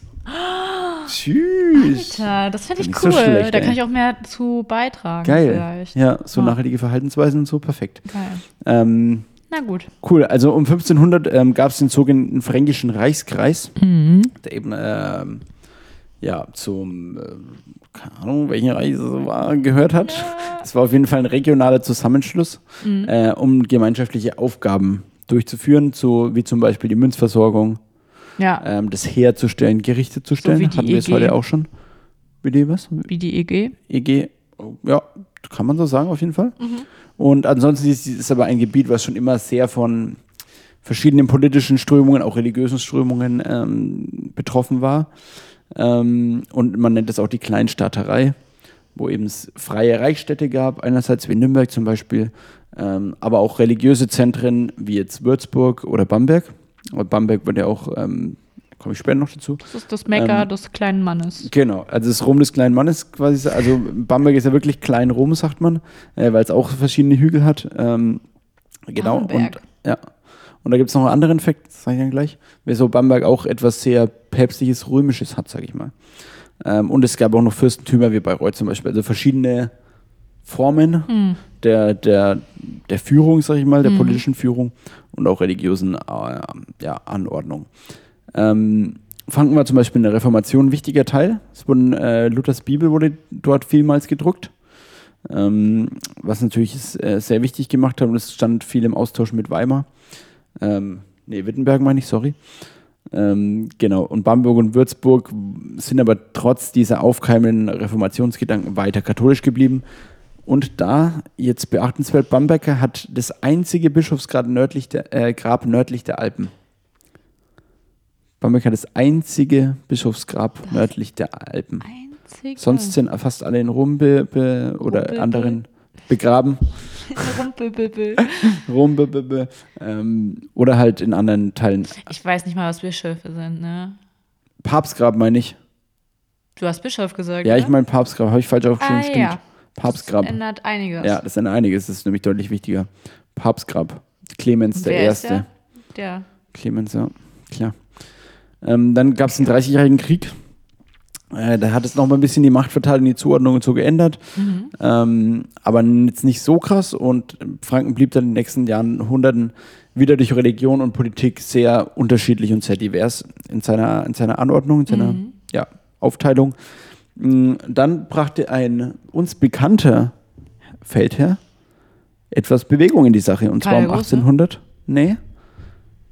Speaker 2: Tschüss.
Speaker 1: Ah. Alter, das finde ich
Speaker 2: Nicht so
Speaker 1: cool.
Speaker 2: schlecht,
Speaker 1: da
Speaker 2: ey.
Speaker 1: kann ich auch mehr zu beitragen.
Speaker 2: Geil.
Speaker 1: Vielleicht.
Speaker 2: Ja, so
Speaker 1: Ja.
Speaker 2: nachhaltige Verhaltensweisen und so, perfekt.
Speaker 1: Geil.
Speaker 2: Ähm,
Speaker 1: Na gut.
Speaker 2: cool, also um 1500 ähm, gab es den sogenannten Fränkischen Reichskreis,
Speaker 1: Mhm.
Speaker 2: der eben ähm, ja, zum, ähm, keine Ahnung, welchen Reich es war, gehört hat. Es war auf jeden Fall ein regionaler Zusammenschluss,
Speaker 1: Mhm.
Speaker 2: äh, um gemeinschaftliche Aufgaben durchzuführen, so wie zum Beispiel die Münzversorgung,
Speaker 1: Ja,
Speaker 2: ähm, das herzustellen, Gerichte zu stellen.
Speaker 1: wie die
Speaker 2: Hatten wir es
Speaker 1: EG.
Speaker 2: heute auch schon. Bitte was?
Speaker 1: wie die E EG.
Speaker 2: EG, E ja, kann man so sagen, auf jeden Fall. Und ansonsten ist es aber ein Gebiet, was schon immer sehr von verschiedenen politischen Strömungen, auch religiösen Strömungen ähm, betroffen war. Ähm, und man nennt es auch die Kleinstaaterei, wo eben es freie Reichsstädte gab, einerseits wie Nürnberg zum Beispiel, ähm, aber auch religiöse Zentren wie jetzt Würzburg oder Bamberg. Aber Bamberg wird ja auch, ähm, komme ich später noch dazu.
Speaker 1: Das ist das Mecker
Speaker 2: Ähm,
Speaker 1: des kleinen Mannes.
Speaker 2: Genau, also das Rom des kleinen Mannes quasi, so- also Bamberg ist ja wirklich klein Rom, sagt man, äh, weil es auch verschiedene Hügel hat. Ähm, genau,
Speaker 1: Bamberg.
Speaker 2: und ja. Und da gibt es noch einen anderen Fakt, das sage ich dann gleich, wieso Bamberg auch etwas sehr päpstliches, römisches hat, sage ich mal. Ähm, und es gab auch noch Fürstentümer wie Bayreuth zum Beispiel, also verschiedene Formen der, der, der Führung, sage ich mal, der politischen Führung und auch religiösen äh, ja, Anordnung. Ähm, Franken war zum Beispiel in der Reformation ein wichtiger Teil. Es wurden, äh, Luthers Bibel wurde dort vielmals gedruckt, ähm, was natürlich es, äh, sehr wichtig gemacht hat und es stand viel im Austausch mit Weimar. Ähm, nee, Wittenberg meine ich, sorry. Ähm, genau, und Bamberg und Würzburg sind aber trotz dieser aufkeimenden Reformationsgedanken weiter katholisch geblieben. Und da, jetzt beachtenswert, Bamberger hat das einzige Bischofsgrab nördlich der, äh, Grab nördlich der Alpen. Bamberg hat das einzige Bischofsgrab nördlich der Alpen.
Speaker 1: Einziger.
Speaker 2: Sonst sind fast alle in Rom be, be, oder
Speaker 1: Rumpel-
Speaker 2: anderen begraben.
Speaker 1: Rumpelbübbel.
Speaker 2: Rom be, be, be, ähm, oder halt in anderen Teilen.
Speaker 1: Ich weiß nicht mal, was Bischöfe sind, ne?
Speaker 2: Papstgrab meine ich.
Speaker 1: Du hast Bischof gesagt.
Speaker 2: Ja,
Speaker 1: oder?
Speaker 2: ich meine Papstgrab. Habe ich falsch aufgeschrieben?
Speaker 1: Ah,
Speaker 2: Stimmt.
Speaker 1: ja.
Speaker 2: Papstgrab.
Speaker 1: Das ändert einiges.
Speaker 2: Ja, das sind einiges. Das ist nämlich deutlich wichtiger. Papstgrab. Clemens der
Speaker 1: Wer
Speaker 2: Erste.
Speaker 1: Ist der? der.
Speaker 2: Clemens, ja, klar. Ähm, dann gab es den 30-jährigen Krieg. Äh, da hat es nochmal ein bisschen die Machtverteilung, die Zuordnung und so geändert. Ähm, aber jetzt nicht so krass und Franken blieb dann in den nächsten Jahren Hunderten wieder durch Religion und Politik sehr unterschiedlich und sehr divers in seiner, in seiner Anordnung, in seiner ja, Aufteilung. Mm, Dann brachte ein uns bekannter Feldherr etwas Bewegung in die Sache und
Speaker 1: Karl
Speaker 2: zwar um
Speaker 1: der Große?
Speaker 2: 1800. Nee.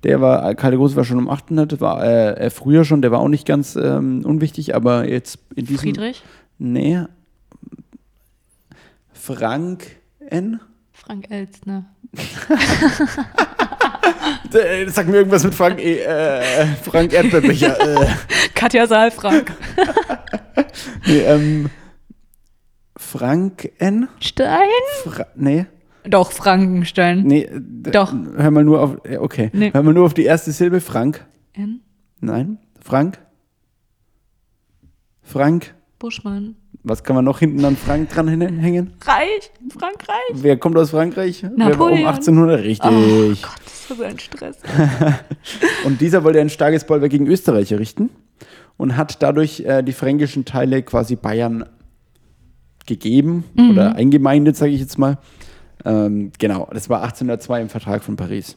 Speaker 2: Der war, Karl der Große war schon um 800, war äh, er früher schon, der war auch nicht ganz ähm, unwichtig, aber jetzt in diesem.
Speaker 1: Friedrich?
Speaker 2: Nee. Frank N.
Speaker 1: Frank Elstner.
Speaker 2: Äh, Sag mir irgendwas mit Frank, E- äh, Frank Erdbeerbecher. äh,
Speaker 1: Katja Saalfrank.
Speaker 2: nee, ähm, Frank N?
Speaker 1: Stein?
Speaker 2: Fra nee,
Speaker 1: Doch, Frankenstein.
Speaker 2: nee. d-
Speaker 1: Doch.
Speaker 2: Hör mal nur auf, ja, okay.
Speaker 1: Nee.
Speaker 2: Hör mal nur auf die erste Silbe. Frank.
Speaker 1: N.
Speaker 2: Nein. Frank. Frank.
Speaker 1: Buschmann.
Speaker 2: Was kann man noch hinten an Frank dran hin- hängen?
Speaker 1: Reich? Frankreich?
Speaker 2: Wer kommt aus Frankreich? Wer war um
Speaker 1: Napoleon.
Speaker 2: 1800?
Speaker 1: Oh
Speaker 2: Richtig.
Speaker 1: Gott, das war so ein Stress.
Speaker 2: Und dieser wollte ein starkes Bollwerk gegen Österreich errichten und hat dadurch äh, die fränkischen Teile quasi Bayern gegeben oder eingemeindet, sage ich jetzt mal. Ähm, genau, das war 1802 im Vertrag von Paris.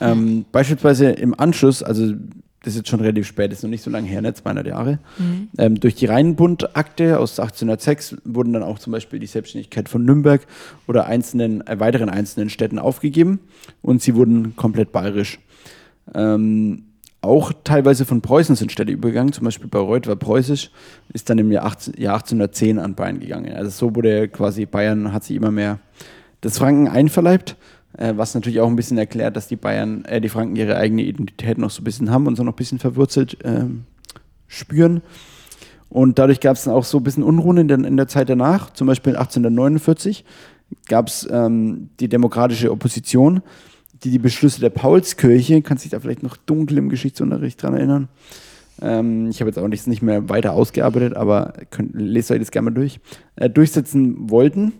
Speaker 2: Ähm, beispielsweise im Anschluss, also das ist jetzt schon relativ spät, ist noch nicht so lange her, ne, 200 Jahre. Ähm, durch die Rheinbund-Akte aus 1806 wurden dann auch zum Beispiel die Selbstständigkeit von Nürnberg oder einzelnen, äh, weiteren einzelnen Städten aufgegeben und sie wurden komplett bayerisch. Ähm, auch teilweise von Preußen sind Städte übergegangen, zum Beispiel Bayreuth war preußisch, ist dann im Jahr, 18, Jahr 1810 an Bayern gegangen. Also so wurde quasi Bayern, hat sich immer mehr das Franken einverleibt, äh, was natürlich auch ein bisschen erklärt, dass die Bayern, äh, die Franken ihre eigene Identität noch so ein bisschen haben und so noch ein bisschen verwurzelt ähm, spüren. Und dadurch gab es dann auch so ein bisschen Unruhen in der, in der Zeit danach. Zum Beispiel 1849 gab es ähm, die demokratische Opposition, die die Beschlüsse der Paulskirche, kannst dich da vielleicht noch dunkel im Geschichtsunterricht dran erinnern. Ähm, ich habe jetzt auch nichts nicht mehr weiter ausgearbeitet, aber könnt, lest euch das gerne mal durch. Äh, durchsetzen wollten.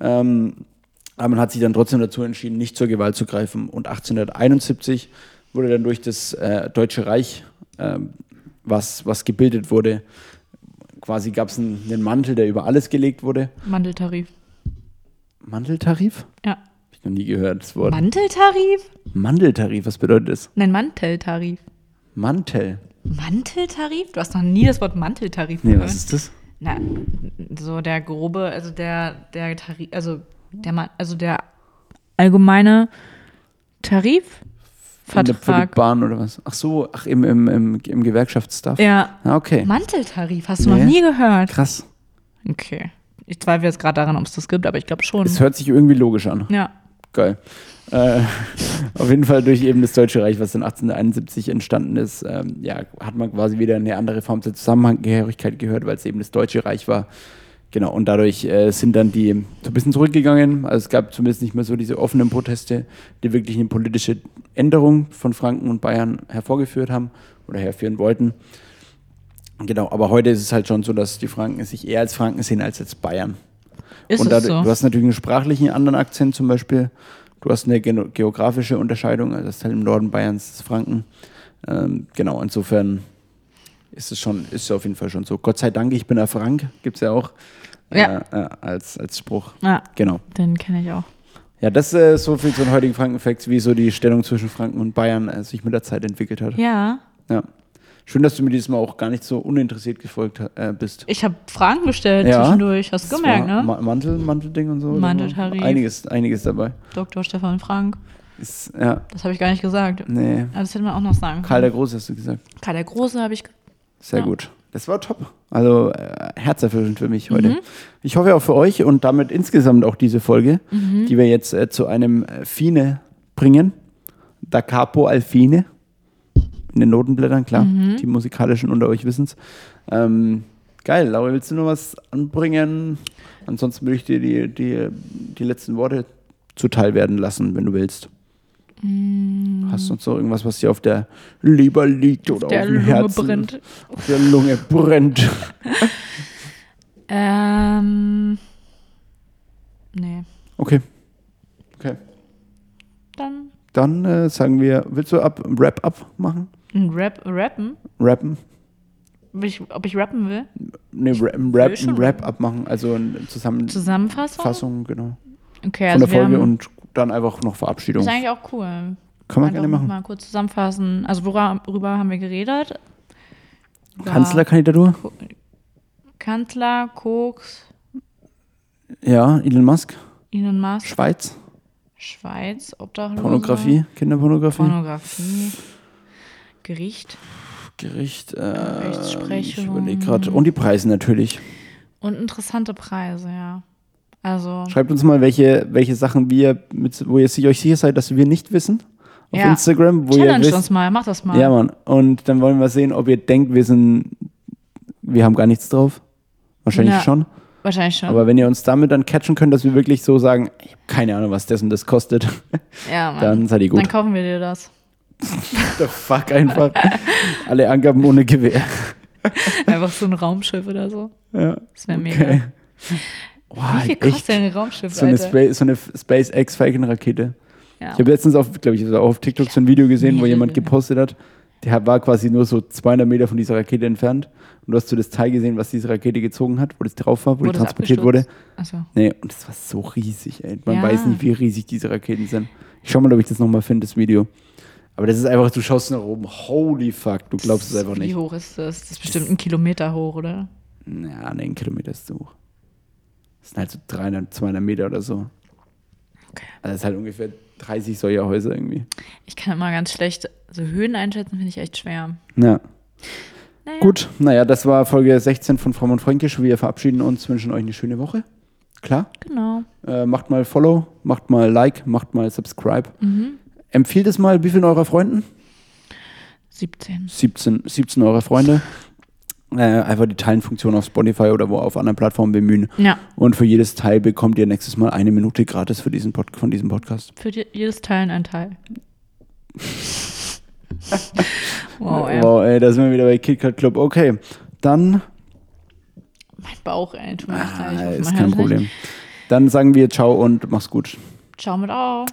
Speaker 2: Ähm, aber man hat sich dann trotzdem dazu entschieden, nicht zur Gewalt zu greifen. Und 1871 wurde dann durch das äh, Deutsche Reich, ähm, was, was gebildet wurde, quasi gab es einen, einen Mantel, der über alles gelegt wurde.
Speaker 1: Mandeltarif.
Speaker 2: Manteltarif?
Speaker 1: Ja.
Speaker 2: Hab ich noch nie gehört, das Wort.
Speaker 1: Manteltarif?
Speaker 2: Manteltarif, was bedeutet das?
Speaker 1: Nein, Manteltarif.
Speaker 2: Mantel.
Speaker 1: Manteltarif? Du hast noch nie das Wort Manteltarif
Speaker 2: Nee,
Speaker 1: gehört.
Speaker 2: was ist das?
Speaker 1: Na, so der grobe, also der, der Tarif, also der Ma- also der allgemeine
Speaker 2: In der- Für die
Speaker 1: Tarifvertrag.
Speaker 2: Bahn oder was? Ach so, ach, im, im, im, im Gewerkschaftsstuff.
Speaker 1: Ja.
Speaker 2: Ah, okay.
Speaker 1: Manteltarif, hast du
Speaker 2: Nee.
Speaker 1: noch nie gehört?
Speaker 2: Krass.
Speaker 1: Okay. Ich zweifle jetzt gerade daran, ob es das gibt, aber ich glaube schon.
Speaker 2: Es hört sich irgendwie logisch an.
Speaker 1: Ja.
Speaker 2: Geil. Äh, auf jeden Fall durch eben das Deutsche Reich, was dann 1871 entstanden ist, ähm, ja, hat man quasi wieder eine andere Form der Zusammengehörigkeit gehört, weil es eben das Deutsche Reich war. Genau, und dadurch äh, sind dann die so ein bisschen zurückgegangen. Also es gab zumindest nicht mehr so diese offenen Proteste, die wirklich eine politische Änderung von Franken und Bayern hervorgeführt haben oder herführen wollten. Genau, aber heute ist es halt schon so, dass die Franken sich eher als Franken sehen als als Bayern
Speaker 1: Ist
Speaker 2: und
Speaker 1: es
Speaker 2: dadurch,
Speaker 1: so?
Speaker 2: du hast natürlich einen sprachlichen anderen Akzent zum Beispiel. Du hast eine geno- geografische Unterscheidung, also das ist halt im Norden Bayerns das ist Franken. Ähm, genau, insofern ist es schon, ist es auf jeden Fall schon so. Gott sei Dank, ich bin ein Frank, gibt es ja auch
Speaker 1: Ja.
Speaker 2: äh, äh, als, als Spruch.
Speaker 1: ja,
Speaker 2: Genau.
Speaker 1: den kenne ich auch.
Speaker 2: Ja, das ist äh, so viel zu den heutigen Franken-Facts, wie so die Stellung zwischen Franken und Bayern äh, sich mit der Zeit entwickelt hat. Ja.
Speaker 1: Ja.
Speaker 2: Schön, dass du mir dieses Mal auch gar nicht so uninteressiert gefolgt äh, bist.
Speaker 1: Ich habe Fragen gestellt
Speaker 2: Ja.
Speaker 1: zwischendurch. Hast du
Speaker 2: Das
Speaker 1: gemerkt,
Speaker 2: war
Speaker 1: ne?
Speaker 2: Ma- Mantel, Mantelding und so.
Speaker 1: Manteltarif.
Speaker 2: Einiges, einiges dabei.
Speaker 1: Dr. Stefan Frank.
Speaker 2: Ist, ja,
Speaker 1: Das habe ich gar nicht gesagt.
Speaker 2: nee.
Speaker 1: Aber Das hätte man auch noch sagen
Speaker 2: Karl
Speaker 1: können.
Speaker 2: der Große hast du gesagt.
Speaker 1: Karl der Große habe ich. ge-
Speaker 2: Sehr
Speaker 1: Ja.
Speaker 2: gut. Das war top. Also äh, herzerfrischend für mich heute. Ich hoffe auch für euch und damit insgesamt auch diese Folge, die wir jetzt äh, zu einem äh, Fine bringen. Da Capo al Fine. In den Notenblättern, klar. Die musikalischen unter euch wissen's. Ähm, geil. Laura, willst du noch was anbringen? Ansonsten würde ich dir die, die, die letzten Worte zuteil werden lassen, wenn du willst.
Speaker 1: Mm,
Speaker 2: Hast du sonst noch irgendwas, was dir auf der Leber liegt oder auf,
Speaker 1: Der
Speaker 2: dem
Speaker 1: Lunge
Speaker 2: Herzen?
Speaker 1: brennt.
Speaker 2: Auf der Lunge brennt.
Speaker 1: Ähm. Nee.
Speaker 2: Okay. Okay.
Speaker 1: Dann
Speaker 2: Dann äh, sagen wir, willst du ab, Wrap-up machen?
Speaker 1: ein Rap, rappen.
Speaker 2: Rappen?
Speaker 1: Ob ich, ob ich rappen will?
Speaker 2: Nee, Ra- ein
Speaker 1: will
Speaker 2: Rap,
Speaker 1: schon
Speaker 2: ein Wrap-up machen, also eine Zusammenfassung,
Speaker 1: Zusammenfassung?
Speaker 2: genau.
Speaker 1: Okay,
Speaker 2: Von
Speaker 1: also
Speaker 2: der
Speaker 1: wir
Speaker 2: Folge
Speaker 1: haben
Speaker 2: und dann einfach noch Verabschiedung.
Speaker 1: Ist eigentlich auch cool.
Speaker 2: Kann man
Speaker 1: Einfach
Speaker 2: gerne machen.
Speaker 1: Mal kurz zusammenfassen. Also worüber worüber haben wir geredet? Über
Speaker 2: Kanzlerkandidatur?
Speaker 1: Ko- Kanzler, Koks,
Speaker 2: Ja, Elon Musk.
Speaker 1: Elon Musk,
Speaker 2: Schweiz.
Speaker 1: Schweiz, Obdachlose.
Speaker 2: Pornografie. Kinderpornografie.
Speaker 1: Pornografie. Gericht
Speaker 2: Gericht. Äh, ich
Speaker 1: Rechtsprechung.
Speaker 2: überlege gerade. Und die Preise natürlich.
Speaker 1: und interessante Preise, ja. Also
Speaker 2: Schreibt uns mal, welche, welche Sachen wir, mit, wo ihr sich- euch sicher seid, dass wir nicht wissen. Auf
Speaker 1: Ja.
Speaker 2: Instagram, wo ihr
Speaker 1: challenge
Speaker 2: wisst,
Speaker 1: uns mal, mach das mal.
Speaker 2: Ja, Mann. Und dann wollen wir sehen, ob ihr denkt, wir sind, wir haben gar nichts drauf. Wahrscheinlich
Speaker 1: Ja.
Speaker 2: schon.
Speaker 1: Wahrscheinlich schon.
Speaker 2: Aber wenn ihr uns damit dann catchen könnt, dass wir wirklich so sagen, ich hab keine Ahnung, was das und das kostet,
Speaker 1: ja, Mann.
Speaker 2: dann seid ihr
Speaker 1: Dann
Speaker 2: gut.
Speaker 1: kaufen wir dir das.
Speaker 2: The fuck einfach. Alle Angaben ohne Gewehr.
Speaker 1: Einfach so ein Raumschiff oder so.
Speaker 2: Ja.
Speaker 1: Das wäre mega.
Speaker 2: Okay. Wow,
Speaker 1: Wie viel kostet
Speaker 2: echt.
Speaker 1: denn ein Raumschiff,
Speaker 2: So eine,
Speaker 1: Alter?
Speaker 2: Spa so eine SpaceX-Falcon-Rakete.
Speaker 1: ja.
Speaker 2: Ich habe letztens auf, glaube ich, auf TikTok so ein Video gesehen, wo
Speaker 1: Mehrere.
Speaker 2: jemand gepostet hat. Der war quasi nur so 200 Meter von dieser Rakete entfernt. Und du hast so das Teil gesehen, was diese Rakete gezogen hat, wo das drauf war, wo, die
Speaker 1: Wurde es
Speaker 2: transportiert wurde.
Speaker 1: abgestürzt? Achso.
Speaker 2: Nee, und das war so riesig, ey. Man
Speaker 1: Ja.
Speaker 2: weiß nicht, wie riesig diese Raketen sind. Ich schau mal, ob ich das nochmal finde, das Video. Aber das ist einfach, du schaust nach oben. Holy fuck, du glaubst es einfach
Speaker 1: Wie
Speaker 2: nicht.
Speaker 1: hoch ist das? Das ist bestimmt ein Kilometer hoch, oder?
Speaker 2: Ja, nee, ein Kilometer ist zu hoch. Das sind halt so 300, 200 Meter oder so.
Speaker 1: Okay.
Speaker 2: Also das ist halt ungefähr 30 solcher Häuser irgendwie.
Speaker 1: Ich kann immer ganz schlecht so Höhen einschätzen, finde ich echt schwer.
Speaker 2: Ja.
Speaker 1: Naja.
Speaker 2: Gut, naja, das war Folge 16 von Fromm und Fränkisch. Wir verabschieden uns, wünschen euch eine schöne Woche. Klar.
Speaker 1: Genau.
Speaker 2: Äh, macht mal Follow, macht mal Like, macht mal Subscribe.
Speaker 1: Mhm.
Speaker 2: Empfiehlt es mal, wie vielen eurer Freunden?
Speaker 1: 17.
Speaker 2: 17, 17 eurer Freunde. Äh, einfach die Teilenfunktion auf Spotify oder wo auf anderen Plattformen bemühen.
Speaker 1: Ja,
Speaker 2: Und für jedes Teil bekommt ihr nächstes Mal eine Minute gratis für diesen Pod von diesem Podcast.
Speaker 1: für die, jedes Teil ein Teil. wow, ey.
Speaker 2: wow, ey, da sind wir wieder bei KitKat Club. Okay, dann
Speaker 1: Mein Bauch, ey. Tut mir leid. Ich
Speaker 2: ah,
Speaker 1: hoffe,
Speaker 2: ist
Speaker 1: man hört
Speaker 2: kein
Speaker 1: es nicht.
Speaker 2: Problem. Dann sagen wir Ciao und mach's gut.
Speaker 1: Ciao mit Au.